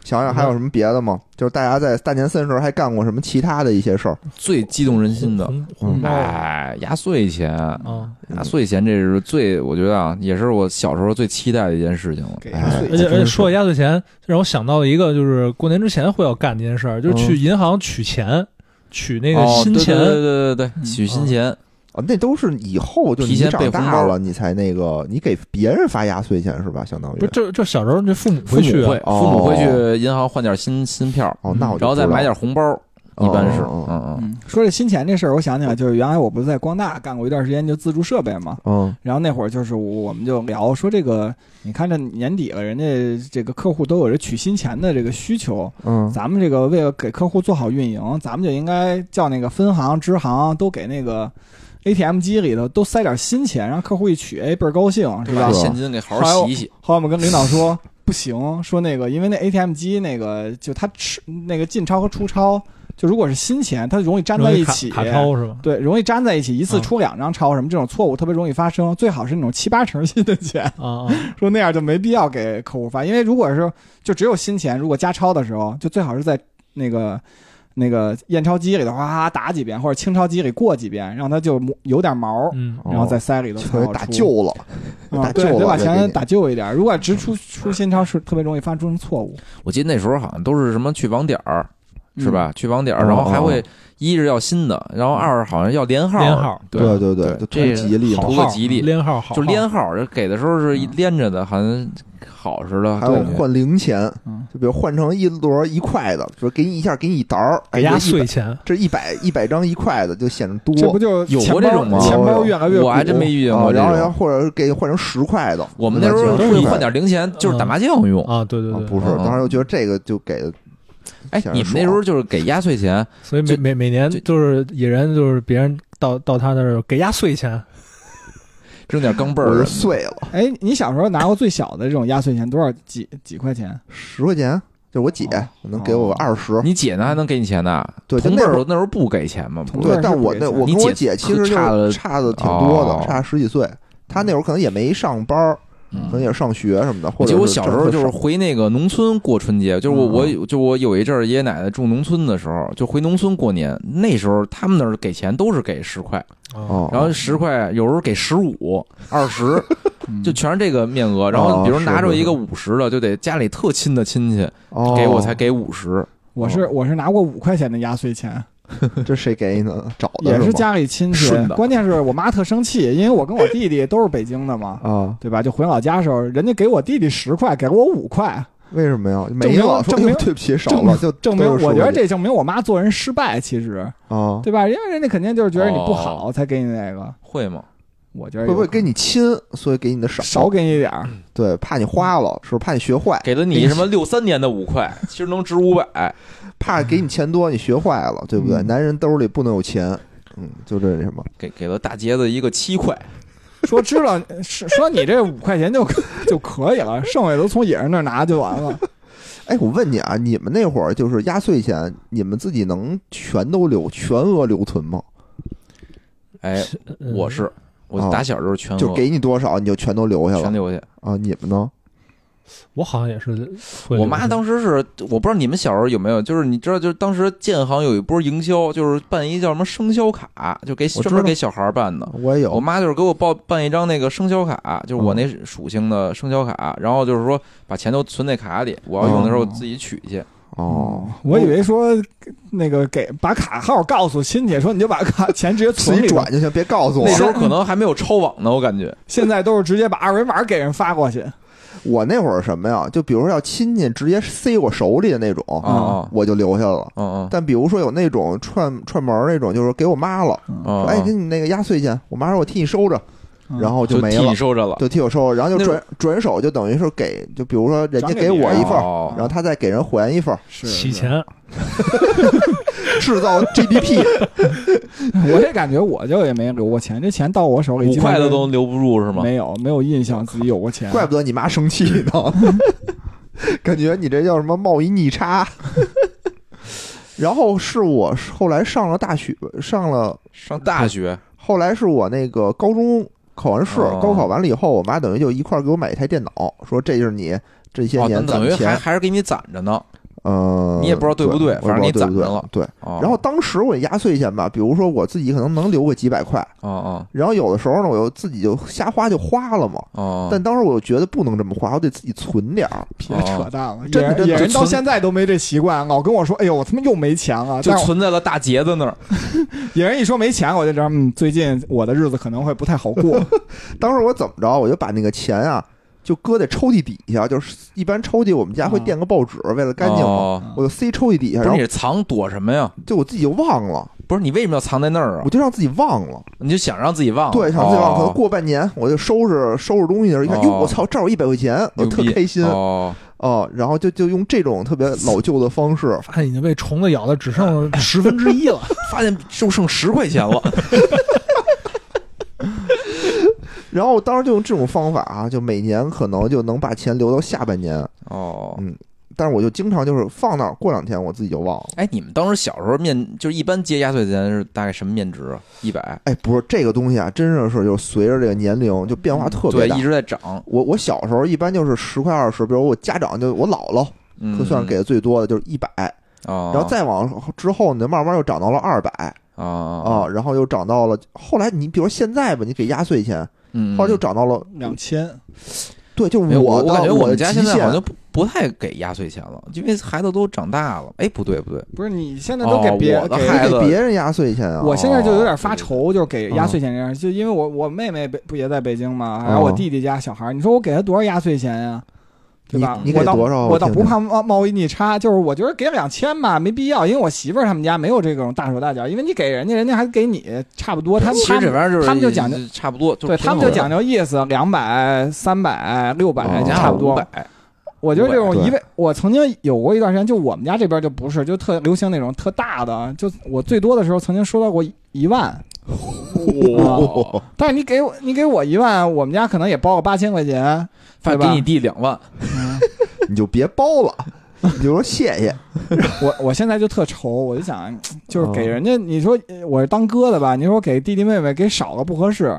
Speaker 1: 想想还有什么别的吗？就是大家在大年三十还干过什么其他的一些事儿？
Speaker 2: 最激动人 心的，
Speaker 4: 红
Speaker 3: 嗯
Speaker 4: 红包啊，
Speaker 2: 哎，压岁钱，压
Speaker 1: 嗯
Speaker 2: 岁钱这是最，我觉得啊，也是我小时候最期待的一件事情了。
Speaker 3: 给
Speaker 1: 哎
Speaker 4: 而且而且说到压岁钱，让我想到了一个，就是过年之前会要干的一件事儿，就是去银行取钱，取那个
Speaker 2: 嗯哦
Speaker 4: 新
Speaker 2: 对
Speaker 4: 钱。
Speaker 2: 对对对对
Speaker 1: 嗯
Speaker 2: 对，取新钱，
Speaker 1: 啊，那都是以后就
Speaker 2: 提
Speaker 1: 你
Speaker 2: 前
Speaker 1: 长
Speaker 2: 备红
Speaker 1: 大
Speaker 2: 包
Speaker 1: 了，你才那个，你给别人发压岁钱是吧？相当于
Speaker 4: 不是，这这小时候这父母回去
Speaker 2: 父母会，
Speaker 4: 啊，
Speaker 2: 父母会去银行换点新新票，
Speaker 1: 哦，那我就
Speaker 2: 然后再
Speaker 1: 不知道
Speaker 2: 买点红包，一般是，
Speaker 1: 哦
Speaker 2: 嗯嗯，
Speaker 3: 嗯，说这新钱这事儿，我想起来，就是原来我不是在光大干过一段时间就自助设备嘛，
Speaker 1: 嗯
Speaker 3: 然后那会儿就是我我们就聊说这个，你看这年底了，人家这个客户都有这取新钱的这个需求，
Speaker 1: 嗯
Speaker 3: 咱们这个为了给客户做好运营，咱们就应该叫那个分行、支行都给那个 ATM 机里头都塞点新钱，让客户一取，哎倍儿高兴，是
Speaker 2: 对
Speaker 3: 吧
Speaker 2: 吧？
Speaker 1: 是？
Speaker 4: 啊
Speaker 2: 现金给好好洗一洗，
Speaker 3: 后来我们跟领导说不行，说那个因为那 ATM 机那个就它吃那个进钞和出钞，就如果是新钱，它容易粘在
Speaker 4: 容易
Speaker 3: 一
Speaker 4: 卡
Speaker 3: 起，
Speaker 4: 卡钞是吧？
Speaker 3: 对，容易粘在一起，一次
Speaker 2: 嗯
Speaker 3: 出两张钞什么这种错误特别容易发生，最好是那种七八成新的钱，
Speaker 4: 啊啊，
Speaker 3: 说那样就没必要给客户发，因为如果是就只有新钱，如果加钞的时候，就最好是在那个。那个验钞机里头哗哗哗打几遍，或者清钞机里过几遍，让它就磨有点毛，
Speaker 4: 嗯，
Speaker 1: 哦
Speaker 3: 然后再塞里头才好
Speaker 1: 就打
Speaker 3: 出
Speaker 1: 旧了，
Speaker 3: 啊，
Speaker 1: 打
Speaker 3: 对，
Speaker 1: 旧
Speaker 3: 得
Speaker 1: 了
Speaker 3: 把
Speaker 1: 再
Speaker 3: 钱
Speaker 1: 给你
Speaker 3: 打旧一点。如果直出出新钞是特别容易发生错误。
Speaker 2: 我记得那时候好像都是什么去网点儿，是吧？去网点儿，
Speaker 1: 哦
Speaker 2: 然后还会一是要新的，然后二是好像要连号，
Speaker 4: 连号，
Speaker 2: 对
Speaker 1: 对对对，就图
Speaker 2: 这
Speaker 1: 吉利嘛
Speaker 2: 好。图
Speaker 4: 号
Speaker 2: 个吉利
Speaker 4: 连号好
Speaker 2: 就
Speaker 4: 号
Speaker 2: 连号，这给的时候是一连着的，好像好似的，
Speaker 1: 还有
Speaker 2: 感觉
Speaker 1: 换零钱
Speaker 3: 嗯，
Speaker 1: 就比如换成一摞一块的，就是给你一下给你一沓儿，哎，
Speaker 4: 给
Speaker 1: 这
Speaker 4: 压
Speaker 1: 一百
Speaker 4: 碎钱，
Speaker 1: 这一百一百张一块的就显得多。
Speaker 3: 这不就
Speaker 2: 有
Speaker 3: 钱
Speaker 2: 过
Speaker 3: 包
Speaker 2: 这种吗
Speaker 3: 钱包越来越鼓
Speaker 2: 我还真没遇见
Speaker 1: 啊，
Speaker 2: 过这
Speaker 1: 然后要
Speaker 2: 种。
Speaker 1: 或者是给你换成十块的，
Speaker 2: 我们那时候
Speaker 1: 对吧
Speaker 2: 会换点零钱，
Speaker 1: 嗯
Speaker 2: 就是打麻将用。
Speaker 4: 啊，对对
Speaker 1: 啊
Speaker 4: 对，
Speaker 1: 不是，
Speaker 2: 嗯嗯
Speaker 1: 当时就觉得这个就给的
Speaker 2: 哎，你们那时候就是给压岁钱，
Speaker 4: 所以每
Speaker 2: 就
Speaker 4: 每每年
Speaker 2: 就
Speaker 4: 就是野人就是别人到到他那儿给压岁钱，啊
Speaker 2: 扔点钢镚
Speaker 1: 我
Speaker 2: 儿
Speaker 1: 是，碎了
Speaker 3: 哎，你小时候拿过最小的这种压岁钱多少几几块钱？
Speaker 1: 十块钱，就是我姐
Speaker 3: 哦
Speaker 1: 能给我
Speaker 3: 哦
Speaker 1: 二十，
Speaker 2: 你姐呢还能给你钱呢？
Speaker 1: 对就
Speaker 2: 同
Speaker 1: 那
Speaker 2: 辈
Speaker 1: 会
Speaker 2: 儿
Speaker 1: 儿
Speaker 2: 那时候不给钱嘛，不
Speaker 3: 同
Speaker 2: 是
Speaker 3: 辈
Speaker 1: 对
Speaker 3: 儿，
Speaker 1: 但我那我跟我
Speaker 2: 你姐
Speaker 1: 姐其实就
Speaker 2: 差了
Speaker 1: 差的挺多
Speaker 2: 哦
Speaker 1: 的，差十几岁。她那会儿可能也没上班儿，
Speaker 2: 嗯
Speaker 1: 可能也是上学什么的，或
Speaker 2: 我记
Speaker 1: 者
Speaker 2: 得我小时候就是
Speaker 1: 挣得少嗯
Speaker 2: 回那个农村过春节，就是我我有就我有一阵儿爷爷奶奶住农村的时候，就回农村过年，那时候他们那儿给钱都是给十块，
Speaker 1: 哦，
Speaker 2: 然后十块有时候给十五、二十，
Speaker 3: 嗯
Speaker 2: 就全是这个面额。然
Speaker 1: 哦
Speaker 2: 后比如
Speaker 1: 是
Speaker 2: 拿着
Speaker 1: 是
Speaker 2: 一个
Speaker 1: 是
Speaker 2: 五十的，就得家里特亲的亲戚
Speaker 1: 哦
Speaker 2: 给我才，给五十。
Speaker 3: 我是我是拿过五块钱的压岁钱，
Speaker 1: 哦这谁给你的？找的
Speaker 3: 也
Speaker 1: 是
Speaker 3: 是
Speaker 1: 吗
Speaker 3: 家里亲戚
Speaker 2: 顺。的
Speaker 3: 关键是我妈特生气，因为我跟我弟弟都是北京的 嘛，
Speaker 1: 啊？
Speaker 3: 对吧？就回老家的时候，人家给我弟弟十块，给了我五块，
Speaker 1: 为什么呀？
Speaker 3: 证
Speaker 1: 没
Speaker 3: 明
Speaker 1: 了，说
Speaker 3: 证明
Speaker 1: 哎呦对不起少
Speaker 3: 证
Speaker 1: 了，就
Speaker 3: 证明
Speaker 1: 都是
Speaker 3: 我
Speaker 1: 说
Speaker 3: 觉
Speaker 1: 的
Speaker 3: 得这证明我妈做人失败，其实
Speaker 1: 啊，
Speaker 3: 对吧？因为人家肯定就是觉得你不好才给你那个，
Speaker 2: 会吗？
Speaker 3: 我觉得
Speaker 1: 哦会
Speaker 3: 有
Speaker 1: 不会给你嗯亲，所以给你的少？
Speaker 3: 少给你嗯点儿，
Speaker 1: 对，怕你花了，是不是怕你学坏，
Speaker 2: 给了你什么六三年的五块，其实能值五百。
Speaker 1: 怕给你钱多你学坏了，对不对？
Speaker 3: 嗯
Speaker 1: 男人兜里不能有钱，嗯，就这什么，
Speaker 2: 给给了大杰子一个七块，
Speaker 3: 说知道是说你这五块钱就就可以 了，剩下都从野人那儿拿就完了。
Speaker 1: 哎，我问你啊，你们那会儿就是压岁钱，你们自己能全都留全额留存吗？
Speaker 2: 哎，
Speaker 4: 嗯
Speaker 2: 我是我
Speaker 1: 哦
Speaker 2: 打小就是全
Speaker 1: 就
Speaker 2: 额
Speaker 1: 给你多少你就全都留下
Speaker 2: 嗯全
Speaker 1: 了
Speaker 2: 留下。
Speaker 1: 啊？你们呢？
Speaker 4: 我好像也是会留着，
Speaker 2: 我妈当时是我不知道你们小时候有没有，就是你知道，就是当时建行有一波营销，就是办一叫什么生肖卡，就给
Speaker 1: 知道
Speaker 2: 专门给小孩办的。
Speaker 1: 我也
Speaker 2: 我
Speaker 1: 有，嗯
Speaker 2: 妈就是给我报办一张那个生肖卡，就是我那属性的生肖卡，然后就是说把钱都存那卡里，我要用的时候
Speaker 3: 哦
Speaker 2: 自己取去。
Speaker 1: 哦，
Speaker 3: 我以为说那个给把卡号告诉亲戚，说你就把卡钱直接
Speaker 1: 自
Speaker 3: 存
Speaker 1: 己
Speaker 3: 里
Speaker 1: 转
Speaker 3: 边。
Speaker 1: 就行，别告诉我
Speaker 2: 那。时候可能还没有抄网呢，我感觉。
Speaker 3: 现在都是直接把二维码给人发过去。
Speaker 1: 我那会儿什么呀？就比如说要亲戚直接塞我手里的那种，
Speaker 2: 哦
Speaker 1: 我就留下了。
Speaker 2: 嗯嗯
Speaker 1: 但比如说有那种串串门儿那种，就是给我妈了，
Speaker 2: 嗯，
Speaker 1: 说哎，给你那个压岁钱，我妈说我替你收着，
Speaker 3: 嗯
Speaker 1: 然后
Speaker 2: 啊就
Speaker 1: 没
Speaker 2: 替
Speaker 1: 了
Speaker 2: 你，收着了，
Speaker 1: 就替我收着，然后就
Speaker 2: 那
Speaker 1: 转转手就等于是给，就比如说人家
Speaker 3: 转给
Speaker 1: 给
Speaker 3: 别
Speaker 1: 我
Speaker 3: 人
Speaker 1: 一份儿，
Speaker 2: 哦
Speaker 1: 然后他再给人还一份儿，
Speaker 3: 是
Speaker 4: 洗，钱，
Speaker 1: 制造 GDP
Speaker 2: 啊
Speaker 3: 是我这感觉我就也没留过钱，这钱到我手里
Speaker 2: 五
Speaker 3: 基本
Speaker 2: 块
Speaker 3: 上
Speaker 2: 的都留不住是吗？
Speaker 3: 没有，没有印象自己有过钱。
Speaker 1: 怪不得你妈生气呢， 感觉你这叫什么贸易逆差。 然后是我后来上了大学，上了
Speaker 2: 上大学
Speaker 1: 后来是我那个高中考完试，
Speaker 2: 哦
Speaker 1: 高考完了以后，我妈等于就一块儿给我买一台电脑，说这就是你这些
Speaker 2: 哦，那
Speaker 1: 年攒
Speaker 2: 等于
Speaker 1: 的
Speaker 2: 还
Speaker 1: 钱，
Speaker 2: 还是给你攒着呢。
Speaker 1: 呃，
Speaker 2: 你也不知道对
Speaker 1: 对
Speaker 2: 不对反正
Speaker 1: 我也
Speaker 2: 你
Speaker 1: 不知道对不
Speaker 2: 攒着
Speaker 1: 对对，
Speaker 2: 了。哦
Speaker 1: 然后当时我压岁钱吧，比如说我自己可能能留个几百块，
Speaker 2: 哦哦
Speaker 1: 然后有的时候呢，我又自己就瞎花就花了嘛。
Speaker 2: 哦，
Speaker 1: 但当时我又觉得不能这么花，我得自己存点儿。
Speaker 3: 别扯淡了，
Speaker 1: 真
Speaker 3: 野
Speaker 1: 的
Speaker 3: 人
Speaker 1: 真的
Speaker 3: 野人到
Speaker 2: 存
Speaker 3: 现在都没这习惯，老跟我说：“哎呦，我他妈又没钱
Speaker 1: 啊
Speaker 3: 了。”
Speaker 2: 就
Speaker 3: 但是
Speaker 2: 存在了大杰子那儿。
Speaker 3: 野人一说没钱，我就知道，嗯，最近我的日子可能会不太好过。
Speaker 1: 当时我怎么着，我就把那个钱啊，就搁在抽屉底下，就是一般抽屉我们家会
Speaker 3: 啊
Speaker 1: 垫个报纸，为了干净嘛，
Speaker 2: 哦
Speaker 1: 我就塞抽屉底下，
Speaker 2: 不是
Speaker 1: 然
Speaker 2: 你
Speaker 1: 后
Speaker 2: 是藏躲什么呀？
Speaker 1: 就我自己就忘了，
Speaker 2: 不是你为什么要藏在那儿啊
Speaker 1: 我？就让自己忘了。
Speaker 2: 你就想让自己忘了？
Speaker 1: 对，想自己忘，可能
Speaker 2: 哦
Speaker 1: 过半年我就收拾收拾东西的时候，一看，
Speaker 2: 哦
Speaker 1: 哟，我操，这儿有一百块钱，我
Speaker 2: 牛
Speaker 1: 特
Speaker 2: 逼
Speaker 1: 开心
Speaker 2: 哦，
Speaker 1: 哦，然后就就用这种特别老旧的方式，
Speaker 4: 发现已经被虫子咬的只剩十分之一了，
Speaker 2: 发现就剩十块钱了，
Speaker 1: 然后当时就用这种方法啊，就每年可能就能把钱留到下半年，
Speaker 2: 哦。
Speaker 1: 但是我就经常就是放那儿，过两天我自己就忘了。
Speaker 2: 哎，你们当时小时候面就是一般接压岁钱是大概什么面值啊？一百，
Speaker 1: 哎，不是这个东西啊，真是是就随着这个年龄就变化特别
Speaker 2: 嗯对，
Speaker 1: 大
Speaker 2: 一。直在涨。
Speaker 1: 我我小时候一般就是十块二十，比如我家长就我姥姥，
Speaker 2: 嗯，
Speaker 1: 可算是给的最多的就是一百，
Speaker 2: 哦，
Speaker 1: 然后再往之后呢，慢慢又涨到了二百，
Speaker 2: 啊
Speaker 1: 啊，
Speaker 2: 啊，
Speaker 1: 然后又涨到了，后来你比如现在吧，你给压岁钱，
Speaker 2: 嗯，
Speaker 1: 后来就涨到了，
Speaker 3: 两千，
Speaker 1: 对，就
Speaker 2: 没有。
Speaker 1: 我
Speaker 2: 我
Speaker 1: 的
Speaker 2: 感觉
Speaker 1: 我
Speaker 2: 我
Speaker 1: 的
Speaker 2: 们家
Speaker 1: 极
Speaker 2: 现在好
Speaker 1: 限
Speaker 2: 像不不太给压岁钱了，因为孩子都长大了。哎，不对不对，
Speaker 3: 不是你现在都给别
Speaker 2: 哦我的
Speaker 3: 给
Speaker 2: 孩
Speaker 1: 还
Speaker 2: 子
Speaker 1: 给别人压岁钱啊？
Speaker 3: 我现在就有点发
Speaker 2: 哦对
Speaker 3: 愁，就是给压岁钱这样，就因为我我妹妹北不也在北京嘛，然
Speaker 1: 嗯
Speaker 3: 后
Speaker 1: 哦
Speaker 3: 我弟弟家小孩儿，你说我给他多少压岁钱呀？对吧？
Speaker 1: 你你
Speaker 3: 我
Speaker 1: 给
Speaker 3: 倒
Speaker 1: 多少啊
Speaker 3: 我倒
Speaker 1: 听
Speaker 3: 不
Speaker 1: 听
Speaker 3: 怕贸贸易逆差，就是我觉得给两千吧，没必要，因为我媳妇儿他们家没有这种大手大脚，因为你给人家，人家还给你差不多，他们
Speaker 2: 其实这玩意儿就是
Speaker 3: 他们就讲究，
Speaker 2: 差不多，
Speaker 3: 对他们就讲究意思，两百、三百、六百
Speaker 1: 哦
Speaker 3: 就
Speaker 2: 家
Speaker 3: 差不多。
Speaker 2: 百，
Speaker 3: 我觉得这种
Speaker 1: 对
Speaker 3: 一位，我曾经有过一段时间，就我们家这边就不是，就特流行那种特大的，就我最多的时候曾经收到过一万，
Speaker 1: 哦
Speaker 3: 但是你给我你给我一万，我们家可能也包个八千块钱，
Speaker 2: 反
Speaker 3: 对
Speaker 2: 正
Speaker 3: 吧嗯
Speaker 2: 给你弟两万，
Speaker 1: 你就别包了，你就说谢谢。
Speaker 3: 我我现在就特愁，我就想，
Speaker 2: 哦
Speaker 3: 就是给人家，你说呃我是当哥的吧，你说给弟弟妹妹给少了不合适，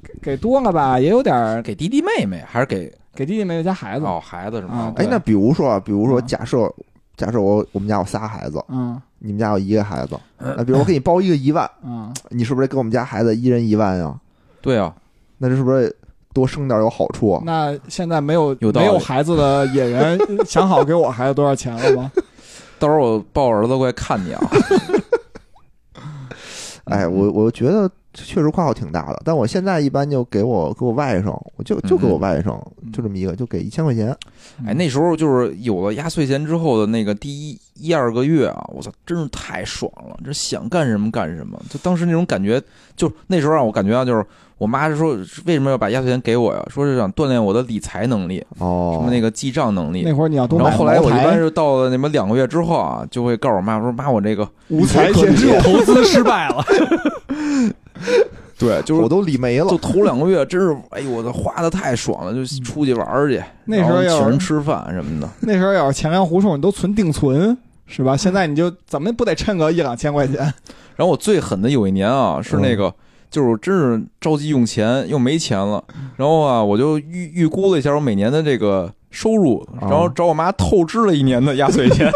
Speaker 3: 给给多了吧也有点儿
Speaker 2: 给弟弟妹妹还是给
Speaker 3: 给弟弟妹妹家孩子，
Speaker 2: 哦孩子什么
Speaker 3: 啊？
Speaker 1: 哎
Speaker 3: 对，
Speaker 1: 那比如说啊，比如说，
Speaker 3: 嗯
Speaker 1: 假设假设我我们家有仨孩子，
Speaker 3: 嗯
Speaker 1: 你们家有一个孩子，
Speaker 2: 嗯
Speaker 1: 那比如我给你包一个一万，
Speaker 3: 嗯，
Speaker 1: 你是不是得给我们家孩子一人一万呀？
Speaker 2: 对啊，
Speaker 1: 那这是不是多生点有好处啊？
Speaker 3: 那现在没有
Speaker 2: 哦有道
Speaker 3: 没
Speaker 2: 理
Speaker 3: 有孩子的野人想好给我孩子多少钱 了吗？
Speaker 2: 到时候我抱儿子过来看你啊。
Speaker 1: 哎，我我觉得确实跨度挺大的，但我现在一般就给我给我外甥，我就就给我外甥，
Speaker 3: 嗯
Speaker 1: 就这么一个，就给一千块钱。
Speaker 2: 哎，那时候就是有了压岁钱之后的那个第一一二个月啊，我操，真是太爽了！这想干什么干什么，就当时那种感觉，就那时候让我感觉到，就是我妈就说为什么要把压岁钱给我呀？说是想锻炼我的理财能力，什
Speaker 1: 哦
Speaker 2: 么，那个记账能力。
Speaker 3: 那会儿你要多
Speaker 2: 然
Speaker 3: 买
Speaker 2: 后后来
Speaker 3: 茅
Speaker 2: 我一般
Speaker 3: 台，
Speaker 2: 是到了那么两个月之后啊，就会告诉我妈说：“妈，我这个
Speaker 3: 无财
Speaker 1: 可
Speaker 3: 先至
Speaker 1: 解。
Speaker 4: 投资失败了，
Speaker 2: 对，就是
Speaker 1: 我都理没了
Speaker 2: 就。头两个月真是，哎呦，我的花的太爽了，就出去玩儿去，
Speaker 3: 嗯那时候
Speaker 2: 然后
Speaker 3: 要
Speaker 2: 请
Speaker 3: 是
Speaker 2: 人吃饭什么的。
Speaker 3: 那时候要是钱粮胡同，你都存定存是吧？现在你就怎么不得趁个一两千块钱？
Speaker 2: 然后我最狠的有一年啊，是
Speaker 3: 嗯
Speaker 2: 那个。就是真是着急用钱，又没钱了，
Speaker 3: 嗯
Speaker 2: 然后啊，我就预预估了一下我每年的这个收入，
Speaker 3: 啊
Speaker 2: 然后找我妈透支了一年的压岁 钱。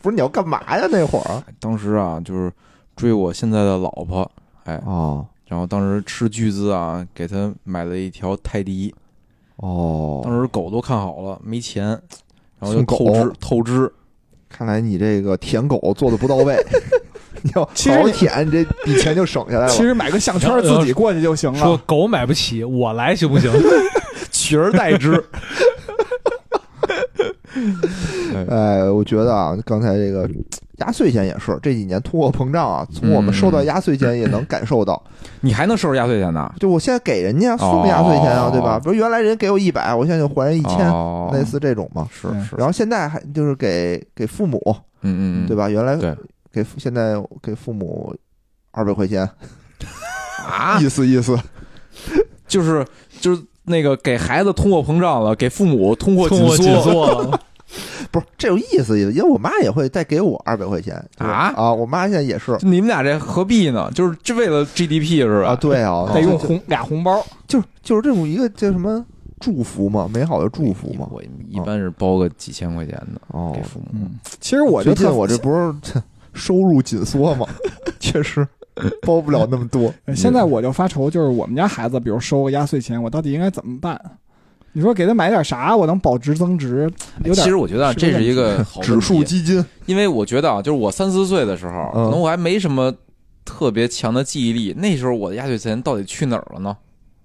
Speaker 1: 不是你要干嘛呀？那会儿
Speaker 2: 当时啊，就是追我现在的老婆，哎，
Speaker 1: 哦
Speaker 2: 然后当时斥巨资啊，给她买了一条泰迪，当
Speaker 1: 哦，
Speaker 2: 时狗都看好了，没钱，然后就
Speaker 1: 送狗
Speaker 2: 透支透支，
Speaker 1: 看来你这个舔狗做的不到位。你要
Speaker 3: 其
Speaker 1: 好
Speaker 3: 实
Speaker 1: 好
Speaker 3: 你
Speaker 1: 舔，你这笔钱就省下来了。
Speaker 3: 其实买个项圈啊自己过去就行
Speaker 4: 说
Speaker 3: 了。
Speaker 4: 狗买不起，我来行不行？
Speaker 2: 取而代之。
Speaker 1: 哎，我觉得啊，刚才这个压岁钱也是这几年通货膨胀啊，从我们收到压岁钱也能感受到。
Speaker 2: 你还能收拾压岁钱呢？
Speaker 1: 就我现在给人家送压岁钱啊，
Speaker 2: 哦
Speaker 1: 对吧？不是原来人给我一百，我现在就还人一千，
Speaker 2: 哦
Speaker 1: 类似这种嘛。
Speaker 2: 是
Speaker 3: 嗯
Speaker 2: 是，
Speaker 1: 然后现在还就是给给父母，
Speaker 2: 嗯嗯嗯，
Speaker 1: 对吧？原来
Speaker 2: 对
Speaker 1: 给父现在给父母二百块钱，
Speaker 2: 啊，
Speaker 1: 意思意思。
Speaker 2: 就是就是那个给孩子通货膨胀了，给父母通货
Speaker 4: 通货紧
Speaker 2: 缩
Speaker 4: 缩了，
Speaker 1: 不是这有意思意思，因为我妈也会再给我二百块钱就是
Speaker 2: 啊
Speaker 1: 啊！我妈现在也是
Speaker 2: 就你们俩这何必呢？就是就为了 GDP 是吧？
Speaker 1: 啊，对
Speaker 2: 哦
Speaker 1: 啊，
Speaker 3: 得用
Speaker 1: 就
Speaker 3: 红俩红包，
Speaker 1: 就是就是这种一个叫什么祝福嘛，美好的祝福嘛。
Speaker 2: 我一般是包个几千块钱的
Speaker 1: 哦
Speaker 2: 给，父母。
Speaker 3: 嗯，其实我就
Speaker 1: 最近
Speaker 3: 特
Speaker 1: 我这不是收入紧缩嘛， 确实包不了那么 多。
Speaker 3: 呃现在我就发愁，就是我们家孩子，比如收个压岁钱，我到底应该怎么办？你说给他买点啥，我能保值增值？有
Speaker 2: 其
Speaker 3: 点
Speaker 2: 实我觉得啊
Speaker 3: 是不是
Speaker 2: 这是一个好问题
Speaker 1: 指数基金
Speaker 2: 因为我觉得啊，就是我三四岁的时候，
Speaker 1: 嗯
Speaker 2: 可能我还没什么特别强的记忆力，那时候我的压岁钱到底去哪儿了呢？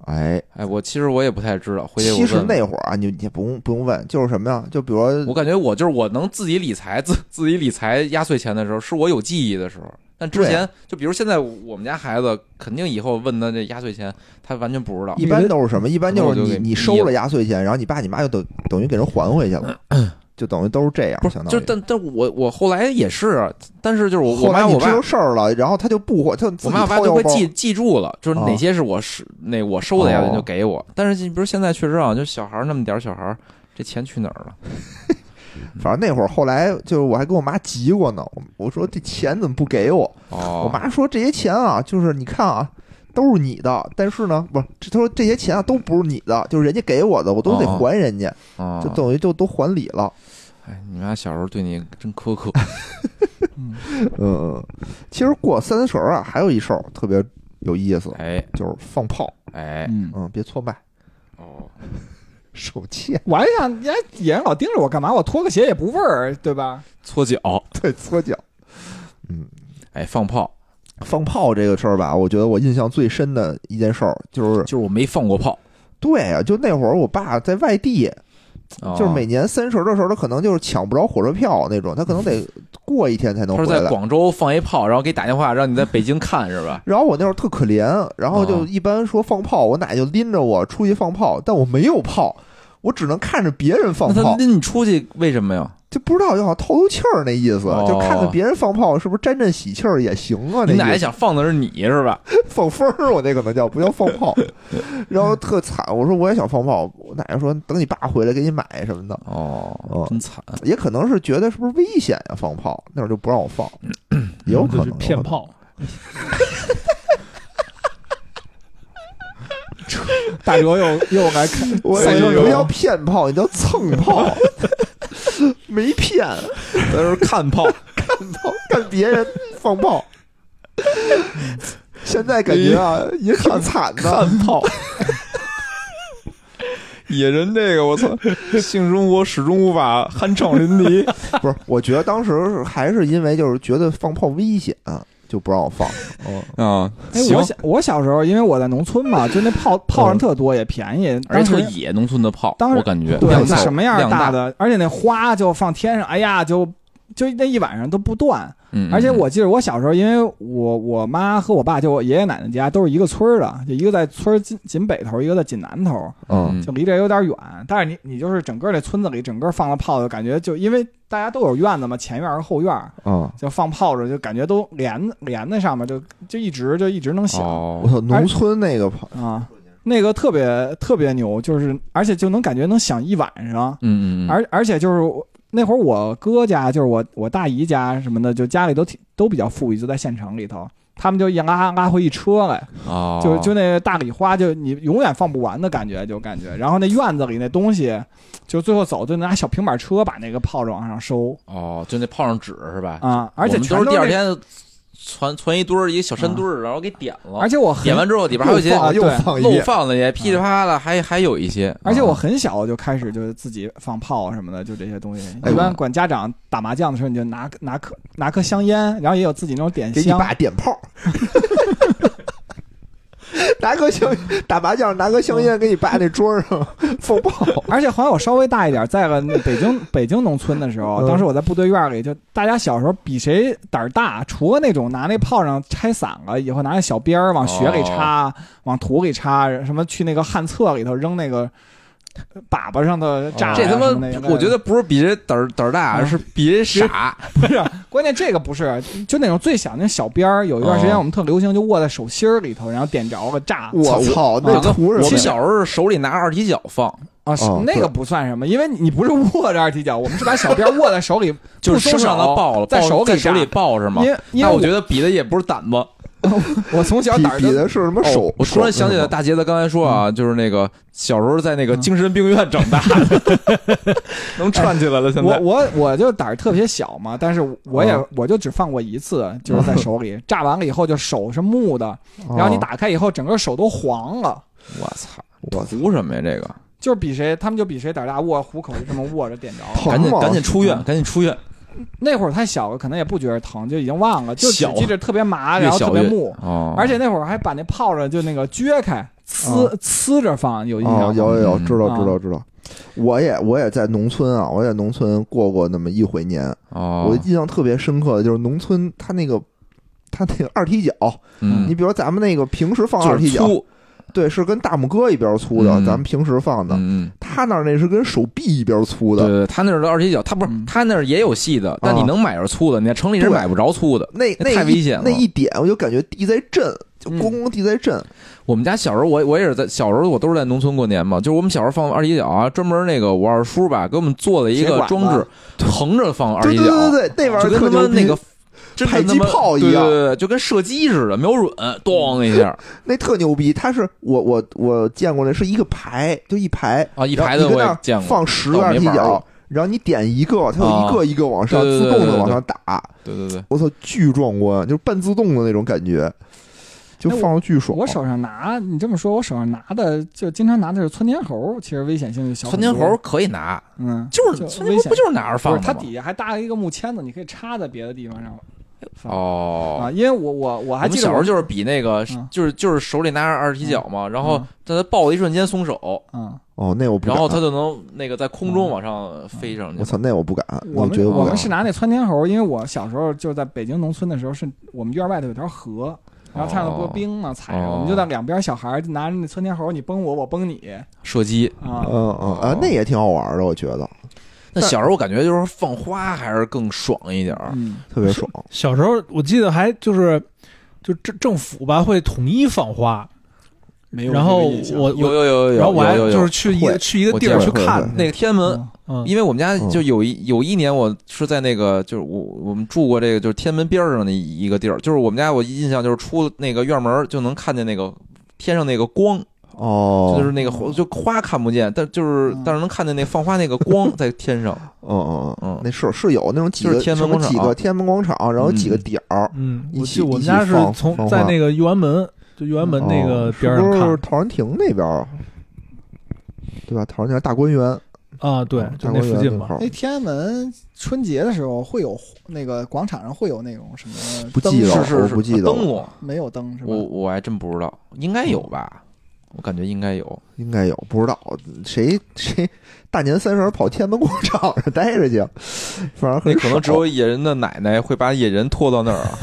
Speaker 1: 哎，
Speaker 2: 哎，我其实我也不太知道。回去我
Speaker 1: 其实
Speaker 2: 问问
Speaker 1: 那会儿啊，你你不用不用问，就是什么呀？就比如
Speaker 2: 我
Speaker 1: 说，
Speaker 2: 感觉我就是我能自己理财，自自己理财压岁钱的时候，是我有记忆的时候。但之
Speaker 1: 啊
Speaker 2: 前就比如现在我们家孩子，肯定以后问他这压岁钱，他完全不知道
Speaker 1: 一。般都是什么？一般
Speaker 2: 可能
Speaker 1: 就
Speaker 2: 我
Speaker 1: 是
Speaker 2: 就
Speaker 1: 你
Speaker 2: 给
Speaker 1: 你收了压岁钱，然后你爸你妈就等等于给人还回去了， 就等于都是这样，
Speaker 2: 嗯不是
Speaker 1: 相，当
Speaker 2: 就
Speaker 1: 于
Speaker 2: 是但但我我后来也是，啊但是就是我
Speaker 1: 后
Speaker 2: 我
Speaker 1: 来
Speaker 2: 妈
Speaker 1: 你
Speaker 2: 我
Speaker 1: 知道
Speaker 2: 爸
Speaker 1: 事儿了，然后他就不还，他就自
Speaker 2: 我
Speaker 1: 己
Speaker 2: 妈我爸
Speaker 1: 掏
Speaker 2: 都
Speaker 1: 腰
Speaker 2: 会
Speaker 1: 包。
Speaker 2: 记记住了，就是
Speaker 1: 哦
Speaker 2: 哪些是我是那我收的压岁
Speaker 1: 哦
Speaker 2: 钱就给我。但是你比如现在确实啊，就小孩儿那么点儿小孩儿，这钱去哪儿了？
Speaker 1: 反正那会儿后来就是我还跟我妈急过呢，我我说这钱怎么不给我？
Speaker 2: 哦，
Speaker 1: 我妈说这些钱啊，就是你看啊，都是你的，但是呢，不是，这她说这些钱啊都不是你的，就是人家给我的，我都得
Speaker 2: 哦
Speaker 1: 还人家，
Speaker 2: 哦
Speaker 1: 就等于就都还礼了。
Speaker 2: 哎，你妈小时候对你真苛刻。
Speaker 1: 嗯嗯，其实过三十儿啊，还有一事儿特别有意思，
Speaker 2: 哎
Speaker 1: 就是放炮。
Speaker 2: 哎
Speaker 3: 嗯，
Speaker 1: 嗯，别错卖。
Speaker 2: 哦，
Speaker 1: 手欠，
Speaker 3: 我还想，人家野人老盯着我干嘛？我脱个鞋也不味儿，对吧？
Speaker 2: 搓脚，
Speaker 1: 对，搓脚。
Speaker 2: 哎，放炮，
Speaker 1: 放炮这个事儿吧，我觉得我印象最深的一件事儿就是，
Speaker 2: 就是我没放过炮，
Speaker 1: 对啊，就那会儿我爸在外地，
Speaker 2: 啊
Speaker 1: 就是每年三十的时候，他可能就是抢不着火车票那种，他可能 得过一天才能
Speaker 2: 他是
Speaker 1: 回
Speaker 2: 在
Speaker 1: 来。
Speaker 2: 广州放一炮，然后给你打电话让你在北京看是吧？
Speaker 1: 然后我那会儿特可怜，然后就
Speaker 2: 啊
Speaker 1: 一般说放炮，我奶就拎着我出去放炮，但我没有炮，我只能看着别人放
Speaker 2: 那他
Speaker 1: 炮，
Speaker 2: 拎你出去为什么呀？
Speaker 1: 就不知道就好像透透气儿那意思，
Speaker 2: 哦
Speaker 1: 就看着别人放炮是不是沾沾喜气儿也行啊？
Speaker 2: 你
Speaker 1: 那
Speaker 2: 奶
Speaker 1: 意
Speaker 2: 奶
Speaker 1: 思
Speaker 2: 想放的是你是吧？
Speaker 1: 放风儿，我那可能叫不叫放 炮，然后特惨，我说我也想放炮，我奶奶说等你爸回来给你买什么的，
Speaker 2: 哦
Speaker 1: 哦，
Speaker 2: 真惨，
Speaker 1: 也可能是觉得是不是危险呀、放炮那会儿就不让我 放，也有可
Speaker 4: 嗯就
Speaker 1: 能
Speaker 4: 是骗，炮。
Speaker 3: 大哲 又又来看，
Speaker 1: 有可能我
Speaker 3: 赛车
Speaker 1: 你
Speaker 3: 手
Speaker 1: 不叫骗炮，你叫蹭炮，没骗。
Speaker 2: 在这看炮，
Speaker 1: 操，干别人放炮。现在感觉啊，也挺惨的。
Speaker 2: 看炮。野人这个，我 操！性生活始终无法酣畅淋 漓。
Speaker 1: 不是，我觉得当时还是因为就是觉得放炮危险，啊就不让我放。哦，
Speaker 2: 啊，
Speaker 3: 哎，
Speaker 2: 行
Speaker 3: 我，小我小时候，因为我在农村嘛，就那炮炮
Speaker 1: 嗯
Speaker 3: 仗特多，也便宜，
Speaker 2: 而
Speaker 3: 当
Speaker 2: 且特
Speaker 3: 时
Speaker 2: 野，农村的炮，
Speaker 3: 当时
Speaker 2: 我感觉
Speaker 3: 对
Speaker 2: 量大
Speaker 3: 那什么样
Speaker 2: 量
Speaker 3: 大，的，而且那花就放天上，哎呀，就就那一晚上都不断。
Speaker 2: 嗯，
Speaker 3: 而且
Speaker 2: 嗯
Speaker 3: 我记得我小时候，因为我我妈和我爸就我爷爷奶奶家都是一个村儿的，就一个在村儿锦锦北头，一个在锦南头，
Speaker 1: 嗯，
Speaker 3: 就离这有点远。但是你你就是整个那村子里，整个放了炮，就感觉就因为大家都有院子嘛，前院儿和后院儿，
Speaker 1: 啊，
Speaker 3: 就放炮着，就感觉都连连在上面，就就一直就一直能响。
Speaker 1: 我
Speaker 2: 哦，
Speaker 1: 操，农村那个炮，
Speaker 3: 啊，那个特别特别牛，就是而且就能感觉能响一晚上，
Speaker 2: 嗯嗯嗯，
Speaker 3: 而而且就是我那会儿我哥家就是我我大姨家什么的，就家里都挺都比较富裕，就在县城里头。他们就啊一拉拉回一车来，
Speaker 2: 哦，
Speaker 3: 就就那大礼花，就你永远放不完的感觉，就感觉。然后那院子里那东西，就最后走就拿小平板车把那个炮仗往上收
Speaker 2: 哦，就那炮上纸是吧？
Speaker 3: 啊，而且
Speaker 2: 哎我们
Speaker 3: 全
Speaker 2: 都是
Speaker 3: 都
Speaker 2: 第二
Speaker 3: 那，啊
Speaker 2: 天攒攒一堆儿一个小山堆儿，然后给点了，
Speaker 3: 而且我很
Speaker 2: 点完之后里边还有一些啊
Speaker 1: 又放又放
Speaker 3: 对
Speaker 1: 一
Speaker 2: 漏
Speaker 1: 夜，
Speaker 2: 放的也噼里啪啦，还还有一些，
Speaker 3: 而且我
Speaker 2: 啊
Speaker 3: 很小就开始就是自己放炮什么的，就这些东西。
Speaker 1: 哎
Speaker 3: 一般管家长打麻将的时候，你就拿拿颗拿颗香烟，然后也有自己那种点
Speaker 1: 给你
Speaker 3: 香。
Speaker 1: 爸点炮。 拿个香打麻将，拿个香
Speaker 2: 嗯
Speaker 1: 烟给你爸那桌上放炮。
Speaker 3: 而且后来我稍微大一点，在了那北京北京农村的时候，
Speaker 1: 嗯
Speaker 3: 当时我在部队院里，就大家小时候比谁胆儿大，除了那种拿那炮仗拆散了以后，拿那小鞭儿往雪
Speaker 2: 哦
Speaker 3: 里插，往土里插，什么去那个旱厕里头扔那个粑粑上的炸呀
Speaker 2: 啊这他
Speaker 3: 什么那个
Speaker 2: 妈，我觉得不是比人胆儿胆儿大，
Speaker 3: 啊
Speaker 2: 是比人傻。
Speaker 3: 不是，关键这个不是，就那种最小那小鞭儿，有一段时间
Speaker 2: 哦
Speaker 3: 我们特流行，就握在手心儿里头，然后点着了炸。
Speaker 1: 我操，那
Speaker 3: 啊
Speaker 1: 图是
Speaker 2: 我们小时候手里拿二踢脚放，，
Speaker 3: 啊，是
Speaker 1: 哦
Speaker 3: 那个不算什么，因为你不是握着二踢脚，我们是把小鞭儿握在手里
Speaker 2: 就是
Speaker 3: 不
Speaker 2: 身
Speaker 3: 松
Speaker 2: 上
Speaker 3: 手啊
Speaker 2: 它爆了，
Speaker 3: 在
Speaker 2: 抱
Speaker 3: 手
Speaker 2: 在
Speaker 3: 里
Speaker 2: 手
Speaker 3: 炸
Speaker 2: 里抱是吗？
Speaker 3: 因为因
Speaker 2: 那
Speaker 3: 为
Speaker 2: 我觉得比的也不是胆子。
Speaker 3: 我从小
Speaker 1: 比
Speaker 3: 胆儿
Speaker 1: 比
Speaker 3: 就
Speaker 1: 的是什么
Speaker 2: 哦
Speaker 1: 手？
Speaker 2: 我突然想起来，
Speaker 1: 手
Speaker 2: 大杰子刚才说啊，就是那个小时候在那个
Speaker 3: 嗯
Speaker 2: 精神病院长大的，能串起来了。现
Speaker 3: 我
Speaker 2: 在
Speaker 3: 我我就胆儿特别小嘛，但是我
Speaker 1: 啊
Speaker 3: 也我就只放过一次，就 是在手里炸完了以后，就手是木的，然
Speaker 1: 哦
Speaker 3: 后你，打开以后，整个手都黄了。
Speaker 2: 我操，
Speaker 1: 啊我操，
Speaker 2: 图什么呀？这个
Speaker 3: 就是比谁，他们就比谁胆儿大，握虎口就这么握着点 着了。
Speaker 1: 疼
Speaker 2: 赶紧
Speaker 1: 吗嗯
Speaker 2: 赶紧出院，赶紧出院。
Speaker 3: 那会儿太小了，可能也不觉得疼，就已经忘了，就只
Speaker 2: 小
Speaker 3: 记着特别麻，
Speaker 2: 越
Speaker 3: 然后特
Speaker 2: 小
Speaker 3: 别
Speaker 2: 越
Speaker 3: 木。
Speaker 2: 哦，
Speaker 3: 而且那会儿还把那炮着就那个撅开，呲
Speaker 1: 哦
Speaker 3: 呲着放，有印
Speaker 1: 哦，
Speaker 3: 象吗？
Speaker 1: 有有有，
Speaker 2: 嗯
Speaker 1: 知道
Speaker 3: 啊
Speaker 1: 知道知道。我也我也在农村啊，我也在农村过过那么一回年。
Speaker 2: 哦，
Speaker 1: 我印象特别深刻的就是农村，它那个它那个二踢脚，
Speaker 2: 嗯
Speaker 1: 你比如咱们那个平时放
Speaker 2: 就
Speaker 1: 二
Speaker 2: 是
Speaker 1: 踢脚，
Speaker 2: 粗，
Speaker 1: 对，是跟大拇哥一边粗的，
Speaker 2: 嗯
Speaker 1: 咱们平时放的。
Speaker 2: 嗯嗯。
Speaker 1: 他那儿那是跟手臂一边粗
Speaker 2: 对
Speaker 1: 的，
Speaker 2: 对，他那儿的二踢脚，他不是
Speaker 3: 嗯啊
Speaker 2: 他那儿也有细的，但你能买着粗的，你在城里是
Speaker 1: 对
Speaker 2: 买不着粗的。
Speaker 1: 那
Speaker 2: 那
Speaker 1: 那
Speaker 2: 太
Speaker 1: 一
Speaker 2: 危险了嗯
Speaker 1: 那一点我就感觉地在震，就咣咣地在震。
Speaker 2: 我们家小时候，我我也是在小时候，我都是在农村过年嘛，就是我们小时候放二踢脚啊，专门那个我二叔吧，给我们做了一
Speaker 3: 铁
Speaker 2: 个
Speaker 3: 管子
Speaker 2: 装置，横着放二
Speaker 1: 对
Speaker 2: 踢
Speaker 1: 对
Speaker 2: 脚，
Speaker 1: 对对，那玩意
Speaker 2: 就
Speaker 1: 儿
Speaker 2: 跟
Speaker 1: 特
Speaker 2: 他妈
Speaker 1: 牛
Speaker 2: 那
Speaker 1: 逼，
Speaker 2: 个真的
Speaker 1: 迫击
Speaker 2: 他妈
Speaker 1: 炮一样
Speaker 2: 对对对，就跟射击似的，瞄准，咣一下
Speaker 1: 那特牛逼。它是我我我见过的是一个排，就一排，
Speaker 2: 啊，一
Speaker 1: 然后
Speaker 2: 排
Speaker 1: 你
Speaker 2: 的
Speaker 1: 跟
Speaker 2: 我
Speaker 1: 那
Speaker 2: 也
Speaker 1: 儿
Speaker 2: 见过，
Speaker 1: 放十
Speaker 2: 但
Speaker 1: 个
Speaker 2: 我
Speaker 1: 二
Speaker 2: 没
Speaker 1: 踢
Speaker 2: 玩
Speaker 1: 脚
Speaker 2: 过，
Speaker 1: 然后你点一个，它有一个一个往上、
Speaker 2: 啊对对
Speaker 1: 自
Speaker 2: 对
Speaker 1: 动的
Speaker 2: 对
Speaker 1: 往
Speaker 2: 对
Speaker 1: 上打，
Speaker 2: 对对对，
Speaker 1: 我操，巨壮观，就是半自动的那种感觉。就放的巨爽。
Speaker 3: 哎我手上拿，你这么说，我手上拿的就经常拿的是窜天猴，其实危险性就小
Speaker 2: 窜
Speaker 3: 很
Speaker 2: 天
Speaker 3: 多。
Speaker 2: 猴，可以拿，
Speaker 3: 嗯，
Speaker 2: 就是
Speaker 3: 就
Speaker 2: 窜
Speaker 3: 危
Speaker 2: 天猴
Speaker 3: 险
Speaker 2: 不就是拿着
Speaker 3: 不
Speaker 2: 放
Speaker 3: 是
Speaker 2: 的
Speaker 3: 它
Speaker 2: 吗
Speaker 3: 底下还搭了一个木签子，你可以插在别的地方上放。啊，
Speaker 2: 哦。
Speaker 3: 因为我我我
Speaker 2: 我
Speaker 3: 还
Speaker 2: 们
Speaker 3: 记得
Speaker 2: 小时候就是比那个
Speaker 3: 嗯，
Speaker 2: 就是就是手里拿着二十踢脚嘛，然后
Speaker 3: 嗯
Speaker 2: 在它爆的一瞬间松手，
Speaker 3: 嗯，
Speaker 1: 哦，那我不
Speaker 2: 然
Speaker 1: 敢。
Speaker 2: 后它就能那个在空
Speaker 4: 嗯
Speaker 2: 中往上飞上去
Speaker 1: 我。操，那我不敢，
Speaker 3: 我
Speaker 1: 觉得
Speaker 3: 们
Speaker 1: 不
Speaker 3: 我
Speaker 1: 敢
Speaker 3: 们。是拿那窜天猴，因为我小时候就在北京农村的时候，是我们院外头有条河，然后上头不
Speaker 2: 哦
Speaker 3: 是冰嘛，踩着，
Speaker 2: 哦
Speaker 3: 我们就在两边小孩儿就拿着那窜天猴，你崩我，我崩你
Speaker 2: 射击，
Speaker 3: 啊。
Speaker 1: 嗯
Speaker 2: 哦
Speaker 1: 嗯啊，那也挺好玩的，我觉得
Speaker 2: 那小时候我感觉就是放花还是更爽一点儿。
Speaker 3: 嗯，
Speaker 1: 特别爽。
Speaker 4: 小时候我记得还就是就政政府吧会统一放花，
Speaker 3: 没有这
Speaker 4: 然
Speaker 3: 个
Speaker 4: 后
Speaker 3: 印象。
Speaker 4: 我
Speaker 2: 有
Speaker 4: 我
Speaker 2: 有有有
Speaker 4: 然后我还
Speaker 2: 有有有
Speaker 4: 就是去一个
Speaker 1: 会
Speaker 4: 去一个
Speaker 2: 我
Speaker 4: 地
Speaker 2: 记
Speaker 4: 儿
Speaker 2: 得
Speaker 4: 去
Speaker 1: 会
Speaker 4: 看
Speaker 1: 会
Speaker 2: 那个天安门，
Speaker 4: 嗯，
Speaker 2: 因为我们家
Speaker 1: 嗯
Speaker 2: 就有一有一年，我是在那个就是我我们住过这个就是天安门边儿上的一个地儿，就是我们家我印象就是出那个院门儿就能看见那个天上那个光，
Speaker 1: 哦，
Speaker 2: 就是那个火就花看不见，但就是
Speaker 3: 嗯
Speaker 2: 但是能看见那放花那个 光在天上。
Speaker 1: 嗯嗯
Speaker 2: 嗯
Speaker 1: 嗯，那是是有那种几
Speaker 2: 就是
Speaker 1: 个
Speaker 2: 天安
Speaker 1: 什
Speaker 2: 门
Speaker 1: 么
Speaker 2: 广场
Speaker 1: 几个天安门广场，然后几个点儿，
Speaker 4: 嗯，
Speaker 1: 一
Speaker 4: 我
Speaker 1: 起
Speaker 4: 记得我
Speaker 1: 一
Speaker 4: 们
Speaker 1: 起
Speaker 4: 家是
Speaker 1: 放
Speaker 4: 从
Speaker 1: 放
Speaker 4: 在
Speaker 1: 花
Speaker 4: 那个右安门，就右安门那个
Speaker 1: 哦
Speaker 4: 边儿上
Speaker 1: 是不是
Speaker 4: 看
Speaker 1: 陶然亭那边儿啊？对吧？陶然亭大观园，
Speaker 4: 啊，对
Speaker 1: 嗯，
Speaker 4: 就
Speaker 1: 大
Speaker 4: 那
Speaker 1: 观
Speaker 4: 附
Speaker 1: 园
Speaker 4: 近
Speaker 1: 那
Speaker 4: 嘛
Speaker 1: 块。儿
Speaker 3: 哎，天安门春节的时候会有那个广场上会有那种什么
Speaker 1: 不
Speaker 3: 灯
Speaker 1: 记得
Speaker 2: 是
Speaker 1: 了
Speaker 2: 是
Speaker 1: 我
Speaker 2: 是，
Speaker 1: 不记得了嗯
Speaker 2: 灯笼，
Speaker 3: 没有灯是吧
Speaker 2: 我？
Speaker 4: 嗯
Speaker 2: 我还真不知道，应该有吧？我感觉应该有。
Speaker 1: 应该有，不知道谁谁大年三十儿跑天安门广场上待着去，反正
Speaker 2: 那
Speaker 1: 很
Speaker 2: 可能只
Speaker 1: 少
Speaker 2: 有野人的奶奶会把野人拖到那儿 啊。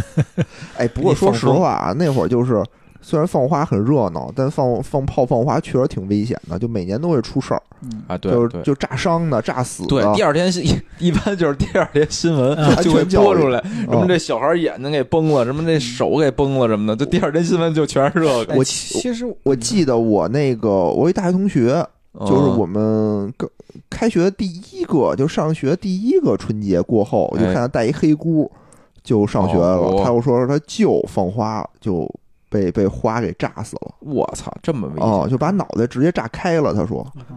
Speaker 1: 哎，不过说实话啊，那会儿就是虽然放花很热闹，但放放炮放花确实挺危险的，就每年都会出事儿，
Speaker 3: 嗯，
Speaker 2: 啊，对
Speaker 1: 就是啊
Speaker 2: 对
Speaker 1: 就炸伤的、炸死的。
Speaker 2: 对，第二天新 一一般就是第二天新闻
Speaker 4: 嗯
Speaker 2: 就会播出来，
Speaker 1: 嗯
Speaker 2: 什么这小孩眼睛给崩了，什么这手给崩了什么的，就第二天新闻就全是这个。
Speaker 3: 哎
Speaker 1: 我
Speaker 3: 其其实嗯
Speaker 1: 我记得我那个我有一大学同学，就是我
Speaker 2: 嗯
Speaker 1: 们刚开学第一个就上学第一个春节过后，我就
Speaker 2: 哎
Speaker 1: 看他带一黑箍就上学了，
Speaker 2: 哦
Speaker 1: 他又说他舅放花就被被花给炸死了。
Speaker 2: 我操，这么危
Speaker 1: 哦、
Speaker 2: 险！
Speaker 1: 就把脑袋直接炸开了。他说，
Speaker 3: 哦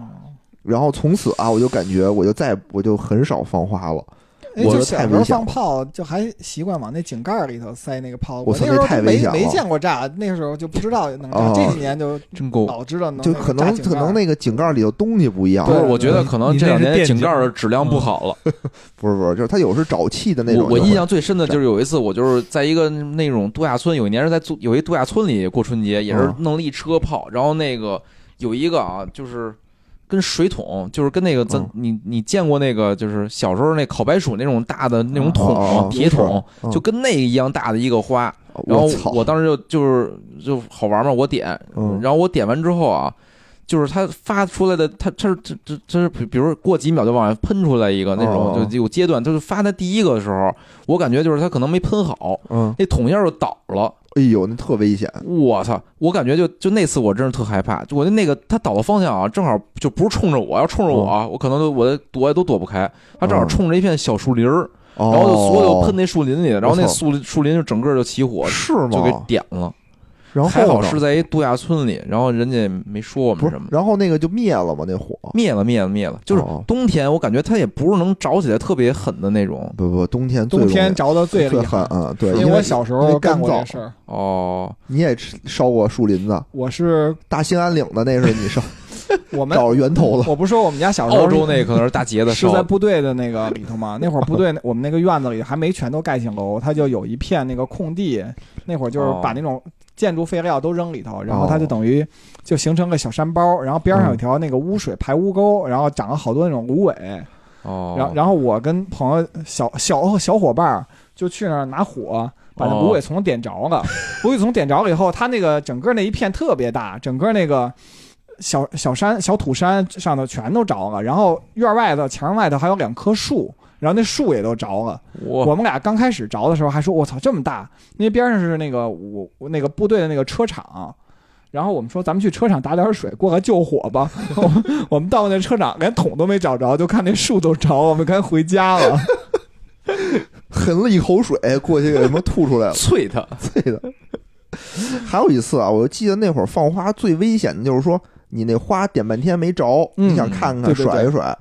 Speaker 1: 然后从此啊，我就感觉我就再我就很少放花了。
Speaker 3: 哎，
Speaker 1: 我
Speaker 3: 就
Speaker 1: 这
Speaker 3: 小
Speaker 1: 太
Speaker 3: 时候
Speaker 1: 危险
Speaker 3: 放炮，就还习惯往那井盖里头塞那个炮。
Speaker 1: 我
Speaker 3: 那
Speaker 1: 操
Speaker 3: 时候
Speaker 1: 那太危
Speaker 3: 就没
Speaker 1: 险
Speaker 3: 没
Speaker 1: 了
Speaker 3: 见过炸，那时候就不知道能炸。
Speaker 1: 哦
Speaker 3: 这几年就
Speaker 2: 真够。
Speaker 3: 老知道能
Speaker 1: 就
Speaker 3: 那个
Speaker 1: 可
Speaker 3: 炸
Speaker 1: 能
Speaker 3: 井
Speaker 1: 可
Speaker 3: 盖
Speaker 1: 能那个井盖里头东西不一样
Speaker 2: 不
Speaker 3: 对，
Speaker 2: 是，我觉得可能这两
Speaker 4: 嗯你那
Speaker 2: 年
Speaker 4: 是
Speaker 2: 井
Speaker 4: 电
Speaker 2: 盖的质量不好了。
Speaker 1: 不是不是，就是它有时找气的那
Speaker 2: 我
Speaker 1: 种。
Speaker 2: 我
Speaker 1: 就会
Speaker 2: 印象最深的就是有一次，我就是在一个那种度假村，有一年是在住有一度假村里过春节，也是
Speaker 1: 嗯
Speaker 2: 弄了一车炮，然后那个有一个啊，就是跟水桶，就是跟那个咱
Speaker 1: 嗯
Speaker 2: 你你见过那个就是小时候那烤白薯那种大的那种
Speaker 1: 哦
Speaker 2: 桶
Speaker 1: 哦
Speaker 2: 吗
Speaker 1: 哦
Speaker 2: 铁桶
Speaker 1: 嗯，
Speaker 2: 就跟那个一样大的一个花，然后
Speaker 1: 哦我操，
Speaker 2: 我当时就就是就好玩嘛，我点，
Speaker 1: 嗯
Speaker 2: 然后我点完之后啊，就是它发出来的，它它是这这这是比比如说过几秒就往外喷出来一个那
Speaker 1: 哦
Speaker 2: 种，就有阶段，就是发的第一个的时候，我感觉就是它可能没喷好，
Speaker 1: 嗯，
Speaker 2: 那桶一下就倒了，
Speaker 1: 哎呦，那特危险。
Speaker 2: 我操！我感觉就就那次我真是特害怕，就我的那个它倒的方向啊，正好就不是冲着我，要冲着我
Speaker 1: 哦
Speaker 2: 啊，我可能都我躲也都躲不开，它正好
Speaker 1: 嗯
Speaker 2: 冲着一片小树林儿，
Speaker 1: 然
Speaker 2: 然后就所有喷那树林里，然后那
Speaker 1: 哦我操
Speaker 2: 树林树林就整个就起火，
Speaker 1: 是吗？
Speaker 2: 就给点了。
Speaker 1: 然后
Speaker 2: 还好
Speaker 1: 呢
Speaker 2: 是在一度假村里，然后人家也没说我
Speaker 1: 不
Speaker 2: 们
Speaker 1: 是
Speaker 2: 什么，
Speaker 1: 然后那个就灭了嘛，那火。
Speaker 2: 灭了灭了灭了。就是
Speaker 1: 哦
Speaker 2: 冬天，我感觉它也不是能着起来特别狠的那种。
Speaker 1: 不不，冬天最
Speaker 3: 冬
Speaker 1: 容易
Speaker 3: 天着的最
Speaker 1: 最
Speaker 3: 厉
Speaker 1: 狠
Speaker 3: 害。
Speaker 1: 啊！对，
Speaker 3: 因为我小时
Speaker 1: 因
Speaker 3: 候
Speaker 1: 为干
Speaker 3: 干过
Speaker 1: 燥
Speaker 3: 这事儿，
Speaker 2: 哦，
Speaker 1: 你也吃烧过树林子，
Speaker 3: 我是
Speaker 1: 大兴安岭的那是你烧
Speaker 3: 我们
Speaker 1: 找着源头了。
Speaker 3: 我不是说我们家小时候
Speaker 2: 澳洲那可能是大杰的
Speaker 3: 是
Speaker 2: 烧
Speaker 3: 在
Speaker 2: 的，
Speaker 3: 部队的那个里头 嘛？那会儿部队我们那个院子里还没全都盖进楼，它就有一片那个空地。那会儿就是
Speaker 2: 哦
Speaker 3: 把那种建筑废料都扔里头，然后
Speaker 1: 哦
Speaker 3: 它就等于就形成个小山包，然后边
Speaker 2: 嗯
Speaker 3: 上有条那个污水排污沟，然后长了好多那种芦苇。
Speaker 2: 哦，
Speaker 3: 然后然后我跟朋友小小小伙伴儿就去那儿拿火。把那
Speaker 2: 哦
Speaker 3: 芦苇丛点着了，芦苇丛点着了以后，它那个整个那一片特别大，整个那个小小山、小土山上头全都着了，然后院外头、墙外头还有两棵树，然后那树也都着了。
Speaker 2: 我，
Speaker 3: 我们俩刚开始着的时候还说：“我操，这么大！”因为边上是那个我我那个部队的那个车厂。然后我们说咱们去车厂打点水，过来救火吧。我们我们到那车厂连桶都没找着，就看那树都着，我们赶紧回家了。
Speaker 1: 横了一口水过去，给他妈吐出来了
Speaker 2: 啐他，
Speaker 1: 对的。还有一次啊，我记得那会儿放花最危险的就是说，你那花点半天没着，
Speaker 3: 嗯
Speaker 1: 你想看看
Speaker 3: 对对对
Speaker 1: 甩一甩，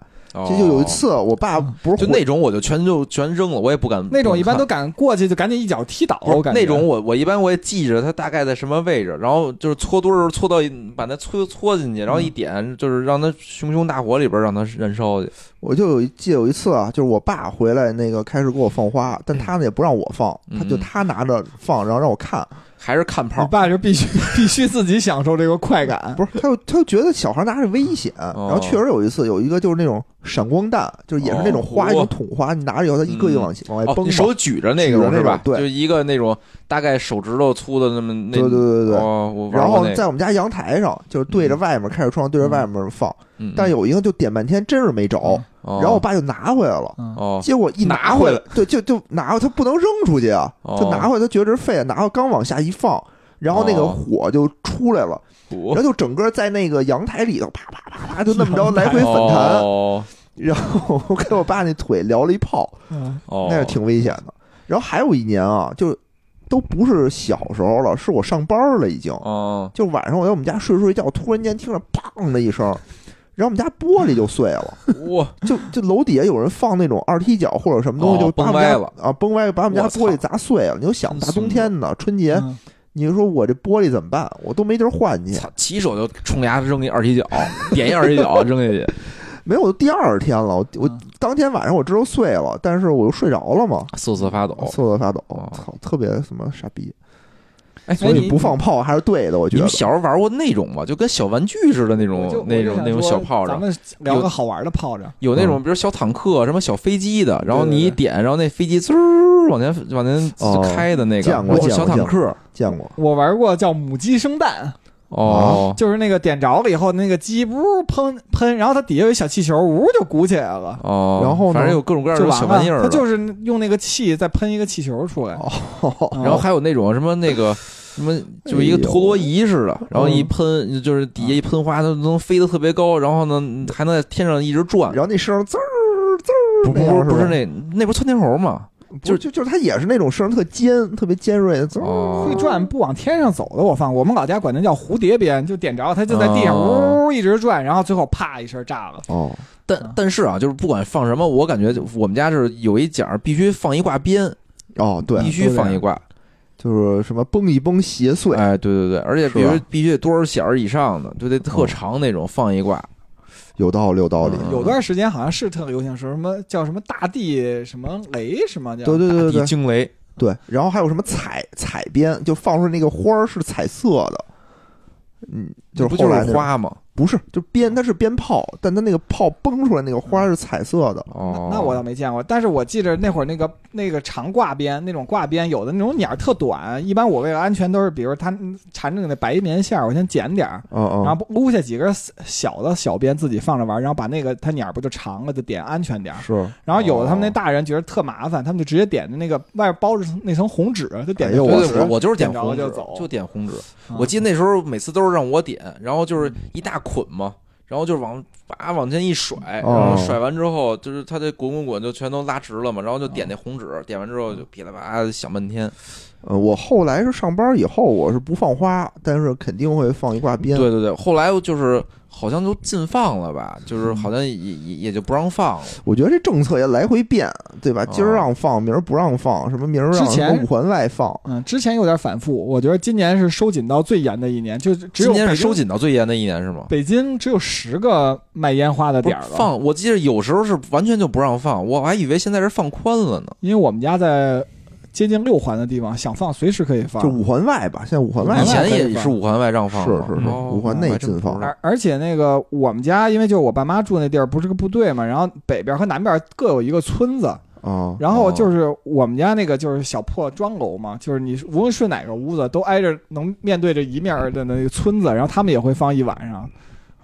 Speaker 1: 这就有一次，我爸不是
Speaker 2: 哦就
Speaker 1: 回
Speaker 2: 那种我就全就全扔了，我也不敢
Speaker 3: 那种一般
Speaker 2: 不
Speaker 3: 都
Speaker 2: 敢
Speaker 3: 敢过去就赶紧一脚踢倒，
Speaker 2: 看
Speaker 3: 我感觉
Speaker 2: 那种我我一般我也记着它大概在什么位置，然后就是搓堆儿搓到一把它搓搓进去，然后一点就是让它熊熊大火里边让它燃烧去。
Speaker 1: 我就有一记得有一次啊，就是我爸回来那个开始给我放花，但他呢也不让我放，
Speaker 2: 嗯
Speaker 1: 他就他拿着放，然后让我看，
Speaker 2: 还是看
Speaker 3: 你
Speaker 2: 炮，
Speaker 3: 爸是必须 必须自己享受这个快感，
Speaker 1: 不是他就他就觉得小孩拿着危险，
Speaker 2: 哦
Speaker 1: 然后确实有一次有一个就是那种闪光弹，就是也是那种花
Speaker 2: 哦
Speaker 1: 一种桶花，你拿着以后它一个一个往往外
Speaker 2: 哦，
Speaker 1: 崩
Speaker 2: 你
Speaker 1: 嘛，
Speaker 2: 手举着那
Speaker 1: 举着
Speaker 2: 个
Speaker 1: 那
Speaker 2: 是吧？
Speaker 1: 种对
Speaker 2: 就一个那种大概手指头粗的那么那
Speaker 1: 对对对对对。
Speaker 2: 哦，我玩
Speaker 1: 然
Speaker 2: 过
Speaker 1: 后
Speaker 2: 那个，
Speaker 1: 在我们家阳台上，就是对着外面开着窗，对着外面放。
Speaker 2: 嗯
Speaker 1: 但有一个就点半天，真是没着。
Speaker 4: 嗯
Speaker 2: 哦
Speaker 1: 然后我爸就拿回来了，
Speaker 4: 嗯，
Speaker 2: 哦
Speaker 1: 结果一
Speaker 2: 拿
Speaker 1: 回
Speaker 2: 回
Speaker 1: 来，对，就就拿回，他不能扔出去啊，
Speaker 2: 哦
Speaker 1: 就拿回来，他觉得是废，拿回刚往下一放，然后那个
Speaker 2: 哦
Speaker 1: 火就出来了，然后就整个在那个阳台里头啪啪啪啪就那么着来回反弹，
Speaker 2: 哦
Speaker 1: 然后我给我爸那腿燎了一泡，
Speaker 3: 嗯
Speaker 2: 哦，
Speaker 1: 那是挺危险的。然后还有一年啊，就都不是小时候了，是我上班了已经，
Speaker 2: 哦
Speaker 1: 就晚上我在我们家睡着睡觉，突然间听着砰的一声，然后我们家玻璃就碎了。
Speaker 2: 哇
Speaker 1: 就就楼底下有人放那种二踢脚或者什么东西，
Speaker 2: 哦
Speaker 1: 就把我们家
Speaker 2: 崩歪
Speaker 1: 啊崩歪，把我们家
Speaker 2: 我操
Speaker 1: 玻璃砸碎了。你就想
Speaker 2: 真
Speaker 1: 大冬天的春节，
Speaker 3: 嗯
Speaker 1: 你就说我这玻璃怎么办？我都没地儿换去。
Speaker 2: 操，起手就冲牙扔一二踢脚，点一二踢 脚扔下去，
Speaker 1: 没有，第二天了，我我
Speaker 3: 嗯
Speaker 1: 当天晚上我知道碎了，但是我又睡着了嘛，
Speaker 2: 瑟瑟发抖。
Speaker 1: 瑟瑟发抖
Speaker 2: 哦，
Speaker 1: 操，特别什么傻逼。
Speaker 2: 哎，
Speaker 1: 所
Speaker 3: 哎
Speaker 1: 以
Speaker 3: 你
Speaker 1: 不放炮还是对的，我觉
Speaker 2: 你
Speaker 1: 得
Speaker 2: 们。小时候玩过那种吗？就跟小玩具似的那
Speaker 3: 我就
Speaker 2: 种、那种、那种小炮
Speaker 3: 我就想说咱
Speaker 2: 仗，
Speaker 3: 们聊个好玩的炮仗，
Speaker 2: 有那
Speaker 1: 嗯
Speaker 2: 种比如小坦克、啊什么小飞机的，然后
Speaker 3: 对对
Speaker 2: 你一
Speaker 3: 对
Speaker 2: 点，然后那飞机嗖儿往前往
Speaker 1: 哦
Speaker 2: 前开的那
Speaker 1: 见过
Speaker 2: 个，我
Speaker 1: 见过
Speaker 2: 小坦克。
Speaker 1: 见过，
Speaker 3: 我玩过叫母鸡生蛋，
Speaker 2: 哦，
Speaker 3: 就是那个点着了以后，那个鸡呜喷喷，然后它底下有一小气球，呜就鼓起来了。
Speaker 2: 哦，
Speaker 1: 啊然后呢
Speaker 2: 反正有各种各样
Speaker 3: 就
Speaker 2: 的
Speaker 3: 完
Speaker 2: 小
Speaker 3: 了
Speaker 2: 玩意，儿哦的，
Speaker 3: 它就是用那个气再喷一个气球出来，嗯
Speaker 2: 然后还有那种什么那个什么，就是一个陀螺仪似的，然后一喷就是底下一喷花，它能飞得特别高，然后呢还能在天上一直 转
Speaker 1: 然。后那声儿滋儿，
Speaker 2: 不
Speaker 1: 那样
Speaker 2: 不
Speaker 1: 是
Speaker 2: 不
Speaker 1: 吧
Speaker 2: 是那那不是窜天猴吗？
Speaker 1: 就就就是它也是那种声儿特尖、特别尖锐的滋儿。
Speaker 2: 哦
Speaker 3: 会，转不往天上走的，我放过。我们老家管那叫蝴蝶鞭，就点着它就在地上
Speaker 2: 哦
Speaker 3: 呜一直转，然后最后啪一声炸了。
Speaker 1: 哦，
Speaker 2: 但但是啊，就是不管放什么，我感觉就我们家是有一角儿必须放一挂鞭，
Speaker 1: 哦，对
Speaker 2: 必，须放一挂。
Speaker 1: 就是什么崩一崩邪祟，
Speaker 2: 哎，对对对，而且比
Speaker 1: 是
Speaker 2: 如
Speaker 1: 吧
Speaker 2: 必须得多少响以上的，就得特长那种放一挂。
Speaker 1: 有道理，有道理。
Speaker 2: 嗯
Speaker 3: 有啊段时间好像是特流行，说什么叫什么大地什么雷什么叫，
Speaker 1: 对对对对
Speaker 2: 大
Speaker 1: 对
Speaker 2: 地，惊雷
Speaker 1: 对，然后还有什么彩彩边，就放出那个花儿是彩色的，嗯，就是
Speaker 2: 不
Speaker 1: 后
Speaker 2: 就
Speaker 1: 来那
Speaker 2: 是
Speaker 1: 种，
Speaker 2: 花吗？
Speaker 1: 不是，就鞭它是鞭炮，但它那个炮崩出来那个花儿是彩色的，
Speaker 2: 哦，
Speaker 3: 那那我倒没见过，但是我记着那会儿那个那个长挂鞭，那种挂鞭有的那种鸟儿特短，一般我为了安全都是，比如它嗯缠着那白棉线儿，我先剪点儿，
Speaker 1: 嗯
Speaker 2: 哦
Speaker 1: 嗯，
Speaker 3: 然后撸下几根小的小鞭自己放着玩儿，然后把那个它鸟儿不就长了，就点安全点儿。
Speaker 1: 是，
Speaker 3: 然后有的他们那
Speaker 2: 哦
Speaker 3: 大人觉得特麻烦，他们就直接点的那个外边包着那层红纸，就点
Speaker 1: 哎呦
Speaker 3: 着
Speaker 2: 对
Speaker 1: 我
Speaker 2: 对
Speaker 1: 是
Speaker 2: 我我就是点
Speaker 3: 点着
Speaker 2: 红
Speaker 3: 就
Speaker 2: 纸
Speaker 3: 走，
Speaker 2: 就点红纸。
Speaker 3: 嗯
Speaker 2: 我记得那时候每次都是让我点，然后就是一大捆嘛，然后就是往叭往前一甩，然
Speaker 1: 哦
Speaker 2: 后甩完之后就是它这滚滚滚就全都拉直了嘛，然后就点那红纸，点完之后就噼里啪啦响半天。
Speaker 1: 呃，我后来是上班以后，我是不放花，但是肯定会放一挂鞭，
Speaker 2: 对对对，后来就是好像都禁放了吧，就是好像也也也就不让放了。
Speaker 1: 我觉得这政策也来回变，对吧？今儿
Speaker 2: 哦
Speaker 1: 让放，明儿不让放，什么明儿让
Speaker 3: 之
Speaker 1: 什
Speaker 3: 前
Speaker 1: 么五环外放，
Speaker 3: 嗯，之前有点反复，我觉得今年是收紧到最严的一年，就只
Speaker 2: 今
Speaker 3: 有
Speaker 2: 年
Speaker 3: 北
Speaker 2: 是
Speaker 3: 京
Speaker 2: 收紧到最严的一年是吗？
Speaker 3: 北京只有十个卖烟花的
Speaker 2: 不
Speaker 3: 点
Speaker 2: 是
Speaker 3: 儿了。，
Speaker 2: 放，我记得有时候是完全就不让放，我还以为现在是放宽了呢。
Speaker 3: 因为我们家在接近六环的地方，想放随时可以放
Speaker 1: 就。五环外吧，现在五环外
Speaker 2: 以
Speaker 3: 五环
Speaker 1: 放
Speaker 3: 外
Speaker 2: 前也是五环外让放吗，
Speaker 1: 是是是
Speaker 2: 哦
Speaker 1: 五环内禁放
Speaker 2: 我还真不知道
Speaker 3: 而而且那个我们家，因为就是我爸妈住那地儿不是个部队嘛，然后北边和南边各有一个村子，
Speaker 1: 啊，
Speaker 3: 然后就是我们家那个就是小破庄楼嘛，就是你无论睡哪个屋子，都挨着能面对着一面儿的那个村子，然后他们也会放一晚上。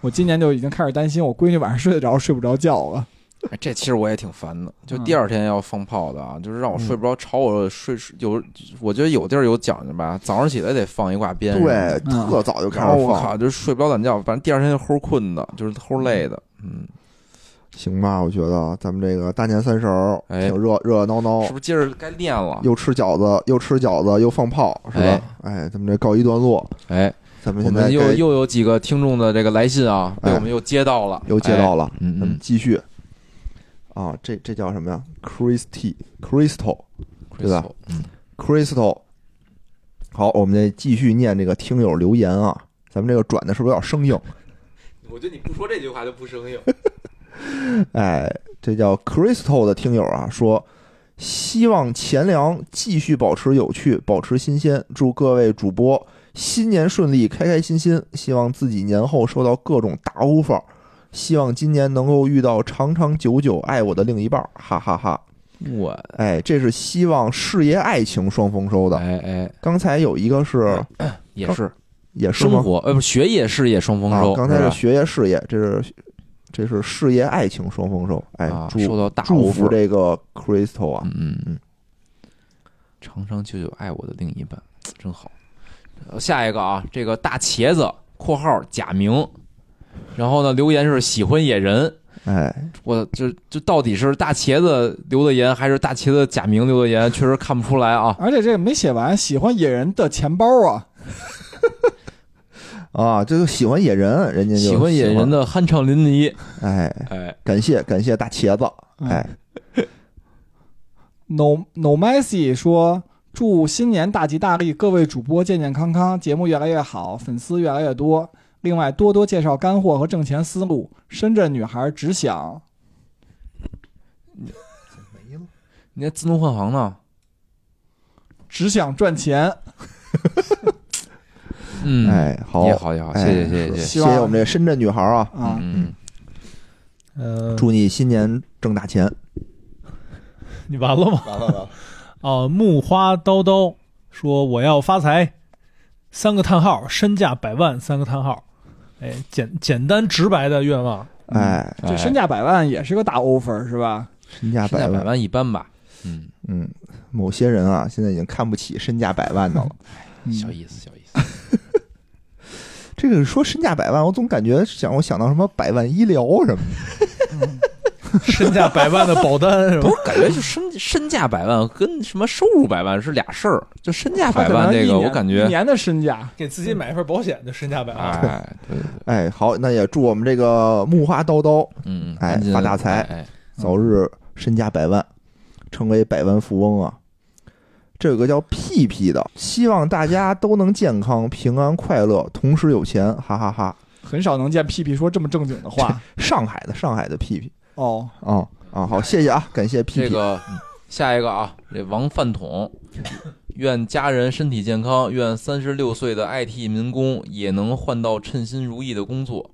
Speaker 3: 我今年就已经开始担心我闺女晚上睡得着睡不着觉了。
Speaker 2: 哎这其实我也挺烦的，就第二天要放炮的啊，就是让
Speaker 1: 嗯
Speaker 2: 我睡不着，吵我睡有，我觉得有地儿有讲究吧，早上起来得放一挂鞭，
Speaker 1: 对，
Speaker 3: 嗯
Speaker 1: 特早就开
Speaker 2: 然后
Speaker 1: 始
Speaker 2: 哦我
Speaker 1: 放，
Speaker 2: 靠，就睡不着懒觉，反正第二天就齁困的，就是齁累的，嗯，
Speaker 1: 行吧，我觉得咱们这个大年三十儿
Speaker 2: 哎
Speaker 1: 挺热热热闹闹
Speaker 2: 是，不是今儿该练了？
Speaker 1: 又吃饺子，又吃饺子，又放炮，是吧？哎，咱们这告一段落，
Speaker 2: 哎，
Speaker 1: 咱们
Speaker 2: 我
Speaker 1: 现在
Speaker 2: 们又
Speaker 1: 该
Speaker 2: 又有几个听众的这个来信啊，被
Speaker 1: 哎
Speaker 2: 我们又接到了，
Speaker 1: 又接到
Speaker 2: 了，
Speaker 1: 了，
Speaker 2: 嗯
Speaker 1: 咱们
Speaker 2: 嗯，
Speaker 1: 继续。啊，这这叫什么呀？Christy Crystal 对吧
Speaker 2: Crystal，嗯
Speaker 1: Crystal。好，我们再继续念这个听友留言啊，咱们这个转的是不是有点生硬？
Speaker 2: 我觉得你不说这句话就不生硬。
Speaker 1: 哎，这叫 Crystal 的听友啊，说希望钱粮继续保持有趣，保持新鲜。祝各位主播新年顺利，开开心心。希望自己年后收到各种大 offer，希望今年能够遇到长长久久爱我的另一半儿，哈哈哈
Speaker 2: 我
Speaker 1: 哎，这是希望事业爱情双丰收的。
Speaker 2: 哎哎，
Speaker 1: 刚才有一个是
Speaker 2: 也是
Speaker 1: 也是
Speaker 2: 生
Speaker 1: 吗？
Speaker 2: 活，呃，不，学业事业双丰
Speaker 1: 啊
Speaker 2: 收。，
Speaker 1: 刚才
Speaker 2: 是
Speaker 1: 是
Speaker 2: 吧
Speaker 1: 学业事业，这是这是事业爱情双丰收。哎，
Speaker 2: 啊，
Speaker 1: 祝
Speaker 2: 受到大
Speaker 1: 祝
Speaker 2: offer
Speaker 1: 福这个 Crystal 啊，
Speaker 2: 嗯
Speaker 1: 嗯
Speaker 2: 嗯，长长久久爱我的另一半，真好。呃下一个啊，这个大茄子（括号假名），然后呢，留言是喜欢野人。
Speaker 1: 哎，
Speaker 2: 我这这到底是大茄子留的言，还是大茄子假名留的言？确实看不出来啊。
Speaker 3: 而且这个没写完，喜欢野人的钱包啊，
Speaker 1: 啊，这个喜欢野人，人家就
Speaker 2: 喜欢野人的酣畅淋漓，
Speaker 1: 喜欢，哎，
Speaker 2: 哎，
Speaker 1: 感谢感谢大茄子，
Speaker 3: 嗯
Speaker 1: 哎，
Speaker 3: No No Messi 说：“祝新年大吉大利，各位主播健健康康，节目越来越好，粉丝越来越多。另外多多介绍干货和挣钱思路。深圳女孩只想
Speaker 1: 没了，
Speaker 2: 你看自动换行呢？
Speaker 3: 只想赚钱，
Speaker 2: 嗯，
Speaker 1: 哎，好，
Speaker 2: 也好也好，谢
Speaker 1: 哎
Speaker 2: 谢谢谢谢
Speaker 1: 是
Speaker 2: 谢。
Speaker 1: 谢谢我们这个深圳女孩啊，
Speaker 3: 啊，
Speaker 2: 嗯，
Speaker 4: 呃，
Speaker 1: 祝你新年挣大钱，
Speaker 4: 你完了吗？
Speaker 1: 完了完了，
Speaker 4: 啊，木花叨叨说我要发财，三个叹号，身价百万，三个叹号。哎，简简单直白的愿望，
Speaker 1: 哎，
Speaker 2: 哎
Speaker 3: 这身价百万也是个大 offer 是吧？
Speaker 1: 身价
Speaker 2: 身价
Speaker 1: 百
Speaker 2: 百
Speaker 1: 万，
Speaker 2: 万一般吧。嗯，
Speaker 1: 嗯，某些人啊，现在已经看不起身价百万的了。
Speaker 3: 嗯
Speaker 2: 小意思小意思。
Speaker 1: 这个说身价百万，我总感觉想我想到什么百万医疗什么的，
Speaker 4: 身价百万的保单是
Speaker 2: 不？
Speaker 4: 吧
Speaker 2: 是，感觉就身身价百万跟什么收入百万是俩事儿，就身价百万这个，我感
Speaker 3: 一
Speaker 2: 觉，
Speaker 3: 年的身价，
Speaker 4: 给自己买一份保险就身价百万。
Speaker 2: 哎，对对对，
Speaker 1: 哎，好，那也祝我们这个木花叨叨
Speaker 2: 嗯，
Speaker 1: 哎
Speaker 2: 赶紧
Speaker 1: 发大财
Speaker 2: 哎，
Speaker 1: 早日身价百万，成为百万富翁啊！这有个叫屁屁的，希望大家都能健康、平安、快乐，同时有钱，哈哈哈
Speaker 3: 很少能见屁屁说这么正经 的话
Speaker 1: 上海的上海的屁屁
Speaker 3: 哦。
Speaker 1: 啊啊！好，谢谢啊，感谢屁
Speaker 2: 这
Speaker 1: 屁。
Speaker 2: 个下一个啊，这王饭桶，愿家人身体健康，愿三十六岁的 IT 民工也能换到称心如意的工作，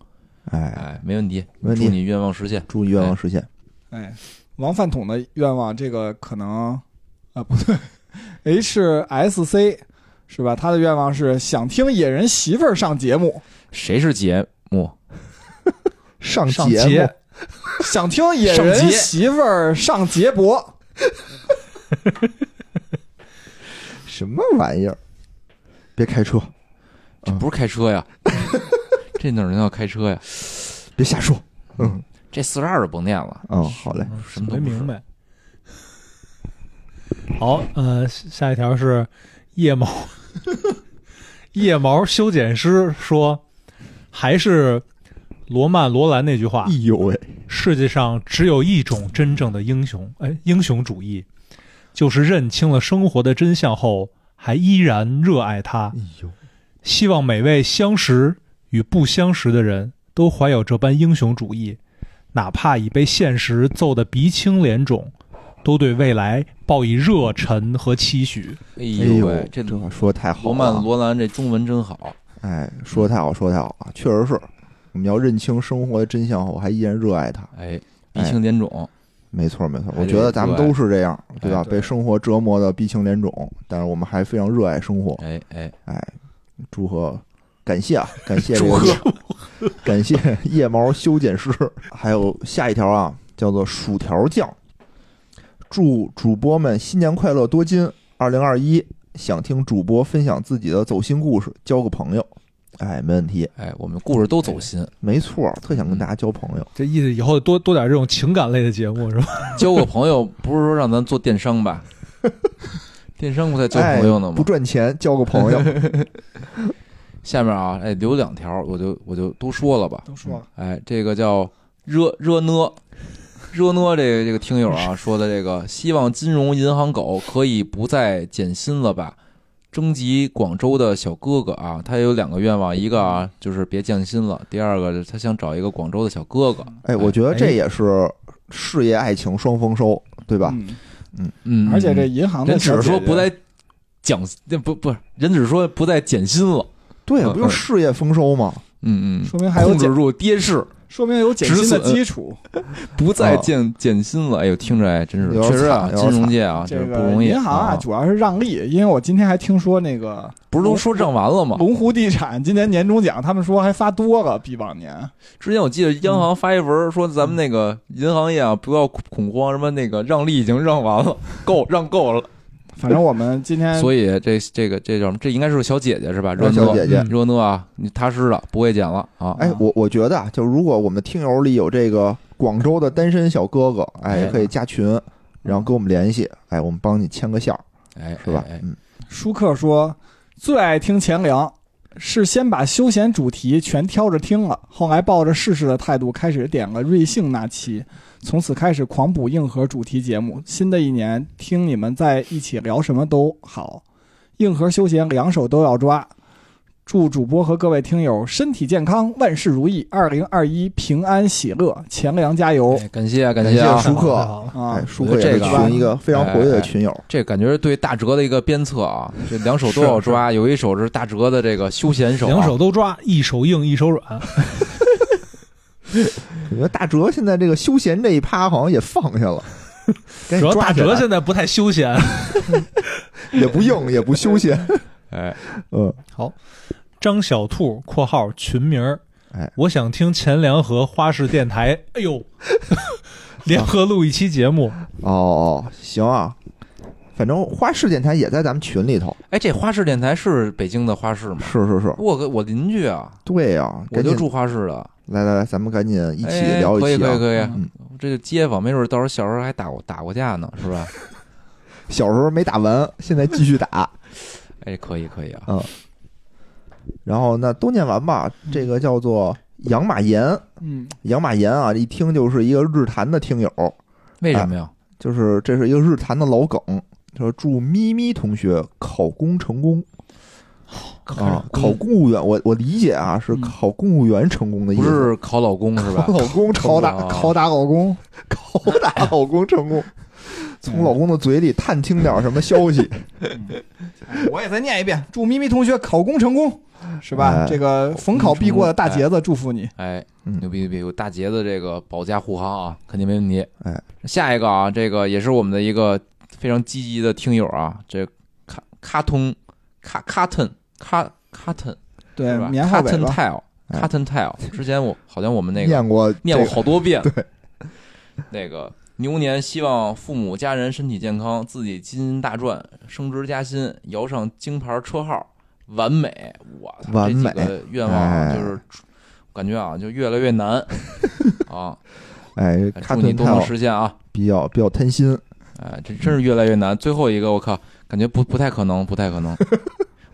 Speaker 1: 哎，
Speaker 2: 哎，没问题，
Speaker 1: 没问
Speaker 2: 祝
Speaker 1: 题，
Speaker 2: 你愿望实现。
Speaker 1: 祝愿望实现。
Speaker 3: 哎，王饭桶的愿望，这个可能啊不对，HSC 是吧？他的愿望是想听野人媳妇儿上节目，
Speaker 2: 谁是节目？
Speaker 1: 上
Speaker 4: 上
Speaker 1: 节目
Speaker 4: 节
Speaker 3: 想听野
Speaker 2: 上
Speaker 3: 人
Speaker 2: 节
Speaker 3: 媳妇儿上节目。
Speaker 1: 什么玩意儿？别开车，嗯
Speaker 2: 这不是开车呀， 这哪能叫开车呀？
Speaker 1: 别瞎说。嗯
Speaker 2: 这四十二就甭念了，
Speaker 1: 嗯，好嘞。
Speaker 2: 什么都
Speaker 4: 没
Speaker 2: 不是
Speaker 4: 明白。好，呃，下一条是腋 毛，腋毛修剪师说，还是罗曼·罗兰那句话
Speaker 1: 哎，呦喂，
Speaker 4: 世界上只有一种真正的英雄，哎，英雄主义，就是认清了生活的真相后，还依然热爱它
Speaker 1: 哎。呦，
Speaker 4: 希望每位相识与不相识的人都怀有这般英雄主义，哪怕已被现实揍得鼻青脸肿，都对未来抱以热忱和期许。
Speaker 2: 哎
Speaker 1: 哎
Speaker 2: 呦
Speaker 1: 呦
Speaker 2: 喂，，这
Speaker 1: 这话说得太好
Speaker 2: 罗
Speaker 1: 了
Speaker 2: 曼
Speaker 1: 啊。
Speaker 2: 罗兰这中文真好，
Speaker 1: 哎，说得太好，说得太好啊！确实是，我们要认清生活的真相后，还依然热爱它。
Speaker 2: 哎，鼻青脸肿，
Speaker 1: 没错，没错，
Speaker 2: 还
Speaker 1: 我
Speaker 2: 得
Speaker 1: 觉得咱们
Speaker 2: 热爱哎
Speaker 1: 都是这样，对吧？
Speaker 4: 对
Speaker 1: 被生活折磨的鼻青脸肿，但是我们还非常热爱生活。
Speaker 2: 哎哎，
Speaker 1: 哎，祝贺，感谢啊，感谢这
Speaker 2: 祝
Speaker 1: 个
Speaker 2: 贺，
Speaker 1: 感谢腋毛修剪师。还有下一条啊，叫做薯条酱。祝主播们新年快乐，多金二零二一。想听主播分享自己的走心故事，交个朋友。哎，没问题，
Speaker 2: 哎，我们故事都走心，
Speaker 1: 没错，特
Speaker 2: 嗯
Speaker 1: 想跟大家交朋友。
Speaker 4: 这意思以后多多点这种情感类的节目是吧？
Speaker 2: 交个朋友不是说让咱做电 商吧？电商不才交朋友呢
Speaker 1: 哎
Speaker 2: 吗
Speaker 1: 不？赚钱，交个朋 友。
Speaker 2: 下面啊，哎，留两条，我就我就都说了吧。
Speaker 3: 都说了，
Speaker 2: 哎，这个叫热热呢，热诺这个这个听友啊说的这个，希望金融银行狗可以不再减薪了吧。征集广州的小哥哥啊，他有两个愿望，一个啊就是别降薪了，第二个他想找一个广州的小哥哥。
Speaker 1: 哎，我觉得这也是事业爱情双丰收，对吧？
Speaker 3: 嗯
Speaker 2: 嗯，
Speaker 3: 而且这银行的
Speaker 2: 人只是
Speaker 3: 小姐
Speaker 2: 说
Speaker 3: 姐
Speaker 2: 不再讲，那不不，人只是说不再减薪了。
Speaker 1: 对，啊
Speaker 2: 嗯
Speaker 1: 不就事业丰收吗？
Speaker 2: 嗯嗯，
Speaker 3: 说明还有
Speaker 2: 控
Speaker 3: 减
Speaker 2: 制，住跌势，
Speaker 3: 说明有减薪的基础。
Speaker 2: 不再
Speaker 1: 哦
Speaker 2: 减减薪了。哎呦，听着哎，真是
Speaker 1: 有点
Speaker 2: 确实啊，
Speaker 1: 惨有
Speaker 2: 金
Speaker 1: 点
Speaker 2: 融界啊，
Speaker 3: 这
Speaker 2: 这不
Speaker 3: 个
Speaker 2: 容易。
Speaker 3: 银行啊，
Speaker 2: 啊，
Speaker 3: 主要是让利，因为我今天还听说那个
Speaker 2: 不是都说涨完了吗？
Speaker 3: 龙湖地产今年年终奖，他们说还发多了，比往年。
Speaker 2: 之前我记得央
Speaker 1: 嗯
Speaker 2: 行发一文说，咱们那个银行业啊，不要恐慌，什么那个让利已经让完了，够让够了。
Speaker 3: 反正我们今天
Speaker 2: 所以这这个这叫什么？这应该是个小姐姐是吧？热
Speaker 1: 嗯小
Speaker 2: 诺
Speaker 1: 姐姐，
Speaker 2: 热诺啊，你踏实了，不会减了啊。
Speaker 1: 哎，我我觉得啊，就如果我们的听友里有这个广州的单身小哥哥，哎，
Speaker 2: 哎
Speaker 1: 也可以加群，然后跟我们联系，哎，我们帮你牵个线儿，
Speaker 2: 哎，
Speaker 1: 是吧？
Speaker 2: 哎哎
Speaker 1: 嗯，
Speaker 3: 舒克说，最爱听钱粮，是先把休闲主题全挑着听了，后来抱着试试的态度开始点了瑞幸那期，从此开始狂补硬核主题节目。新的一年，听你们在一起聊什么都好，硬核休闲两手都要抓。祝主播和各位听友身体健康，万事如意，二零二一平安喜乐，钱粮加油
Speaker 2: 哎感谢啊，感
Speaker 1: 感谢
Speaker 2: 啊！
Speaker 1: 舒 克
Speaker 4: 太好了
Speaker 3: 啊！
Speaker 1: 哎，舒
Speaker 2: 我
Speaker 1: 克
Speaker 2: 觉
Speaker 1: 也
Speaker 2: 得这
Speaker 1: 是
Speaker 2: 个啊
Speaker 1: 群一个非常活跃的群友，
Speaker 2: 这感觉是对大哲的一个鞭策啊，这两手都要抓，有一手是大哲的这个休闲手啊，
Speaker 4: 两手都抓，一手硬一手软。
Speaker 1: 我觉得大哲现在这个休闲这一趴好像也放下 了，赶紧
Speaker 4: 主要
Speaker 1: 抓
Speaker 4: 大
Speaker 1: 起
Speaker 4: 哲
Speaker 1: 来，
Speaker 4: 现在不太 休闲。
Speaker 1: 也不硬也不休闲，
Speaker 2: 哎，
Speaker 1: 嗯，
Speaker 4: 好，张小兔（括号群名儿），
Speaker 1: 哎，
Speaker 4: 我想听钱粮和花式电台，哎 呦，联合录一期节目，
Speaker 1: 哦哦，行啊，反正花式电台也在咱们群里头，
Speaker 2: 哎，这花市电台是北京的花市吗？
Speaker 1: 是是是，
Speaker 2: 我跟我邻居啊，
Speaker 1: 对呀，
Speaker 2: 我
Speaker 1: 赶
Speaker 2: 就
Speaker 1: 紧
Speaker 2: 住花市的，
Speaker 1: 来来来，咱们赶紧一起
Speaker 2: 哎
Speaker 1: 聊一
Speaker 2: 可以
Speaker 1: 期
Speaker 2: 可以
Speaker 1: 啊！
Speaker 2: 可以，
Speaker 1: 嗯
Speaker 2: 这个街坊没准到时候小时候还打过打过架呢，是吧？
Speaker 1: 小时候没打完，现在继续打。
Speaker 2: 哎，可以可以啊，
Speaker 1: 然后那都念完吧，
Speaker 2: 嗯
Speaker 1: 这个叫做养马岩，
Speaker 3: 嗯，
Speaker 1: 养马岩啊，一听就是一个日坛的听友，
Speaker 2: 为什么呀？
Speaker 1: 就是这是一个日坛的老梗，就是祝咪咪同学考公成功
Speaker 2: 嗯
Speaker 1: 啊，考公务员，我我理解啊是
Speaker 3: 嗯
Speaker 1: 考公务员成功的意
Speaker 2: 不
Speaker 1: 思，
Speaker 2: 是考老公是吧？
Speaker 1: 考老公成
Speaker 3: 拷
Speaker 1: 功
Speaker 3: 打
Speaker 2: 啊
Speaker 3: 拷打老公，
Speaker 1: 拷打老公成功，从老公的嘴里探听点什么消息，
Speaker 3: 我也再念一遍，祝咪咪同学考公成功，是吧？
Speaker 1: 哎
Speaker 3: 这个逢考必过的大杰子，祝福你。
Speaker 2: 哎，
Speaker 1: 嗯
Speaker 2: 牛逼牛逼！有大杰的这个保驾护航啊，肯定没问题。
Speaker 1: 哎，
Speaker 2: 下一个啊，这个也是我们的一个非常积极的听友啊，这卡卡通卡卡腾卡卡腾
Speaker 3: 对
Speaker 2: 是，吧？
Speaker 3: 年后
Speaker 2: 卡
Speaker 3: 尾
Speaker 2: 腾
Speaker 3: 巴，
Speaker 2: tile
Speaker 1: 哎
Speaker 2: 卡腾 tile，之前我好像我 们那个
Speaker 1: 念过
Speaker 2: 念
Speaker 1: 这
Speaker 2: 过
Speaker 1: 个
Speaker 2: 好多遍。对， 那个牛年希望父母家人身体健康，自己金银大赚，升职加薪，摇上京牌车号，完美！我操，
Speaker 1: 完美
Speaker 2: 这几个愿望啊
Speaker 1: 哎
Speaker 2: 就是感觉啊，就越来越 难啊！
Speaker 1: 哎，
Speaker 2: 哎
Speaker 1: 卡
Speaker 2: 祝你
Speaker 1: 顿
Speaker 2: 都
Speaker 1: 太
Speaker 2: 能
Speaker 1: 好，
Speaker 2: 实现啊！
Speaker 1: 比较比较贪心。
Speaker 2: 哎，这真是越来越难。最后一个，我靠，感觉不不太可能，不太可能，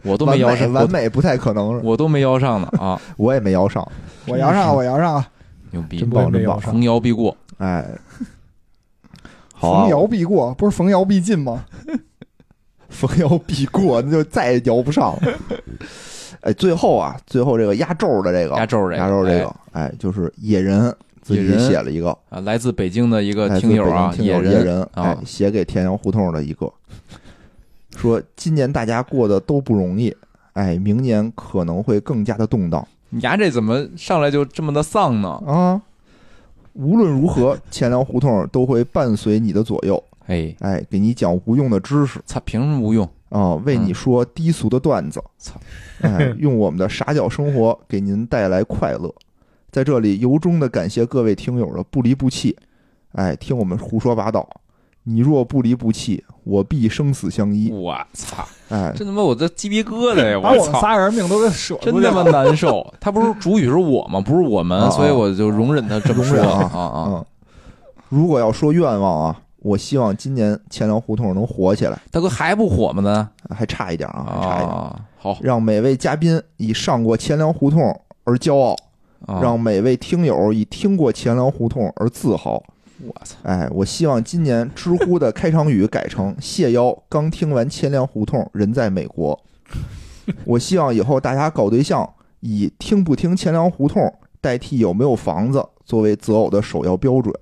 Speaker 2: 我都
Speaker 1: 完
Speaker 2: 没
Speaker 1: 美
Speaker 2: 摇上，
Speaker 1: 完
Speaker 2: 我
Speaker 1: 美不太可能，
Speaker 2: 我都没摇上呢 啊！
Speaker 1: 我也没摇上，
Speaker 3: 我摇上了，我摇上啊了，
Speaker 2: 牛逼
Speaker 4: 真，
Speaker 1: 棒
Speaker 4: 没
Speaker 1: 真
Speaker 4: 有
Speaker 1: 棒
Speaker 4: 上
Speaker 2: 逢摇必过。
Speaker 1: 哎， 好啊
Speaker 3: 逢摇必过，不是逢摇必进吗？
Speaker 1: 逢摇必过，那就再也摇不上了。哎，最后啊，最后这个压轴的这个
Speaker 2: 压轴这个
Speaker 1: 压轴这个，哎，就是野人自
Speaker 2: 野
Speaker 1: 己
Speaker 2: 人
Speaker 1: 写了一个，
Speaker 2: 啊，来自北京的一个
Speaker 1: 来自
Speaker 2: 听
Speaker 1: 哎北
Speaker 2: 友啊
Speaker 1: 京，听
Speaker 2: 野
Speaker 1: 友
Speaker 2: 人
Speaker 1: 野人，
Speaker 2: 啊
Speaker 1: 哎，写给田阳胡同的一个，说今年大家过得都不容易，哎，明年可能会更加的动荡。
Speaker 2: 你牙这怎么上来就这么的丧呢？
Speaker 1: 啊，无论如何，钱粮胡同都会伴随你的左右，
Speaker 2: 哎，
Speaker 1: 哎，给你讲无用的知识
Speaker 2: 操，凭什么无用？
Speaker 1: 啊，为你说低俗的段子，
Speaker 2: 嗯操、
Speaker 1: 哎，用我们的傻屌生活给您带来快乐。在这里，由衷的感谢各位听友的不离不弃，哎，听我们胡说八道。你若不离不弃，我必生死相依。
Speaker 2: 我操，
Speaker 1: 哎，
Speaker 2: 真他妈我这鸡皮疙瘩呀！
Speaker 3: 把我们
Speaker 2: 操，
Speaker 3: 仨人命都给舍
Speaker 2: 真
Speaker 3: 出去
Speaker 2: 他妈
Speaker 3: 了。
Speaker 2: 难受。他不是主语是我吗？不是我们
Speaker 1: 啊，
Speaker 2: 所以我就容忍他这么说
Speaker 1: 容忍
Speaker 2: 啊
Speaker 1: 啊
Speaker 2: 啊！
Speaker 1: 嗯，如果要说愿望啊，我希望今年钱粮胡同能火起来，
Speaker 2: 大哥还不火吗？呢
Speaker 1: 还差一点啊，还差一点。
Speaker 2: 啊，好，
Speaker 1: 让每位嘉宾以上过钱粮胡同而骄傲，
Speaker 2: 啊
Speaker 1: 让每位听友以听过钱粮胡同而自豪，
Speaker 2: 我操，
Speaker 1: 哎，我希望今年知乎的开场语改成“谢邀刚听完千粮胡同，人在美国”。 我希望以后大家搞对象以听不听千粮胡同代替有没有房子作为择偶的首要标准。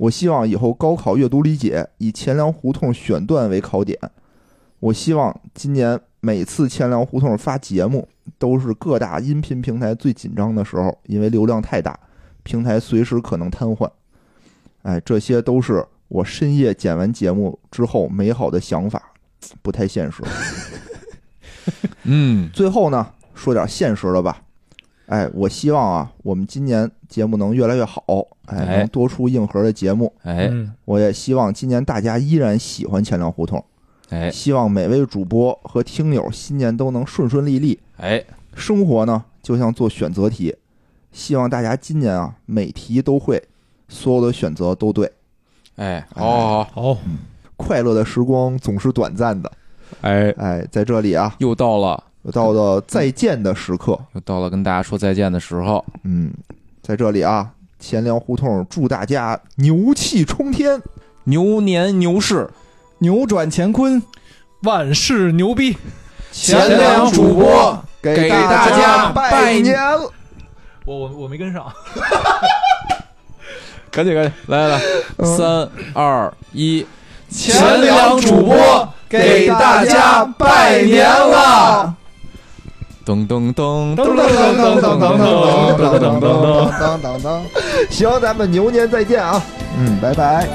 Speaker 1: 我希望以后高考阅读理解以钱粮胡同选段为考点。我希望今年每次钱粮胡同发节目都是各大音频平台最紧张的时候，因为流量太大，平台随时可能瘫痪。哎，这些都是我深夜剪完节目之后美好的想法，不太现实。
Speaker 2: 嗯，
Speaker 1: 最后呢，说点现实的吧。哎，我希望啊，我们今年节目能越来越好，哎，
Speaker 2: 哎
Speaker 1: 能多出硬核的节目。
Speaker 2: 哎
Speaker 4: 嗯
Speaker 1: 我也希望今年大家依然喜欢钱粮胡同，
Speaker 2: 哎
Speaker 1: 希望每位主播和听友新年都能顺顺利利。
Speaker 2: 哎，
Speaker 1: 生活呢，就像做选择题，希望大家今年啊每题都会，所有的选择都对。
Speaker 2: 哎，好好好，
Speaker 4: 好，
Speaker 1: 快乐的时光总是短暂的，
Speaker 2: 哎，
Speaker 1: 哎，在这里啊，
Speaker 2: 又到了
Speaker 1: 到了再见的时刻，
Speaker 2: 又到了跟大家说再见的时候，
Speaker 1: 嗯，在这里啊，钱粮胡同祝大家牛气冲天，
Speaker 2: 牛年牛市，
Speaker 3: 扭转乾坤，
Speaker 4: 万事牛逼，
Speaker 2: 钱粮主播
Speaker 1: 给
Speaker 2: 给
Speaker 1: 大
Speaker 2: 大
Speaker 1: 家
Speaker 2: 家
Speaker 1: 拜
Speaker 2: 拜
Speaker 1: 年了。
Speaker 4: 我我我没跟上，
Speaker 2: 赶紧赶紧，来来，来，三二一，
Speaker 3: 嗯钱粮主播
Speaker 1: 给大家拜年了。
Speaker 2: 噔噔噔
Speaker 1: 噔噔噔噔噔噔噔噔噔
Speaker 2: 噔，
Speaker 1: 噔噔噔噔。 行，咱们牛年再见啊！嗯，拜拜。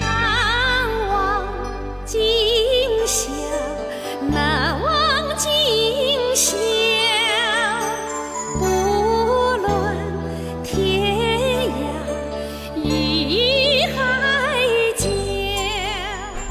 Speaker 5: 难忘今宵，难忘今宵。不论天涯与海角。